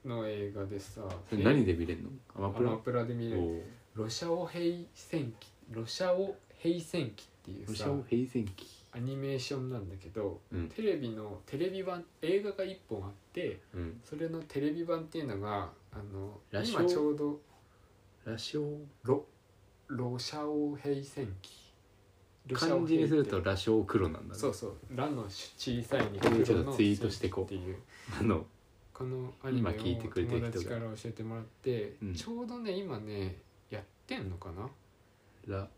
S2: の映画でさ
S1: それ何で見れんのアマ
S2: アマ
S1: プラ
S2: プラで見れ
S1: お
S2: る
S1: お
S2: ロシャオ平戦記ロシャオ平戦記ってい
S1: ロ
S2: う
S1: シ
S2: さ
S1: ャオ平戦記
S2: アニメーションなんだけど
S1: うん
S2: テレビのテレビ版映画が1本あって
S1: うん
S2: それのテレビ版っていうのがあの
S1: 羅生
S2: 今ちょうど
S1: 羅生
S2: ロロシャオ平戦記ロシャ
S1: 漢
S2: オ
S1: 字に
S2: 平っ
S1: す
S2: て
S1: ると羅生黒なんだね
S2: そうそう「ラ」の小さいに
S1: これちょっと
S2: の
S1: ツイートしてこう
S2: っていう
S1: あの
S2: このアニメを
S1: 今聞いてくれてる
S2: 友
S1: 人が
S2: 達から教えてもらって、
S1: うん
S2: ちょうどね今ねやってんのかな
S1: ラ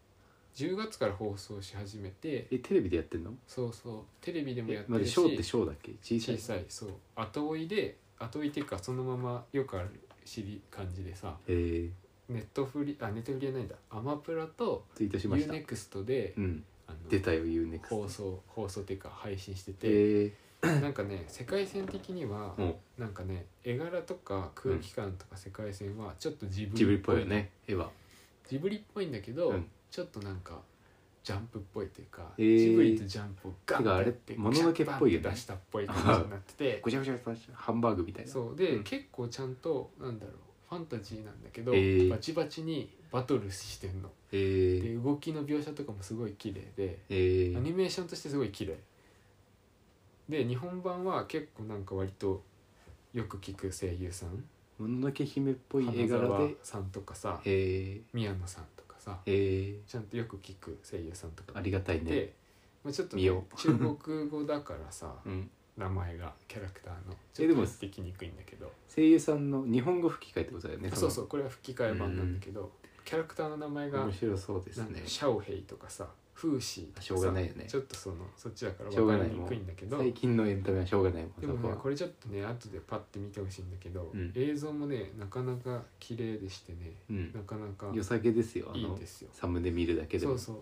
S2: 10月から放送し始めて
S1: えテレビでやってんの
S2: そうそうテレビでもや
S1: え
S2: って
S1: ま
S2: る
S1: ず
S2: し
S1: 小って小だっけ小さい
S2: 小さいそう後追いで後追いっていうかそのままよくある知り感じでさ
S1: え
S2: ネットフリあネットフリじゃないんだアマプラと
S1: ー、ツイートしました
S2: UNEXT で、
S1: うん
S2: あの
S1: 出たよ UNEXT
S2: 放送放送っていうか配信してて、
S1: え
S2: なんかね世界線的には、
S1: ー、も
S2: なんかね絵柄とか空気感とか世界線はちょっとジ
S1: う
S2: ブ
S1: ジブ
S2: リ
S1: リっぽいよね絵は
S2: ジブリっぽいんだけど、
S1: うん
S2: ちょっとなんかジャンプっぽいというか、
S1: へー
S2: ジブリとジャンプをガン
S1: てかあ
S2: っ
S1: れ
S2: て
S1: もののけっぽいよね
S2: ガシャッバンって出したっぽい感じになっ てて
S1: ごちゃごちゃごちゃハンバーグみたいな
S2: そうで、
S1: うん
S2: 結構ちゃんとなんだろうファンタジーなんだけど、
S1: へー
S2: バチバチにバトルしてんの
S1: え
S2: で
S1: ー、
S2: 動きの描写とかもすごい綺麗で
S1: え
S2: ア
S1: ー、
S2: ニメーションとしてすごい綺麗で日本版は結構なんか割とよく聞く声優さん
S1: もののけ姫っぽい絵
S2: 花
S1: 柄
S2: 沢
S1: で
S2: さんとかさ
S1: えー、
S2: 宮野さんとかさ
S1: えー、
S2: ちゃんとよく聞く声優さんとか
S1: ありがたいね
S2: で、まあ、ちょっと、
S1: 見よう
S2: 中国語だからさ
S1: うん
S2: 名前がキャラクターのち
S1: え
S2: ょ
S1: で
S2: っと
S1: も
S2: できにくいんだけど
S1: 声優さんの日本語吹き替えってことだよね
S2: そうそううこれは吹き替え版なんだけどキャラクターの名前が
S1: 面白そうです
S2: なんだ
S1: ね
S2: ろうシャオヘイとかさフーシーとかさ
S1: しょうがないよね
S2: ちょっとそのそっちだから
S1: しょうが
S2: 分
S1: な
S2: か
S1: い
S2: りにくいんだけど
S1: 最近のエンタメはしょうがないもん
S2: でも
S1: そこ
S2: ね
S1: は
S2: これちょっとね後でパッて見てほしいんだけど、
S1: うん
S2: 映像もねなかなか綺麗でしてね
S1: うん
S2: なかなか
S1: 良さげですよあ
S2: いい
S1: の
S2: んですよ
S1: サムで見るだけで
S2: そ
S1: も
S2: うそう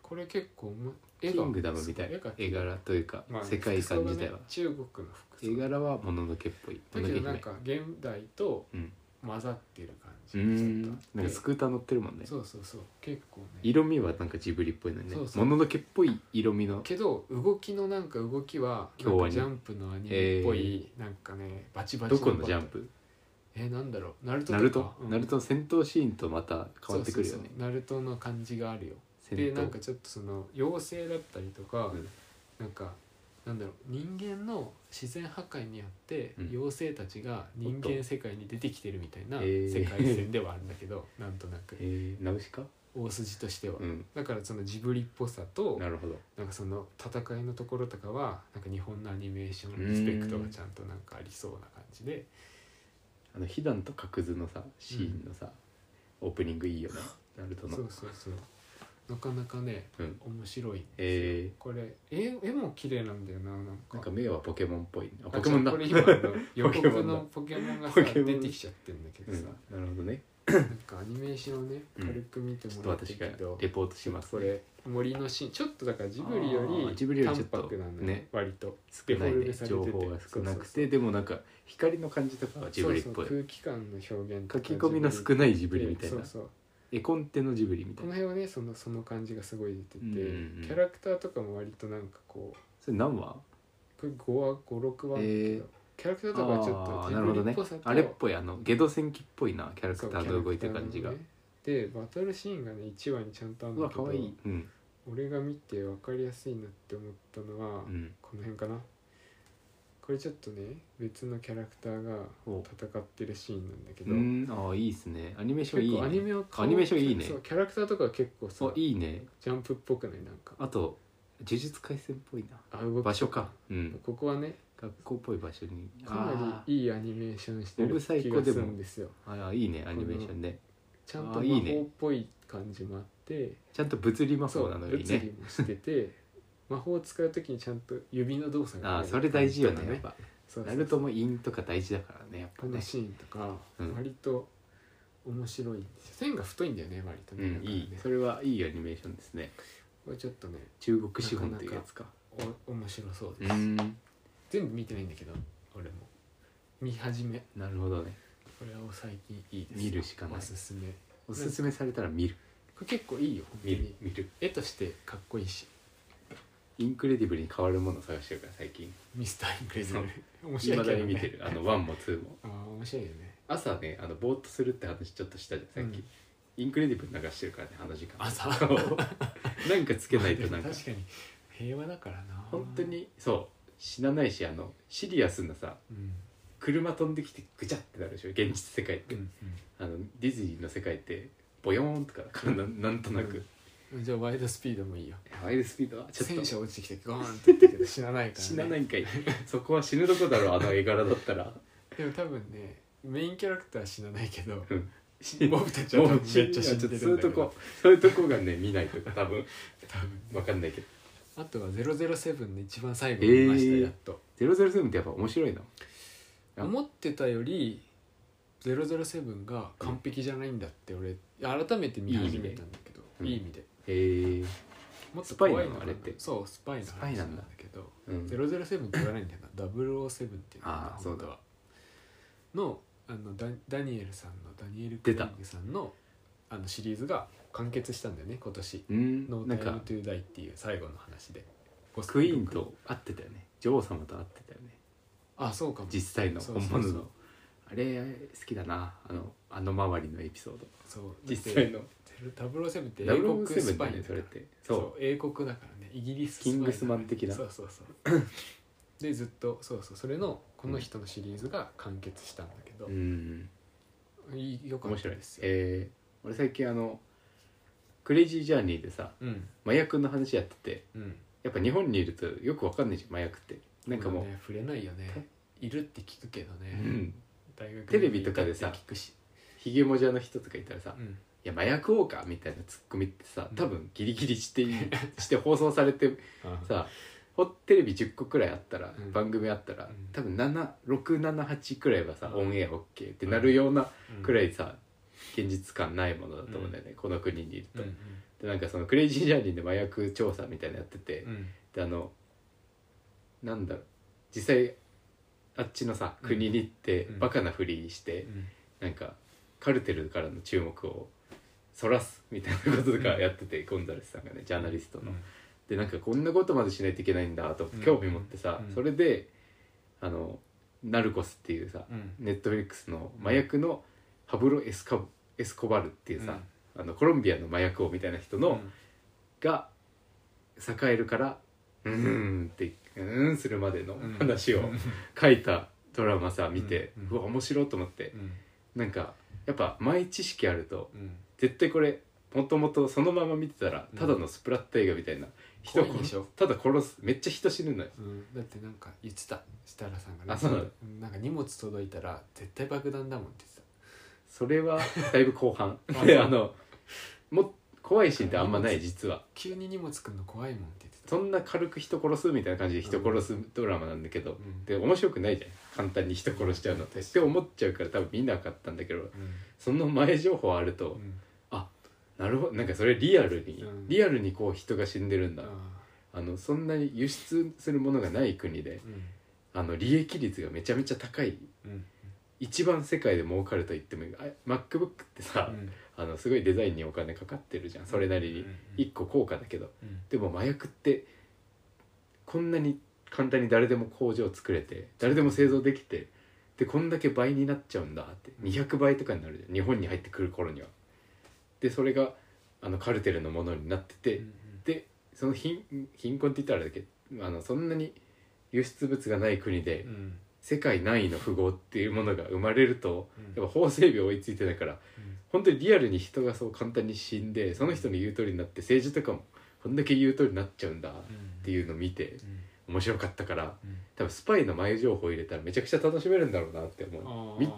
S2: これ結構ま
S1: キ
S2: 絵が
S1: ングダムみたいな絵柄というか、
S2: まあ
S1: 世界遺産自体は、
S2: 服装がね中国の服
S1: 絵
S2: 装
S1: 柄はもののけっぽいも
S2: だ
S1: の
S2: け
S1: の
S2: ど
S1: け
S2: なん
S1: 姫
S2: か現代と
S1: うん
S2: 混ざってる感
S1: う
S2: じ
S1: ー
S2: がちょっ
S1: ん
S2: とあ
S1: なんか
S2: って
S1: スクーター乗ってるもんね
S2: そうそうそう結構ね
S1: 色味はなんかジブリっぽいのにね
S2: そう
S1: も
S2: そう
S1: ののけっぽい色味の
S2: けど動きのなんか動きはなん
S1: 京ア
S2: か
S1: ニ
S2: ジャンプのアニメっぽいなんかねバチバチ
S1: どこのジャンプ
S2: えなんだろうナルト
S1: ナ
S2: と
S1: ル
S2: か
S1: ト
S2: うん
S1: ナルトの戦闘シーンとまた変わってくるよ
S2: そう
S1: ね
S2: そうそうナルトの感じがあるよ
S1: 戦
S2: で
S1: 闘
S2: なんかちょっとその妖精だったりとか、
S1: うん
S2: なんかなんだろう人間の自然破壊によって
S1: うん
S2: 妖精たちが人間世界に出てきてるみたいな
S1: おっとえー
S2: 世界線ではあるんだけど、なんとなく
S1: えー、ナウシカ
S2: 大筋としては、
S1: うん
S2: だからそのジブリっぽさと
S1: なるほど
S2: なんかその戦いのところとかはなんか日本のアニメーションリスペクトがちゃんとなんかありそうな感じで
S1: あの飛弾と角図のさシーンのさ、オープニングいいよねナルトの
S2: そうそうそうなかなかね
S1: うん
S2: 面白いんですよ、
S1: えー
S2: これ絵絵も綺麗なんだよななんか
S1: なんか目はポケモンっぽいねあ
S2: あ
S1: ポケモンだ
S2: これ
S1: う
S2: 今あ の予
S1: ポケモ
S2: 告
S1: ンだ
S2: のポケモンがさ
S1: ポケモン
S2: 出てきちゃってんだけど
S1: ん
S2: さ、
S1: なるほどね
S2: なんかアニメーションをね
S1: うん
S2: 軽く見て
S1: ちょっ
S2: も
S1: と
S2: らった
S1: 私
S2: け
S1: が
S2: ど、
S1: レポートします
S2: これ森のシーンちょっとだからジブリよ
S1: あー
S2: り
S1: ジブリよりちょっと
S2: 淡白なのよ
S1: ね
S2: 割と
S1: 少ない
S2: デフォル
S1: ね
S2: メされて
S1: 情
S2: て
S1: 報が少な
S2: そう
S1: く
S2: そうそう
S1: てでもなんか光の感じとかはジブリっぽ
S2: そう
S1: い
S2: そう空気感の表現と
S1: 書
S2: か
S1: き込みの少ないジブリみたい
S2: そ
S1: な
S2: うそう
S1: 絵コンテのジブリみた
S2: こ
S1: いな
S2: の辺はねそのその感じがすごい出てて、
S1: うんうんうん
S2: キャラクターとかも割となんかこう
S1: それ何話
S2: これ5話56話あるんだけど、キャラクターとかはちょっ
S1: あ
S2: と
S1: ー
S2: ジ
S1: なるほ
S2: ブ
S1: ど
S2: リっ
S1: ね
S2: ぽさと
S1: あれっぽいあのゲド戦記っぽいなキャラクターの動いてる感じが
S2: そうキャラクターのねでバトルシーンがね1話にちゃんとあるん
S1: う
S2: だ
S1: わ
S2: けど
S1: 可愛いうん
S2: 俺が見て分かりやすいなって思ったのは、
S1: うん
S2: この辺かなこれちょっとね別のキャラクターが
S1: お
S2: 戦ってるシーンなんだけ
S1: う
S2: ど
S1: んあーいいっすねアニメーションい
S2: 結
S1: い
S2: 構アニ
S1: ね
S2: メを
S1: アニメーションいいね
S2: そうキャラクターとかは結構さ
S1: あいいね
S2: ジャンプっぽくないなんか
S1: あと呪術廻戦っぽいな
S2: あ動き
S1: 場所かうん
S2: ここはね
S1: 学校っぽい場所に
S2: かなりいいアニメーションして
S1: ボ
S2: る
S1: ブサイ
S2: 気
S1: コ
S2: が
S1: ですも
S2: るんですよ
S1: あーあーいいねアニメーションね
S2: ちゃん
S1: あ
S2: と
S1: ー
S2: 魔
S1: いいね
S2: 法っぽい感じもあって
S1: ちゃんと物理魔
S2: そ
S1: 法
S2: う
S1: なの
S2: 物
S1: にね
S2: 理もしてて魔法を使う時にちゃんと指の動作が
S1: ああ
S2: ね
S1: それ大事よね
S2: 感じ
S1: やっ
S2: とか
S1: ぱ
S2: そうそう
S1: ナルトもンとか大事だからねやっぱ
S2: この
S1: ね
S2: シーンとか
S1: うん
S2: 割と面白いんですよ線が太いんだよね割と
S1: う
S2: ね,だ
S1: ん
S2: からね、
S1: いいそれはいいアニメーションですね
S2: これちょっとね
S1: 中国資本っていうやつか
S2: お面白そう
S1: う
S2: です、
S1: ん
S2: 全部見てないんだけど俺も見始め
S1: なるほどね
S2: これは最近いいです
S1: 見るしかない
S2: おすすめこ
S1: おすすめされたら見る
S2: れ結構いいよ本当
S1: 見る
S2: に
S1: 見る
S2: 絵としてかっこいいし
S1: インクレディブルに変わるものを探してるから最近
S2: ミスターインクレジブル面
S1: い
S2: 白い
S1: ま
S2: け
S1: だ
S2: ど、ね、
S1: に見てるあの1も2も
S2: ああ面白いよね
S1: 朝ねあのぼーっとするって話ちょっとしたじゃんさっき、
S2: うん
S1: インクレディブル流してるからねあの時間
S2: 朝
S1: なんかつけないとなんか
S2: ま あでも確かに平和だからな
S1: 本当、にそう死なないしあのシリアスなさ
S2: うん
S1: 車飛んできてぐちゃってなるでしょ現実世界っ
S2: う
S1: て、
S2: ん
S1: あのディズニーの世界ってボヨーンとかだからななんとなく、
S2: うん、じゃあワイドスピードもいいよ
S1: ワイルドスピードはちょっ
S2: 戦
S1: と
S2: 車落ちてきてゴーンって言ったけど死なないから、ね、
S1: 死なないんかいそこは死ぬとこだろうあの絵柄だったら
S2: で も多分ねメインキャラクターは死なないけ ど
S1: うん
S2: モブたちは
S1: も
S2: 多
S1: う
S2: 分
S1: 死
S2: めっ
S1: ん
S2: ち
S1: じ
S2: ゃ
S1: ゃ
S2: 死
S1: うん
S2: でるんだけ
S1: そういうと
S2: ど
S1: こそういうとこがね見ないと多分
S2: 多分
S1: わかんないけど
S2: あとは007の一番最後に見ました、
S1: えー
S2: やっと
S1: 007ってやっぱ面白いのあ
S2: 思ってたより007が完璧じゃないんだって俺改めて見始めたんだけど
S1: うん
S2: いい意味で
S1: へえ
S2: もっと怖い
S1: スパイな
S2: の
S1: の
S2: か
S1: あ
S2: な
S1: れって
S2: そうスパイの
S1: スパイ
S2: 話
S1: な
S2: なんん
S1: だ
S2: だけど
S1: うん
S2: 007って言わないんだよな007っていうの
S1: あーそうだ
S2: 本当はのあのダダニエルさんのダニエル・ク
S1: 出
S2: レイ
S1: た
S2: グさんのあのシリーズが完結したんだよね今年
S1: うん
S2: 「ノ
S1: なん
S2: ータイム・
S1: か
S2: トゥ・ダイ」っていう最後の話で
S1: クイーンと会ってたよね女王様と会ってたよね
S2: あそうかも
S1: 実際の
S2: そ
S1: 本
S2: うそうそう
S1: 物のあれ好きだなあのあの周りのエピソード
S2: そう
S1: 実際の
S2: 007って英国ス
S1: 007
S2: パ
S1: だ
S2: イ
S1: よね
S2: だから
S1: それって
S2: そう
S1: そ
S2: 英国だからねイギリス
S1: キングスマン的な
S2: そうそうそうでずっとそうそうそれのこの人のシリーズが完結したんだけど
S1: う、うん
S2: いいよか
S1: 面
S2: った
S1: 白い
S2: ですよ、
S1: えー、俺最近あのクレイジージャーニーでさ
S2: うん
S1: 麻薬の話やってて
S2: うん
S1: やっぱ日本にいるとよくわかんないじゃん麻薬ってなんかもう
S2: そうだね、触れないよねいるって聞くけどね、
S1: うん
S2: 大学
S1: テレビとかでさ
S2: 行ったって聞くし、
S1: ひげもじゃの人とかいたらさ
S2: うん、
S1: 「いや麻薬王か」みたいなツッコミってさ多分ギリギリしてい して放送されてさほテレビ10個くらいあったら、
S2: うん
S1: 番組あったら、
S2: うん
S1: 多分7678くらいはさ、
S2: うん
S1: オンエア OK ってなるような
S2: うん
S1: くらいさ、現実感ないものだと思うんだよね、この国にいる
S2: う
S1: と。
S2: んうん
S1: でなんかそのクレイジージャーニーで麻薬調査みたいなのやってて、
S2: うん
S1: であのなんだろう実際あっちのさ国に行って、
S2: うん
S1: バカなふりして、なんかカルテルからの注目をそらすみたいなこととかやってて、ゴンザレスさんがねジャーナリストの。でなんかこんなことまでしないといけないんだと
S2: うん
S1: 興味持ってさ、
S2: うん
S1: それであのナルコスっていうさ、
S2: うんうん
S1: ネットフリックスの麻薬のパブロ・エスカブエスコバルっていうさ、あのコロンビアの麻薬王みたいな人の、が栄えるからうーんってうーんするまでの
S2: うん
S1: 話
S2: う
S1: を
S2: ん
S1: 書いたドラマさ見て、
S2: うん
S1: うわ面白いと思って
S2: う、ん
S1: なんかやっぱ前知識あると
S2: うん
S1: 絶対これもともとそのまま見てたら
S2: うん
S1: ただのスプラッタ映画みたいな、人
S2: 怖い
S1: 殺
S2: でしょ
S1: すただ殺すめっちゃ人死ぬのよ
S2: うん、だってなんか言ってた設楽さんがね
S1: あそうなの
S2: なんか荷物届いたら絶対爆弾だもんって
S1: それ はだいぶ後半
S2: あ
S1: で
S2: そう
S1: あのも怖いシーンってあんまない実は
S2: 言ってた急に荷物来んの怖いもんって言ってた
S1: そんな軽く人殺すみたいな感じで人殺すドラマなんだけど、
S2: うん
S1: で面白くないじゃん簡単に人殺しちゃうのってって思っちゃうから多分見なかったんだけどその前情報あると、
S2: うん
S1: なるほどなんかそれリアルに、
S2: うん
S1: リアルにこう人が死んでるん
S2: う
S1: だ、
S2: ん
S1: あのそんなに輸出するものがない国であの利益率がめちゃめちゃ高い
S2: うん
S1: 一番世界で儲かると言ってもいいあ MacBook って
S2: う
S1: さ、
S2: ん
S1: あのすごいデザインにお金かかってるじゃんそれなりに
S2: うん
S1: 一個高価だけど
S2: うん
S1: でも麻薬ってこんなに簡単に誰でも工場作れて誰でも製造できてでこんだけ倍になっちゃうんだって
S2: うん
S1: 200倍とかになるじゃん日本に入ってくる頃には。でそれがあのカルテルのものになってて、でその貧貧困って言ったらあれだけどあのそんなに輸出物がない国で、
S2: うん
S1: 世界何位の富豪っていうものが生まれると
S2: うん
S1: やっぱ法整備追いついてないから
S2: うん
S1: 本当にリアルに人がそう簡単に死んでその人の言う通りになって政治とかもこんだけ言う通りになっちゃうんだっていうのを見て面白かったから
S2: うん
S1: 多分スパイの前情報入れたらめちゃくちゃ楽しめるんだろうなって
S2: あ
S1: 思う
S2: ー
S1: み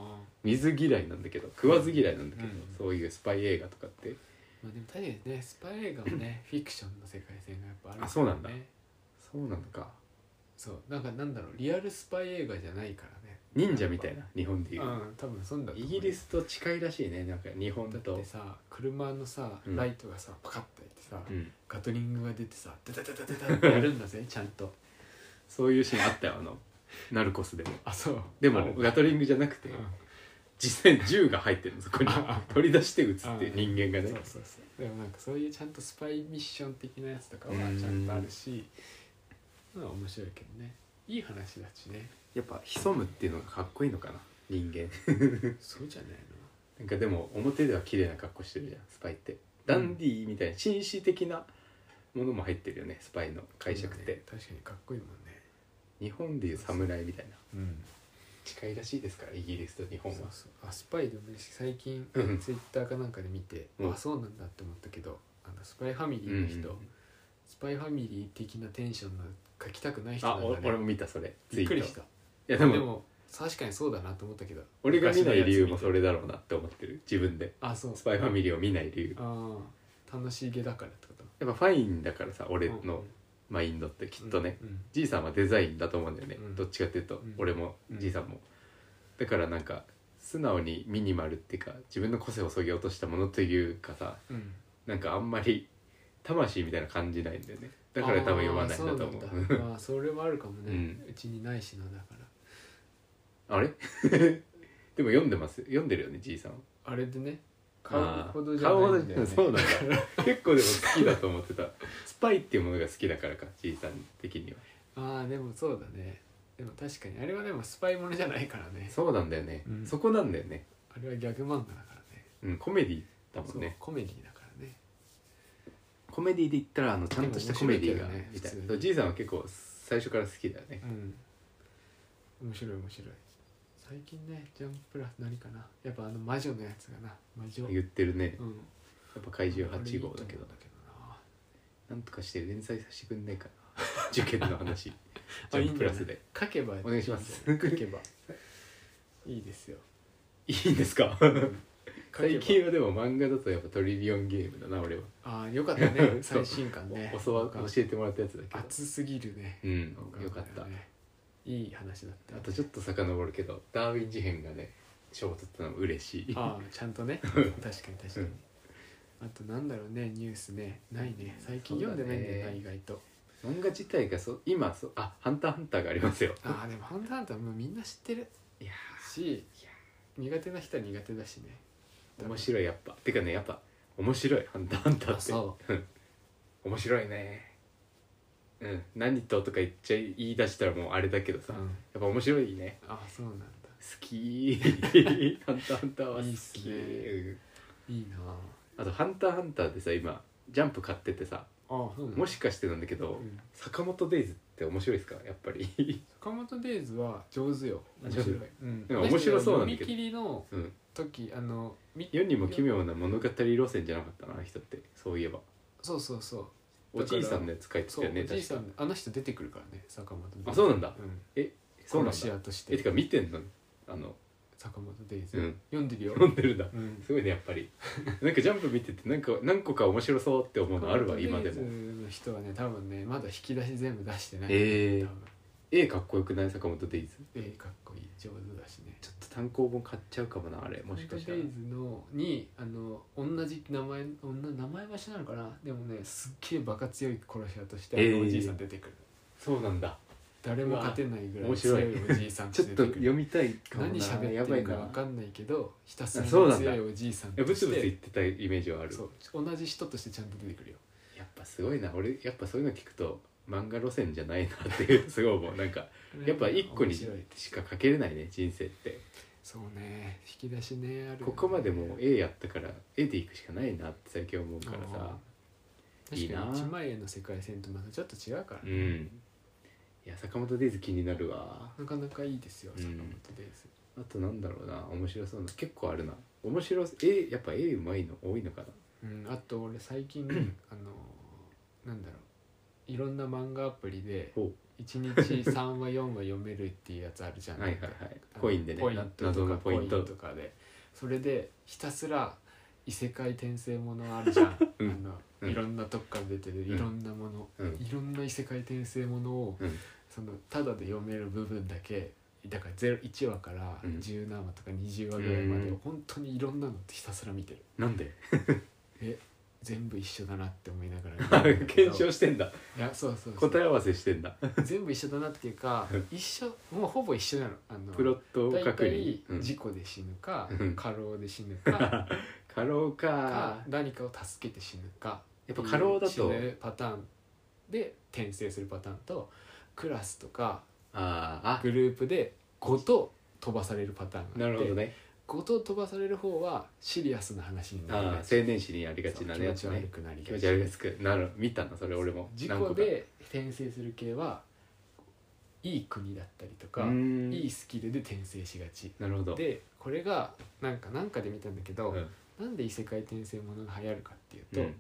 S1: 水嫌いなんだけど食わず嫌いなんだけど、
S2: うん
S1: そういうスパイ映画とかって
S2: まあでも確かにねスパイ映画もねフィクションの世界線がやっぱあるからね
S1: あそうなんだそうなのか
S2: そうなんかなんだろうリアルスパイ映画じゃないからね
S1: 忍者みたいな日本でいうう、
S2: ん多分そんだと
S1: イ
S2: 思う
S1: ギリスと近いらしいねなんか日本
S2: だ
S1: だ
S2: っ
S1: と
S2: てさ車のさ
S1: うん
S2: ライトがさパカッと開いてさ、
S1: うん、
S2: ガトリングが出てさダダダダダダってやるんだぜちゃんと
S1: そういうシーンあったよあのナルコスでも
S2: あそう
S1: で
S2: あ
S1: も
S2: る
S1: ガトリングじゃなくて
S2: うん
S1: 実際に銃が入ってるのそこに
S2: ああ
S1: 取り出して撃つって
S2: あ
S1: 人間が
S2: そう
S1: ね
S2: そうそうでもなんかそういうちゃんとスパイミッション的なやつとかは
S1: うん
S2: ちゃんとあるしまあ面白いけどねいい話だしね
S1: やっぱ潜むっていうのがかっこいいのかな人間
S2: そうじゃない
S1: なんかでも表では綺麗な格好してるじゃんスパイってダンディーみたいな紳士的なものも入ってるよねスパイの
S2: の
S1: 解釈って、
S2: 確かにかっこいいもんね
S1: 日本でいう侍みたいな
S2: うん
S1: 近いらしいですからイギリスと日
S2: そ
S1: 本
S2: う
S1: は
S2: そうあスパイでもね最近
S1: うん
S2: ツイッターかなんかで見て、
S1: うん
S2: あそうなんだって思ったけどあのスパイファミリ
S1: う
S2: ー
S1: ん
S2: の人、スパイファミリー的なテンションの書きたくない人
S1: あ
S2: なん
S1: お
S2: だね
S1: 俺も見たそれ
S2: びっくりし
S1: ツイートい
S2: た
S1: や
S2: で
S1: で
S2: も
S1: も
S2: 確かにそうだなと思ったけど
S1: 俺が見ない理由もそ
S2: れ
S1: れだろうなって思ってる自分で
S2: あそう
S1: スパイファミリーを見ない理由
S2: ああ楽しげだからってこと
S1: やっぱファインだからさ俺
S2: うんうん
S1: のマインドってきっとね、
S2: うん
S1: じいさんはデザインだと思うんだよね、
S2: うん
S1: どっちかっていうと、
S2: うん
S1: 俺も
S2: うん
S1: じいさんも、だからなんか素直にミニマルっていうか自分の個性をそぎ落としたものというかさ
S2: うんうん
S1: なんかあんまり魂みたいな感じないんだよねだから多分読まないんだと思う
S2: あ
S1: う
S2: あそうなんだああそれはあるかもね、
S1: う
S2: うんちにないしなだから
S1: れ でも読んでます読んでるよねじいさんは
S2: あれでね買う
S1: あ
S2: ほど
S1: ー
S2: じゃ
S1: 買う
S2: ない
S1: ほど
S2: んだよ ね
S1: そうなんだ結構でも好きだと思ってたスパイっていうものが好きだからかじいさん的には
S2: ああでもそうだねでも確かにあれはでもスパイものじゃないからね
S1: そうなんだよね、
S2: うん
S1: そこなんだよね
S2: あれはギャグ漫画だからね
S1: うんコメディだもん
S2: そう
S1: ね
S2: コメディだからね
S1: コメディで言ったらあのちゃんとしたコメディが
S2: でも面白いけどね
S1: みたい
S2: 普
S1: な
S2: 通に
S1: じいさんは結構最初から好きだよね
S2: うん面白い面白い最近ねジャンプラス何かなやっぱあの魔女のやつがな魔女
S1: 言ってるね
S2: うん
S1: やっぱ怪獣8号だけど
S2: あれいいと思うんだけど
S1: な
S2: な
S1: んとかして連載させてくんないか な受験の 話ジ
S2: いい
S1: ャ
S2: ん
S1: ン
S2: じ
S1: プ
S2: ゃ
S1: ラ
S2: ない
S1: スで
S2: 書けば
S1: お願いします
S2: 書けばいいですよ
S1: いいんですか最
S2: 書け
S1: 近はでも漫画だとやっぱトリリオンゲームだな俺は、
S2: ばああよかった ね
S1: そう
S2: 最新刊ね
S1: お教わ教えてもらったやつだけど
S2: 熱すぎるね
S1: うんよかった、
S2: ねいい話だった
S1: あとちょっと遡るけどダーウィン事変がね賞を取ったのも嬉しい
S2: ああちゃんとね確かに確かに、あとなんだろうねニュースねないね最近読んでないんだよな、
S1: そうだね
S2: 意外と
S1: 漫画自体がそ今そあハンターハンターがありますよ
S2: ああでも「ハンターハンター」もうみんな知ってる
S1: いや
S2: し苦手な人は苦手だしね
S1: ー面白いやっぱてかねやっぱ面白いハンターハンター
S2: あ
S1: って
S2: そ
S1: 面白いねうん何ととか言っちゃい言い出したらもうあれだけど
S2: う
S1: さ、や
S2: ん
S1: っぱ面白いね
S2: ああそうなんだ
S1: 好 きーハンターハンターは好
S2: いいっ
S1: き
S2: すね
S1: うん
S2: いいなあ
S1: あと「ハンターハンター」でさ今ジャンプ買っててさ
S2: あそうなんだ
S1: もしかしてなんだけど、
S2: うん
S1: 坂本デイズって面白いですかやっぱり
S2: 坂本デイズは上手よ
S1: あ
S2: 面白い
S1: 上手
S2: うん
S1: でも面白そうなんだけど
S2: 読み切りの
S1: うん
S2: 時あのみ
S1: 世にも奇妙な物語路線じゃなかったなあの人ってそういえば
S2: そうそうそう
S1: おじいさんのやつ書いてた
S2: そう
S1: よ
S2: お
S1: ね
S2: じいさ
S1: 確か
S2: んあの人出てくるからね坂本デイズ
S1: あそうなんだ
S2: うん
S1: そうなん
S2: 殺
S1: だ
S2: し屋として
S1: えてか見てんのあの
S2: 坂本デイズ、
S1: うん
S2: 読んでるよ、
S1: 読んでるんだ
S2: うん、
S1: すごいねやっぱ りなんかジャンプ見ててなんか何個か面白そうって思うのあるわ今で
S2: 坂
S1: も
S2: 本デイズの人はね多分ねまだ引き出し全部出してない、
S1: ええ
S2: 多分
S1: 絵かっこよくない坂本デイズ
S2: ええかっこいい上手だしね
S1: ちょっと単行本買っちゃうかもなあれもしかしたら
S2: 坂本デイズのにあの同じ名前女名前は一緒なのかなでもねすっげえバカ強い殺し屋として、あの
S1: ええ
S2: おじいさん出てくる
S1: そうなんだ
S2: 誰も勝てない
S1: う
S2: ぐらい
S1: わ面
S2: 強
S1: 白い
S2: いおじ いさん
S1: ちょっ
S2: 出
S1: と
S2: てくる
S1: 読みたいかもな
S2: 何喋
S1: や
S2: って
S1: ばい
S2: る
S1: か
S2: か
S1: な
S2: 分かんないけどひたすら
S1: あそう
S2: 強
S1: なんだ
S2: いおじいさん
S1: いや
S2: と
S1: ブツ
S2: し
S1: ブツ言っててたイメージはある
S2: そう同じ人としてちゃんと出てくるよ
S1: やっぱすごいな俺やっぱそういうの聞くと漫画路線じゃないなっていう すごい思うなんかやっぱ一個に
S2: 面
S1: し
S2: 白い
S1: か書けれないね人生って
S2: そうね引き出しねあるよね
S1: ここまでもう絵やったから絵でいくしかないなって最近思うからさ
S2: うん
S1: いいな
S2: 確かに一枚絵の世界線とまたちょっと違うから
S1: う
S2: ね、
S1: んいや坂本デイズ気になるわ
S2: なかなかいいですよ
S1: うん
S2: 坂本デイズ、
S1: あとなんだろうな面白そうな結構あるな面白そう絵やっぱ絵うまいの多いのかな
S2: うんあと俺最近あのーなんだろういろんな漫画アプリで
S1: ほ
S2: 1日3話4話読めるっていうやつあるじゃ
S1: う
S2: ん
S1: はいはいはいコインでね
S2: ポイント
S1: 謎
S2: とか
S1: のポイント
S2: とかでそれでひたすら異世界転生ものあるじゃん、
S1: うん
S2: あの
S1: うん
S2: いろんなとこから出てる
S1: ん
S2: いろんなもの、
S1: うん
S2: いろんな異世界転生ものを
S1: うん
S2: そのただで読める部分だけだから0 1話から
S1: うん
S2: 10何話とか20話ぐらいまで
S1: うん
S2: 本当にいろんなのってひたすら見てる
S1: なんで
S2: え全部一緒だなって思いながら見てるんだけど
S1: 検証してんだ
S2: いやそうそうそう
S1: 答え合わせしてんだ
S2: 全部一緒だなっていうか一緒もうほぼ一緒なのあの
S1: プロットを
S2: 大
S1: 確認
S2: 体
S1: うん
S2: 事故で死ぬか、
S1: うん
S2: 過労で死ぬか
S1: 過労
S2: か
S1: か
S2: 何かを助けて死ぬか
S1: やっぱ過労だ
S2: 死
S1: と
S2: ぬパターンで転生するパターンとクラスとか
S1: あー
S2: グループでごと飛ばされるパターン
S1: あ
S2: が
S1: な
S2: あって
S1: るほどね
S2: ごと飛ばされる方はシリアスな話になり
S1: あ
S2: が
S1: ー
S2: ち
S1: 青年誌にありがちなねやつ
S2: そう気持ち悪
S1: ね
S2: くなり
S1: 気
S2: が
S1: 持
S2: ち
S1: ち悪いやつくなる見たなそれ俺も
S2: 事
S1: 何
S2: 故
S1: 個か
S2: で転生する系はいい国だったりと
S1: う
S2: か、
S1: ーん
S2: いいスキルで転生しがち
S1: なるほど
S2: でこれがなんかなんかで見たんだけど、
S1: うん
S2: なんで異世界転生ものが流行るかっていうと、
S1: うん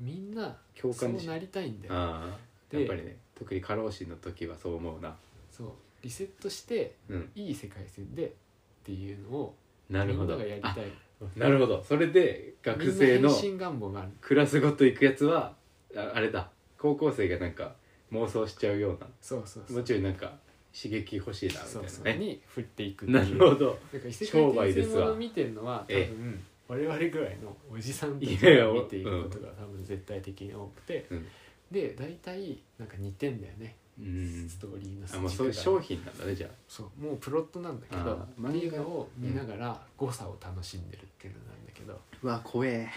S2: みんな
S1: 共
S2: そう
S1: 感でしょ
S2: なりたいんだよ
S1: ああ
S2: で
S1: やっぱりね特に過労死の時はそう思うな
S2: そうリセットして
S1: うん
S2: いい世界線でっていうのを
S1: なるほど
S2: みんながやりた
S1: あ
S2: い
S1: なるほどそれで学生
S2: みんな
S1: の
S2: 変身願望がある
S1: クラスごと行くやつはああれだ高校生がなんか妄想しちゃうよう
S2: そうそう
S1: な
S2: そ
S1: も
S2: う
S1: うちょいなんか刺激欲しいなみた
S2: そうそう
S1: いなね
S2: に振っていくっていう
S1: なるほど
S2: なんか異世界
S1: 商売
S2: 転
S1: で
S2: 生
S1: す
S2: も
S1: わ
S2: のを見てるのは多
S1: ええ
S2: 分我々ぐらいのおじさんたち
S1: いやいや
S2: が見ていくことが多分絶対的に多くて
S1: うん
S2: で大体なんか似てんだよね
S1: うん
S2: ストーリーの
S1: あもう
S2: 筋
S1: そういう
S2: が
S1: 商品なんだねじゃあ
S2: そうもうプロットなんだけど
S1: あー漫画
S2: 映画を見ながら誤差を楽しんでるっていうのなんだけど
S1: うわ怖え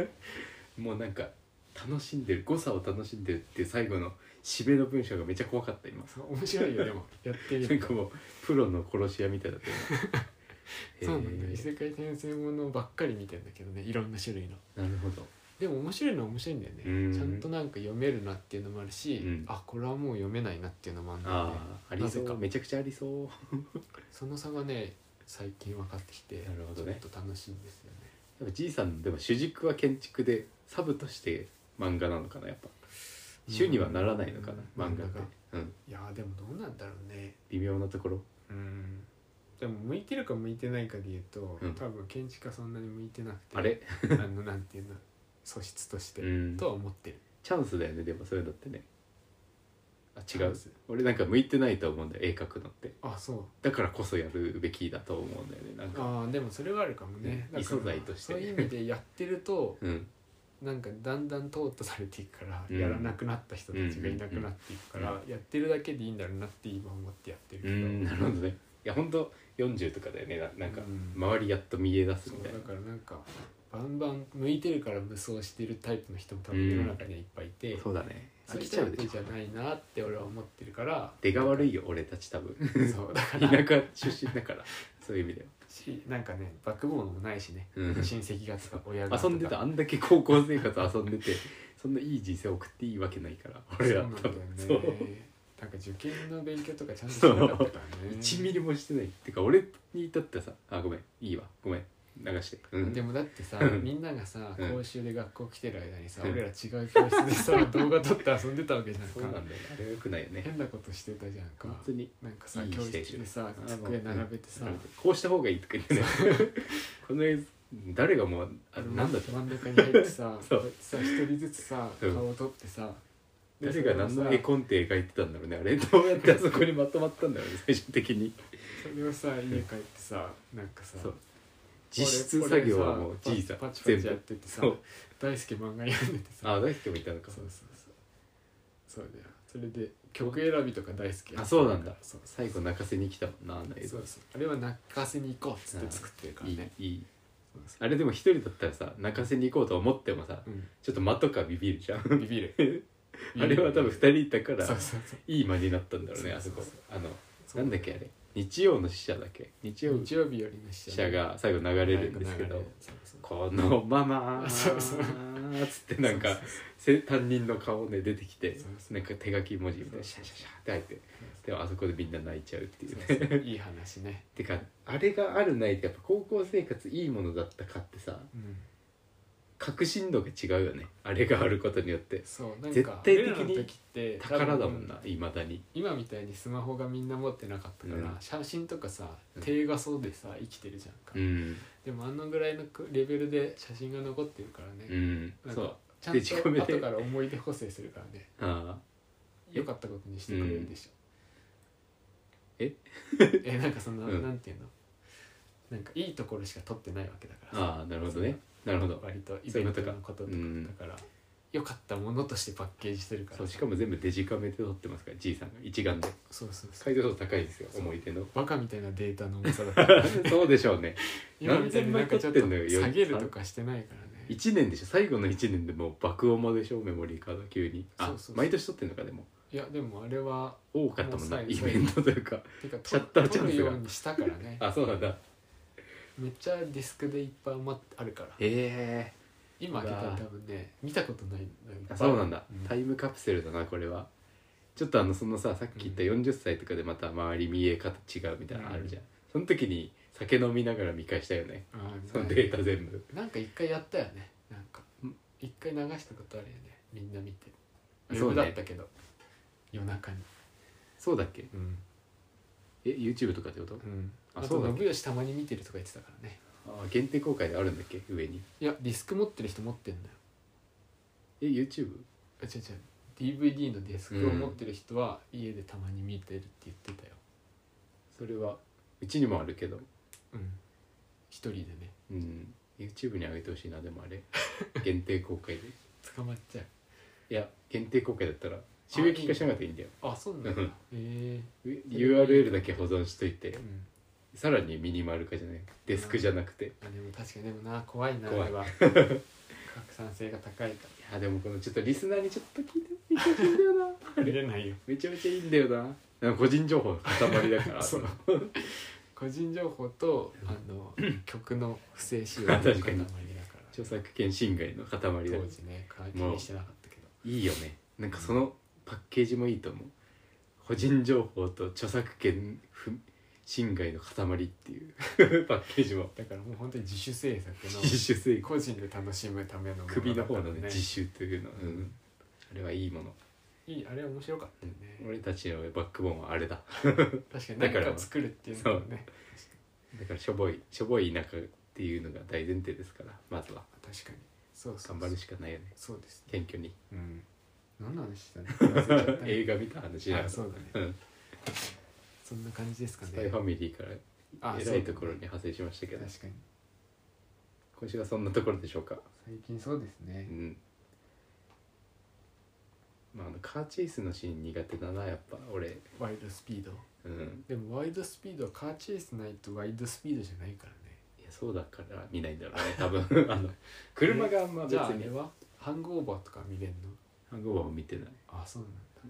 S1: もうなんか楽しんでる誤差を楽しんでるっていう最後の締めの文章がめっちゃ怖かった 今
S2: そう面白いよで もやってみ
S1: なん
S2: る
S1: かもうプロの殺し屋みたいだったよ
S2: そうなんだよ異
S1: へ
S2: 世界転生ものばっかり見てんだけどねいろんな種類の
S1: えなるほど
S2: でも面白いのは面白いんだよね
S1: うん
S2: ちゃんとなんか読めるなっていうのもあるし、
S1: うん
S2: あこれはもう読めないなっていうのもあるんだよね
S1: ああありそ
S2: なぜ
S1: う
S2: か
S1: めちゃくちゃありそう
S2: その差がね最近分かってきて
S1: なるほどね
S2: ちょっと楽しいんですよね
S1: やっぱじいさんでも主軸は建築でサブとして漫画なのかなやっぱ主にはならないのかな、
S2: うん
S1: 漫画ってう
S2: 漫
S1: ん
S2: いやーでもどうなんだろうね
S1: 微妙なところ
S2: うんでも向いてるか向いてないかで言うと、
S1: うん
S2: 多分建築家そんなに向いてなくて
S1: あれ
S2: あのなん ていうの素質として、
S1: うん
S2: とは思ってる
S1: チャンスだよねでもそういうのってねあ
S2: チ
S1: 違
S2: ャ
S1: う
S2: ンス
S1: 俺なんか向いてないと思うんだよ絵描くのって
S2: あそう
S1: だからこそやるべきだと思うんだよねなんか
S2: あーでもそれはあるかも
S1: う
S2: ね
S1: ん
S2: だから
S1: 異素材として
S2: そ
S1: ね
S2: ういう意味でやってると
S1: うん
S2: なんかだんだん淘汰されていくから、
S1: うん
S2: やらなくなった人たちがいなくなっていくから、やってるだけでいいんだろうなって今思ってやって
S1: う
S2: るけど、
S1: んなるほどねいやほんと40とかだよねななんか
S2: うん
S1: 周りやっと見え出す
S2: そう
S1: みたい
S2: だ
S1: な
S2: からなんかバンバン向いてるから無双してるタイプの人も多分世の中にはいっぱいいて、
S1: そうだね
S2: そ
S1: 飽
S2: れ
S1: きちゃ
S2: タ
S1: う
S2: イ
S1: でし
S2: プ
S1: ょ
S2: じゃないなって俺は思ってるから
S1: 出が悪いよ俺たち多分
S2: そうだか
S1: 田
S2: ら
S1: 舎出身だ からそういう意味では
S2: し なんかねバックボーンもないしね、
S1: うん
S2: 親戚がとか親がとか
S1: 遊んでたあんだけ高校生活遊んでてそんないい人生送っていいわけないから俺ら多分
S2: そ
S1: そう
S2: うなんだよねなんか受験の勉強とかちゃんとしてなかったからね
S1: 1ミリもしてないってか俺に至ってはさあごめんいいわごめん流してうん
S2: でもだってさ
S1: うん
S2: みんながさ
S1: うん
S2: 講習で学校来てる間にさ、
S1: うん
S2: 俺ら違う教室 でさ動画撮って遊んでたわけじゃん
S1: そうなんだ
S2: か
S1: よねあれはよくないよね
S2: 変なことしてたじゃんか
S1: 本当に
S2: なんかさ
S1: いい
S2: 教室
S1: ステージ
S2: でさ
S1: あの
S2: 机並べてさ
S1: 並べてこうした方がいいとか言ってね この絵誰がもうあれなんだっけ
S2: 真ん中に入ってさ
S1: そう
S2: こうやってさ一人ずつさ
S1: うん
S2: 顔を撮ってさ
S1: 誰が何の絵コンテ描いてたんだろうねあれどうやってあそこにまとまったんだろう ね最終的に
S2: それをさ家帰ってさなんかさ
S1: そう実質作業はもうじいさん
S2: パチパ
S1: 全
S2: チやっ
S1: 部
S2: ててさ
S1: そう
S2: 大好き漫画読んでてさ
S1: あ大輔もいたのか
S2: そうそうそうそうだよそれで曲選びとか大好き
S1: あそうなんだ
S2: そうそう
S1: 最後泣かせに来たもんなあの映
S2: そ
S1: 像
S2: うそうあれは泣かせに行こうっつって作ってるから
S1: い
S2: ね
S1: いいい
S2: そうそ
S1: あれでも一人だったらさ泣かせに行こうと思ってもさ
S2: ううん
S1: ちょっと間とかビビる じゃん
S2: ビビる
S1: あれは多分二人いたから
S2: そうそうそう
S1: いい間になったんだろうねあ
S2: そ
S1: そう
S2: そ
S1: こ
S2: うそう
S1: あの
S2: そう
S1: なんだっけあれ日曜の死者だっけ日曜の
S2: 日曜日よりの死
S1: 死者が最後流れるんですけど
S2: そうそう
S1: このままー
S2: そうそう
S1: つってなん
S2: そう
S1: か
S2: そうそう
S1: せ担任の顔ね出てきて
S2: そうそう
S1: なんか手書き文字みたいなシ
S2: そ
S1: ャ
S2: う
S1: シ
S2: そう
S1: ャシャって入ってでもあそこでみんな泣いちゃうっていうね
S2: そうそういい話ね
S1: てかあれがあるないってやっぱ高校生活いいものだったかってさ
S2: うん
S1: 確信度が違うよねあれがあることによって
S2: そうなん
S1: 絶
S2: か
S1: 対的
S2: 俺らの
S1: に
S2: 時って
S1: 宝だもん
S2: 多分
S1: な未だに
S2: 今みたいにスマホがみんな持ってなかったから、
S1: うん
S2: 写真とかさ
S1: うん
S2: 低画素でさ生きてるじゃんか、
S1: うん
S2: でもあのぐらいのレベルで写真が残ってるから
S1: う
S2: ね、
S1: ん
S2: なん
S1: そ
S2: か
S1: う
S2: ちゃん
S1: デジカメ
S2: と
S1: で
S2: 後から思い出補正するからね
S1: ああ
S2: 良かったことにしてくれるでしょ、
S1: え
S2: えなんかその、
S1: うん
S2: なんていうのなんかいいところしか撮ってないわけだから
S1: ああなるほどねなるほど
S2: 割とイベントのこととか
S1: そういうこ
S2: だから良かったものとしてパッケージしてるから
S1: そうしかも全部デジカメで撮ってますからじいさんが一眼で
S2: そうそうそう
S1: 解像度高いですよ
S2: そう
S1: 思い出の
S2: バカみたいなデータの重さだから
S1: そうでしょうね
S2: 今みたいになんかちょっと
S1: 何千枚撮ってんのよ
S2: 下げるとかしてないからね
S1: 1年でしょ最後の1年でもう爆音までしょメモリーカード急にあ
S2: そうそうそう
S1: 毎年撮ってんのかでも
S2: いやでもあれは
S1: 多かったもんな
S2: もう
S1: イ
S2: 最後
S1: ベントというか
S2: てか
S1: シャッタ
S2: 撮
S1: ーチャンスが
S2: るようにしたからね
S1: あそうなんだ
S2: めっちゃディスクでいっぱい余ってあるから
S1: え
S2: 今開けたら多分ね見たことないのよいっぱ
S1: あ
S2: い
S1: そうなんだ、
S2: うん
S1: タイムカプセルだなこれはちょっとあのそのささっき言った40歳とかでまた周り見え方違うみたいなのあるじゃん、その時に酒飲みながら見返したよね
S2: あー
S1: そのデータ全部
S2: なんか一回やったよねなんか
S1: うん
S2: 一回流したことあるよねみんな見て
S1: そ
S2: 夜
S1: う
S2: だ
S1: ね
S2: ったけど、夜中に
S1: そうだっけ
S2: うん、
S1: え YouTube とかってこと
S2: あ
S1: あ
S2: と
S1: そうだっ
S2: 信義たまに見てるとか言ってたからね
S1: あ限定公開であるんだっけ上に
S2: いやディスク持ってる人持ってんだよ
S1: え YouTube?
S2: あ違う違う DVD のディスクを持ってる人は家でたまに見てるって言ってたよ
S1: それはうちにもあるけど
S2: うん一人でね
S1: うん YouTube に上げてほしいなでもあ れ限定公開で
S2: 捕まっちゃ
S1: いや限定公開だったら収益化しなかったらいいんだよ
S2: うあそうなんだ
S1: う
S2: へ
S1: ん
S2: え
S1: う URL だけ保存しといて
S2: うん
S1: さらにミニマル化じゃないデスクじゃなくて
S2: あでも確かにでもな怖いな
S1: 怖い
S2: あれ は拡散性が高いか
S1: いやでもこのちょっとリスナーにちょっと聞いてみてほしいんだよな
S2: ら見れないよ
S1: めちゃめちゃいいんだよななんか個人情報の塊だ から
S2: そう個人情報とあの曲の不正使用の塊だ
S1: 確
S2: か
S1: からに著作権侵害の塊だ
S2: 当
S1: から
S2: 時ね気にしてなかったけど
S1: いいよねなんかそのパッケージもいいと思う個人情報と著作権不侵害の塊っていう パッケージも
S2: だからもう本当に自主制作
S1: 自
S2: の
S1: 主制御
S2: 個人で楽しむためのも
S1: 首の
S2: だか
S1: 方
S2: ら
S1: のね 自主というの、うん、あれはいいもの、
S2: いいあれは面白かったよね
S1: 俺たちのバックボーンはあれだ
S2: 確かに
S1: だから
S2: 何か作るっていうのもね
S1: だからしょぼいしょぼい田舎っていうのが大前提ですからまずは
S2: 確かにそうそう
S1: 頑張るしかないよね
S2: そうですね
S1: 謙虚に
S2: うん何の話したの忘れちゃったね
S1: 映画見た話だ
S2: あそうだね
S1: ん、
S2: そんな感じですか
S1: ス
S2: ね
S1: パイファミリーから
S2: あ
S1: え
S2: そう
S1: らいところに派生しましたけど
S2: 確かに
S1: 今週はそんなところでしょうか
S2: 最近そうですね
S1: うんまああのカーチェイスのシーン苦手だなやっぱ俺
S2: ワイルドスピード
S1: うん
S2: でもワイルドスピードはカーチェイスないとワイルドスピードじゃないからね
S1: いやそうだから見ないんだ ろうね多分あの車があんま別
S2: じゃああれ
S1: に
S2: はハングオーバーとか見れんの
S1: 暗号は見てない
S2: あそうなんだ、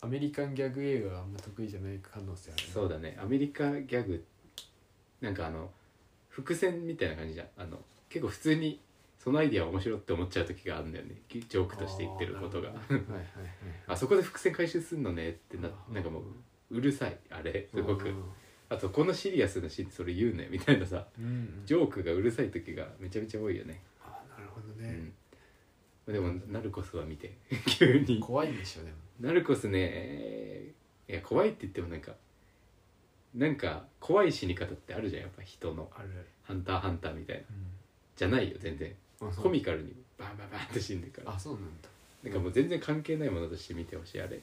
S2: アメリカンギャグ映画があんま得意じゃない可能性あるね
S1: そうだねアメリカギャグなんかあの伏線みたいな感じじゃんあの結構普通にそのアイディア面白いって思っちゃう時があるんだよねジョークとして言ってることが
S2: あーなるほどね
S1: あそこで伏線回収すんのねってな
S2: あー
S1: なんかもううるさいあれ す
S2: はいはいはい
S1: ごく
S2: うん
S1: あとこのシリアスなシーンでそれ言うねみたいなさ
S2: うん
S1: ジョークがうるさい時がめちゃめちゃ多いよね、
S2: あーなるほど
S1: う
S2: ね
S1: ん、でもナルコスは見て 急に
S2: 怖いでしょでも
S1: ナルコスねいや怖いって言ってもなんかなんか怖い死に方ってあるじゃんやっぱ人の
S2: ある
S1: ハンターハンターみたいなじゃないよ全然コミカルにバンバンバンって死んでるから
S2: あそうなんだ
S1: なんかもう全然関係ないものとして見てほしいあれ
S2: 面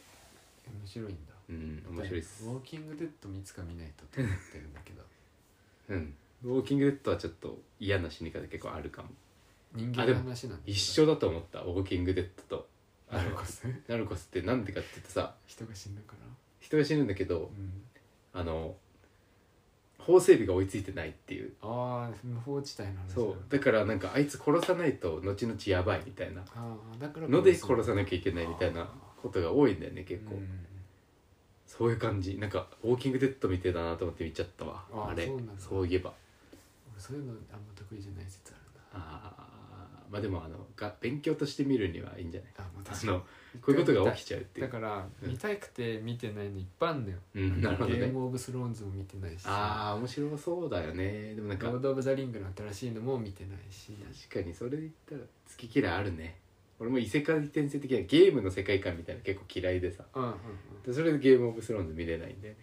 S2: 白いんだ
S1: うん面白いっす
S2: ウォーキングデッド見つか見ないとって思ってるんだ けど
S1: うんウォーキングデッドはちょっと嫌な死に方結構あるかも
S2: 人間の話なんだ
S1: 一緒だと思ったウォーキングデッドとあ
S2: なる
S1: の
S2: ほどね
S1: ナルコスってなんでかって言うとさ
S2: 人が死んだから
S1: 人が死ぬんだけど
S2: うん
S1: あの法整備が追いついてないっていう
S2: ああ無法地帯の話だ
S1: そうだからなんかあいつ殺さないと後々やばいみたいな
S2: ああだから
S1: ので殺
S2: す
S1: さなきゃいけないみたいなことが多いんだよね結構、
S2: うん
S1: そういう感じなんかウォーキングデッドみてえだなと思って見ちゃったわ
S2: あ
S1: あれ
S2: そ
S1: そうう
S2: なんだ
S1: いえば
S2: 俺そういうのあんま得意じゃない説ある
S1: あーまあでもあのが勉強として見るにはいいんじゃない
S2: なあまあ
S1: あ
S2: 確かに
S1: のこういうことが起きちゃうってい
S2: だ
S1: う
S2: から
S1: うん
S2: 見たくて見てないのいっぱいあんだよ
S1: うんなるほど
S2: ゲー
S1: ね
S2: ムオブスローンズも見てないし
S1: ああ面白そうだよねでもなんか
S2: ロード・オブ・ザ・リングの新しいのも見てないし
S1: 確かにそれで言ったら好き嫌いあるね俺も異世界転生的なゲームの世界観みたいなの結構嫌いでさ
S2: うんうんうん
S1: でそれでゲームオブスローンズ見れないんだよね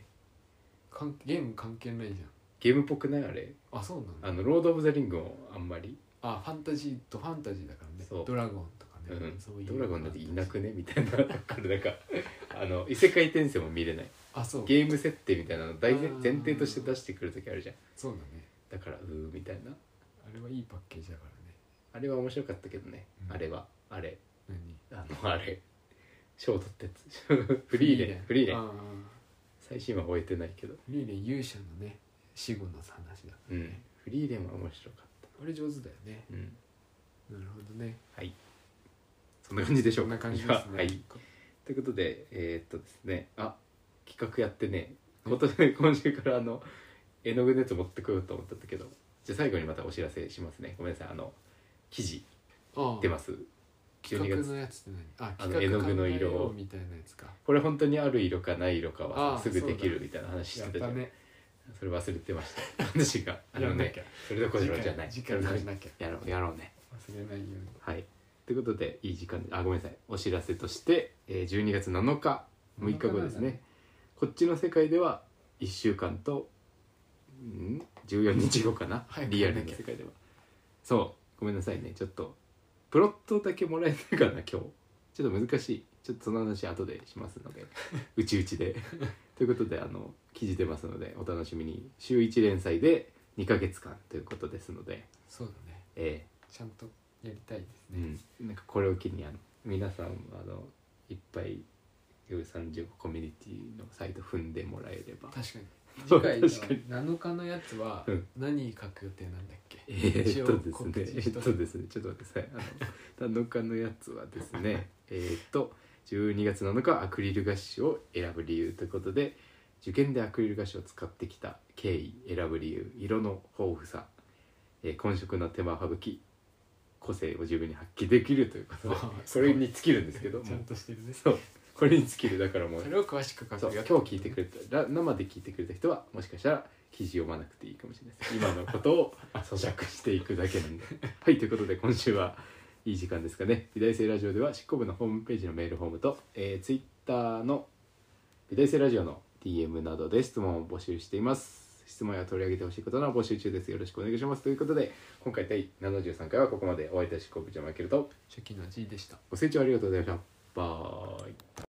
S2: 関ゲーム関係ないじゃん
S1: ゲームっぽくないあれ
S2: あそうなんだ
S1: あのロード・オブ・ザ・リングもあんまり
S2: あファンタジーとファンタジーだからね
S1: そう
S2: ドラゴンとか
S1: う
S2: ね、
S1: ん
S2: そういう
S1: ドラゴンだっていなくねみたいなだからなんか あの異世界転生も見れない
S2: あそう
S1: ゲーム設定みたいなの大前
S2: あー
S1: 前提として出してくる時あるじゃん
S2: そうだね
S1: だからうーみたいな
S2: あれはいいパッケージだから
S1: あれは面白かったけどね、
S2: うん
S1: あれはあれ
S2: ね何
S1: あのあれ賞取ってつ フリーレンフリーレ
S2: あ
S1: ン
S2: ー
S1: 最新話終えてないけど
S2: フリーレン勇者のね死後の話だから
S1: う
S2: ね、
S1: んフリーレンは面白かっ
S2: あれ上手だよね
S1: たうん
S2: なるほどね
S1: はいそんな感じでしょ
S2: そ
S1: うんか
S2: な感じですね
S1: はいということでえーっとですねあ企画やってね今年今週からあの絵の具のやつ持ってこようと思ったんだけどじゃあ最後にまたお知らせしますねごめんなさいあの記事
S2: ああ
S1: 出ます
S2: 企画のやつって何あ
S1: あの絵の具の色を
S2: 企画考えようみたいなやつか
S1: これ本当にある色かない色かは
S2: あ
S1: さ
S2: ー
S1: すぐでき
S2: そう
S1: る
S2: だ
S1: みたいな話して
S2: やった
S1: じゃ
S2: た
S1: ん
S2: ね
S1: それ忘れてました 私があの
S2: やんな
S1: ね
S2: きゃ
S1: それどころじゃない
S2: 次回次回やんなきゃ
S1: やろうやろうね
S2: 忘れないように
S1: はいということでいい時間あごめんなさいお知らせとして、えー12月7日6日後ですねこっちの世界では1週間とん14日後かな
S2: 早く
S1: リアルな世界ではそうごめんなさいねちょっとプロットだけもらえないかな今日ちょっと難しいちょっとその話後でしますの でうちうちでということであの記事出ますのでお楽しみに週1連載で2ヶ月間ということですので
S2: そうだね
S1: え
S2: ちゃんとやりたいです
S1: えなんかこれを機にあの皆さんあのいっぱい U35 コミュニティのサイト踏んでもらえれば
S2: 確か
S1: そう
S2: に次
S1: 確か
S2: 回の7日のやつは
S1: うん
S2: 何書く予定なんだっけ、
S1: えーっと
S2: 一応告
S1: ですね
S2: 知
S1: え
S2: し
S1: ー
S2: と
S1: っ
S2: く
S1: とですねちょっと待ってくださいあの7日のやつはです ねえーっと12月7日アクリルガッシュを選ぶ理由ということで受験でアクリルガッシュを使ってきた経緯選ぶ理由色の豊富さ、えー混色の手間省き個性を自分に発揮できるということで
S2: あー
S1: これに尽きるんですけども
S2: ちゃんとしてるね
S1: そうこれに尽きるだからもう
S2: それを詳しく書く
S1: そう今日聞いてくれたら生で聞いてくれた人はもしかしたら記事読まなくていいかもしれないです今のことを咀嚼していくだけなんではいということで今週はいい時間ですかね美大生ラジオでは執行部のホームページのメールフォームと、えー、ツイッターの美大生ラジオの DM などで質問を募集しています質問や取り上げてほしいことなら募集中ですよろしくお願いしますということで今回第73回はここまでお会いいたし執行部長マイケルと
S2: 初期の G でした
S1: ご清聴ありがとうございましたバイ